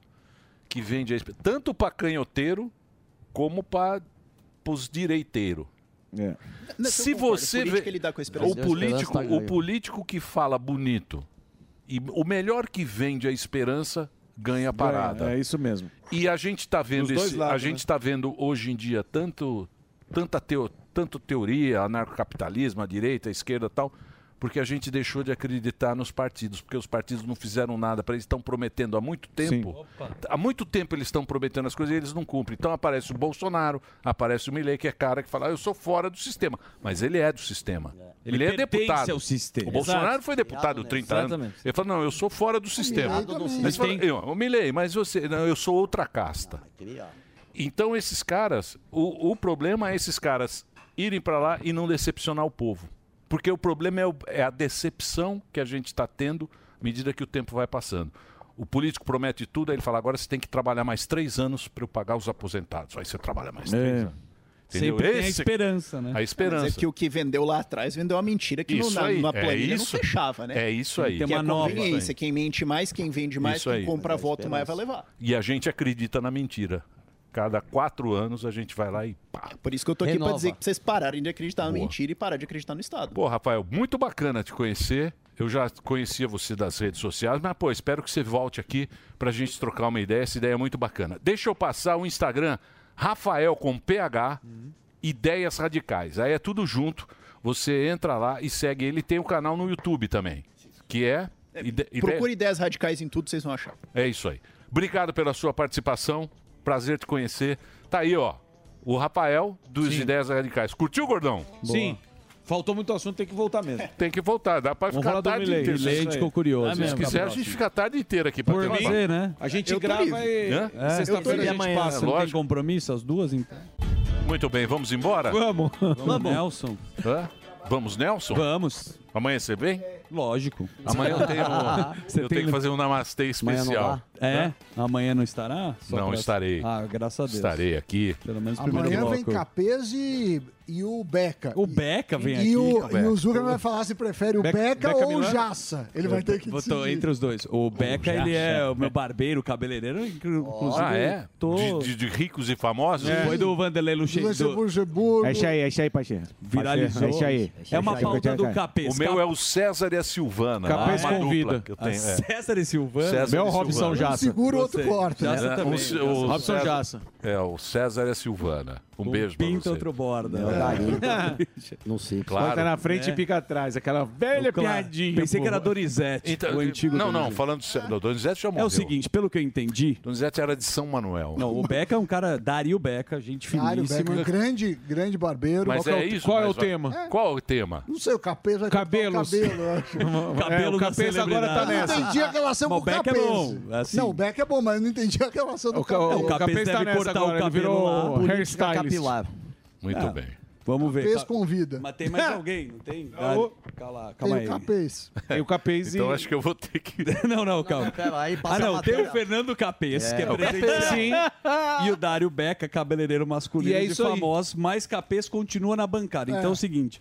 [SPEAKER 2] que vende a esperança, tanto para canhoteiro como para os direiteiros.
[SPEAKER 3] É.
[SPEAKER 2] Se
[SPEAKER 23] concordo.
[SPEAKER 2] você
[SPEAKER 23] O político,
[SPEAKER 2] vê-
[SPEAKER 23] ele dá com a esperança.
[SPEAKER 2] o
[SPEAKER 23] A esperança
[SPEAKER 2] político,
[SPEAKER 23] tá
[SPEAKER 2] o
[SPEAKER 23] ganha.
[SPEAKER 2] político que fala bonito e o melhor que vende a esperança ganha a parada.
[SPEAKER 3] É, é isso mesmo.
[SPEAKER 2] E a gente está vendo
[SPEAKER 3] Dos dois
[SPEAKER 2] esse-
[SPEAKER 3] lados,
[SPEAKER 2] a gente
[SPEAKER 3] né?
[SPEAKER 2] tá vendo hoje em dia tanto tanta teo, tanto teoria, anarcocapitalismo, a direita, a esquerda, e tal, porque a gente deixou de acreditar nos partidos, porque os partidos não fizeram nada para eles estão prometendo há muito tempo. Há muito tempo eles estão prometendo as coisas e eles não cumprem. Então aparece o Bolsonaro, aparece o Milei que é cara que fala: "Ah, "Eu sou fora do sistema". Mas ele é do sistema.
[SPEAKER 6] Ele
[SPEAKER 2] Ele, é
[SPEAKER 6] pertence
[SPEAKER 2] deputado.
[SPEAKER 6] ao sistema.
[SPEAKER 2] O Bolsonaro
[SPEAKER 6] Exato.
[SPEAKER 2] foi deputado
[SPEAKER 6] Obrigado,
[SPEAKER 2] 30 anos.
[SPEAKER 6] Exatamente.
[SPEAKER 2] Ele falou: "Não, eu sou fora do sistema".
[SPEAKER 6] Obrigado, não
[SPEAKER 2] Mas
[SPEAKER 6] sei.
[SPEAKER 2] fala, eu, eu me leio, mas você, não, eu sou outra casta. Então esses caras, o, o problema é esses caras irem para lá e não decepcionar o povo. Porque o problema é, o- é a decepção que a gente está tendo à medida que o tempo vai passando. O político promete tudo, aí ele fala, agora você tem que trabalhar mais três anos para eu pagar os aposentados. Aí você trabalha mais três
[SPEAKER 3] É.
[SPEAKER 2] anos. Entendeu?
[SPEAKER 6] Sempre tem a
[SPEAKER 2] Esse- é
[SPEAKER 6] esperança, né?
[SPEAKER 2] A esperança.
[SPEAKER 23] Mas é que o que vendeu lá atrás vendeu uma mentira que
[SPEAKER 2] Isso
[SPEAKER 23] não, na-
[SPEAKER 2] aí,
[SPEAKER 23] numa
[SPEAKER 2] é
[SPEAKER 23] planilha
[SPEAKER 2] isso.
[SPEAKER 23] não fechava, né?
[SPEAKER 2] É isso aí. É
[SPEAKER 23] Tem
[SPEAKER 2] Tem
[SPEAKER 23] uma
[SPEAKER 2] uma
[SPEAKER 23] é
[SPEAKER 2] nova.
[SPEAKER 23] conveniência. Quem mente mais, quem vende mais,
[SPEAKER 2] Isso
[SPEAKER 23] quem
[SPEAKER 2] aí.
[SPEAKER 23] compra voto mais vai levar.
[SPEAKER 2] E a gente acredita na mentira. Cada quatro anos a gente vai lá e pá.
[SPEAKER 23] É Por isso que eu tô aqui pra dizer que vocês pararem de acreditar na mentira e parar de acreditar no Estado.
[SPEAKER 2] Pô, Rafael, muito bacana te conhecer. Eu já conhecia você das redes sociais, mas, pô, espero que você volte aqui pra gente trocar uma ideia. Essa ideia é muito bacana. Deixa eu passar o Instagram, Rafael com PH, Ideias Radicais. Aí é tudo junto. Você entra lá e segue ele. Tem o canal no YouTube também, que é... Ide... Ide-
[SPEAKER 23] Procure ideias radicais em tudo, vocês vão achar.
[SPEAKER 2] É isso aí. Obrigado pela sua participação. Prazer te conhecer. Tá aí, ó. O Rafael dos Ideias Radicais. Curtiu, gordão?
[SPEAKER 3] Sim. Faltou muito assunto, tem que voltar mesmo.
[SPEAKER 2] Tem que voltar, dá pra
[SPEAKER 3] Vamos
[SPEAKER 2] ficar
[SPEAKER 3] falar
[SPEAKER 2] a
[SPEAKER 3] do
[SPEAKER 2] tarde
[SPEAKER 3] Milei.
[SPEAKER 2] inteira.
[SPEAKER 3] Milei,
[SPEAKER 2] Isso aí.
[SPEAKER 3] ficou curioso.
[SPEAKER 2] Se
[SPEAKER 3] É mesmo,
[SPEAKER 2] quiser, a
[SPEAKER 3] próximo.
[SPEAKER 2] gente fica a tarde inteira aqui pra
[SPEAKER 6] Por mim, né?
[SPEAKER 2] A
[SPEAKER 3] gente grava e- É.
[SPEAKER 6] Sexta-feira
[SPEAKER 2] Eu tô
[SPEAKER 6] a gente
[SPEAKER 2] livre.
[SPEAKER 6] passa.
[SPEAKER 2] É,
[SPEAKER 6] Não tem
[SPEAKER 2] lógico.
[SPEAKER 6] compromisso as duas, então?
[SPEAKER 2] Muito bem, vamos embora?
[SPEAKER 6] Vamos. Vamos,
[SPEAKER 2] Nelson. Vamos, Nelson? Vamos. Amanhã você vem? Lógico. Amanhã eu tenho,
[SPEAKER 6] Você
[SPEAKER 2] eu
[SPEAKER 6] tem-
[SPEAKER 2] tenho que fazer um namastê
[SPEAKER 6] Amanhã não
[SPEAKER 2] especial.
[SPEAKER 6] dá? É? Amanhã não estará? Só
[SPEAKER 2] Não,
[SPEAKER 6] pra-
[SPEAKER 2] estarei.
[SPEAKER 6] Ah, graças a Deus.
[SPEAKER 2] Estarei aqui.
[SPEAKER 6] Pelo menos primeiro
[SPEAKER 9] Amanhã vem
[SPEAKER 6] bloco.
[SPEAKER 9] Capês e, e o Beca.
[SPEAKER 6] O Beca vem
[SPEAKER 9] e
[SPEAKER 6] aqui.
[SPEAKER 9] O, e o Zuckerman vai falar se prefere o Beca, ou o
[SPEAKER 6] Milano?
[SPEAKER 9] Jaça. Ele vai
[SPEAKER 6] Eu
[SPEAKER 9] ter que
[SPEAKER 6] vou-
[SPEAKER 9] decidir.
[SPEAKER 6] tô entre os dois. O Beca, ele é o meu barbeiro, cabeleireiro, inclu- inclusive.
[SPEAKER 2] Ah, é?
[SPEAKER 6] Tô...
[SPEAKER 2] De, de- de ricos e famosos?
[SPEAKER 6] É. Foi do Vanderlei Luxemburgo.
[SPEAKER 9] Luxemburgo.
[SPEAKER 17] É isso aí, é isso aí, Pacheco.
[SPEAKER 6] Viralizou.
[SPEAKER 17] É isso aí.
[SPEAKER 6] É uma pauta do Capês.
[SPEAKER 2] O meu é o César e a Silvana.
[SPEAKER 17] Capês
[SPEAKER 2] Ah, uma dupla
[SPEAKER 17] convida.
[SPEAKER 2] Que eu tenho, é.
[SPEAKER 6] um Ah, César e Silvana.
[SPEAKER 2] César
[SPEAKER 17] Meu
[SPEAKER 2] e
[SPEAKER 17] Robson
[SPEAKER 2] Silvana.
[SPEAKER 17] Jaça. Um segura, outro
[SPEAKER 2] Gostei.
[SPEAKER 17] corta.
[SPEAKER 9] né?
[SPEAKER 6] Jaça também.
[SPEAKER 2] O C- o
[SPEAKER 6] Robson
[SPEAKER 2] César-
[SPEAKER 6] Jaça.
[SPEAKER 2] É, o César e a Silvana. Um, beijo pra
[SPEAKER 6] pinta,
[SPEAKER 2] você.
[SPEAKER 6] outro borda.
[SPEAKER 17] tá Não sei. É.
[SPEAKER 2] Claro.
[SPEAKER 17] Bota na frente
[SPEAKER 2] Né?
[SPEAKER 17] e pica atrás. Aquela velha piadinha. pô.
[SPEAKER 6] Dorizete,
[SPEAKER 2] o antigo. Então, Não, não, falando sério. não, Donizete já morreu.
[SPEAKER 6] É o seguinte, pelo que eu entendi...
[SPEAKER 2] Donizete era de São Manuel.
[SPEAKER 6] Não, o Beca é um cara... Dario Beca, gente
[SPEAKER 9] Dário
[SPEAKER 6] finíssima.
[SPEAKER 9] Beca, é grande, grande barbeiro.
[SPEAKER 2] Mas é isso. mas vai- Qual é o tema?
[SPEAKER 9] Não sei, o Capês vai
[SPEAKER 2] Cabelos.
[SPEAKER 9] cortar o cabelo, eu acho.
[SPEAKER 2] Cabelo É, o da Capês agora tá celebridade. nessa.
[SPEAKER 9] Eu não entendi a relação
[SPEAKER 2] Mas
[SPEAKER 9] com
[SPEAKER 2] o
[SPEAKER 9] o
[SPEAKER 2] Beck é
[SPEAKER 9] Capês.
[SPEAKER 2] bom, assim.
[SPEAKER 9] Não, o Beck é bom, mas eu não entendi a relação do
[SPEAKER 17] ca-
[SPEAKER 9] Capês.
[SPEAKER 17] o Capês Capês tá deve nessa cortar o agora, ele cabelo virou lá. Política
[SPEAKER 2] tá
[SPEAKER 17] hairstylist. capilar.
[SPEAKER 2] Muito
[SPEAKER 6] Ah,
[SPEAKER 2] bem.
[SPEAKER 6] Vamos ver.
[SPEAKER 9] Capês
[SPEAKER 6] Ca-
[SPEAKER 9] convida.
[SPEAKER 6] Mas tem mais alguém, não tem?
[SPEAKER 17] Alô?
[SPEAKER 6] Cala,
[SPEAKER 9] Tem
[SPEAKER 6] calma
[SPEAKER 9] o
[SPEAKER 6] aí.
[SPEAKER 9] Capês.
[SPEAKER 17] Tem o Capês e-
[SPEAKER 2] Então acho que eu vou ter que.
[SPEAKER 6] não, não, calma.
[SPEAKER 17] peraí, passa
[SPEAKER 6] ah,
[SPEAKER 17] a
[SPEAKER 6] não, tem
[SPEAKER 17] matéria.
[SPEAKER 6] o Fernando Capês,
[SPEAKER 17] É,
[SPEAKER 6] que é
[SPEAKER 17] o
[SPEAKER 6] presidente.
[SPEAKER 17] Capês.
[SPEAKER 6] E o Dário Beca, cabeleireiro masculino
[SPEAKER 17] E é
[SPEAKER 6] de
[SPEAKER 17] isso aí.
[SPEAKER 6] famosos, mas Capês continua na bancada. Então é o seguinte,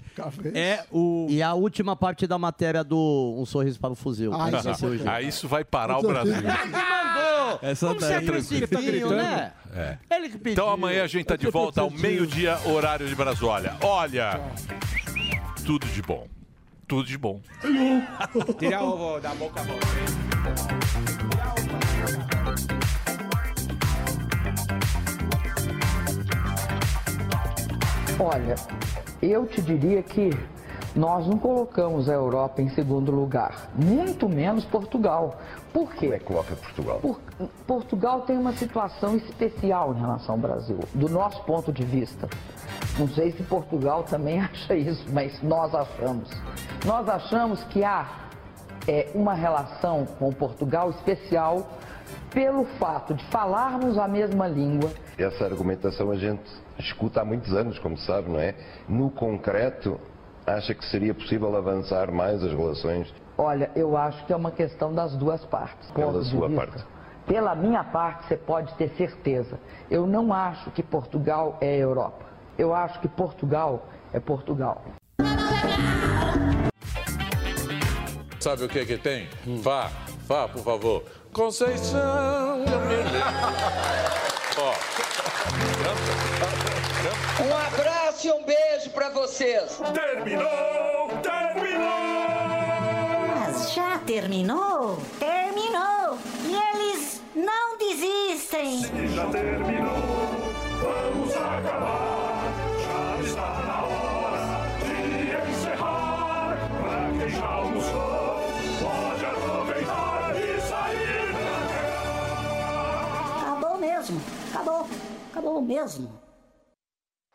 [SPEAKER 6] é o...
[SPEAKER 24] E a última parte da matéria do Um Sorriso para o Fuzil.
[SPEAKER 2] Ah,
[SPEAKER 24] Esse é o jeito.
[SPEAKER 2] isso vai parar o Brasil.
[SPEAKER 24] mandou!
[SPEAKER 6] Essa
[SPEAKER 24] Vamos
[SPEAKER 6] daí.
[SPEAKER 24] seguir o
[SPEAKER 6] Tranquilo.
[SPEAKER 24] ciclinho, né?
[SPEAKER 2] É.
[SPEAKER 24] Ele que pediu.
[SPEAKER 2] Então amanhã a gente tá de volta ao meio-dia, horário de Brasólia. Olha, tudo de bom. Tudo de bom.
[SPEAKER 17] Tirar o ovo da boca.
[SPEAKER 13] Olha, eu te diria que nós não colocamos a Europa em segundo lugar, muito menos Portugal. Por quê? Como é que coloca Portugal? Portugal tem uma situação especial em relação ao Brasil, do nosso ponto de vista. Não sei se Portugal também acha isso, mas nós achamos. Nós achamos que há é, uma relação com Portugal especial pelo fato de falarmos a mesma língua,
[SPEAKER 14] Essa argumentação a gente escuta há muitos anos, como sabe, não é? No concreto, acha que seria possível avançar mais as relações
[SPEAKER 13] Olha, eu acho que é uma questão das duas partes.
[SPEAKER 14] pela
[SPEAKER 13] ponto de
[SPEAKER 14] sua
[SPEAKER 13] vista.
[SPEAKER 14] parte?
[SPEAKER 13] Pela minha parte, você pode ter certeza. Eu não acho que Portugal é Europa. Eu acho que Portugal é Portugal.
[SPEAKER 25] Sabe o que que tem? Vá, vá, por favor. Conceição, eu me lembro. Ó,
[SPEAKER 26] Um abraço e um beijo pra vocês. Terminou, terminou.
[SPEAKER 27] Mas já terminou? Terminou! E eles não desistem!
[SPEAKER 1] Se já terminou, vamos acabar. Já está na hora de encerrar. Pra quem já almoçou, pode aproveitar e sair pra cá.
[SPEAKER 27] Acabou mesmo! Acabou! Acabou mesmo!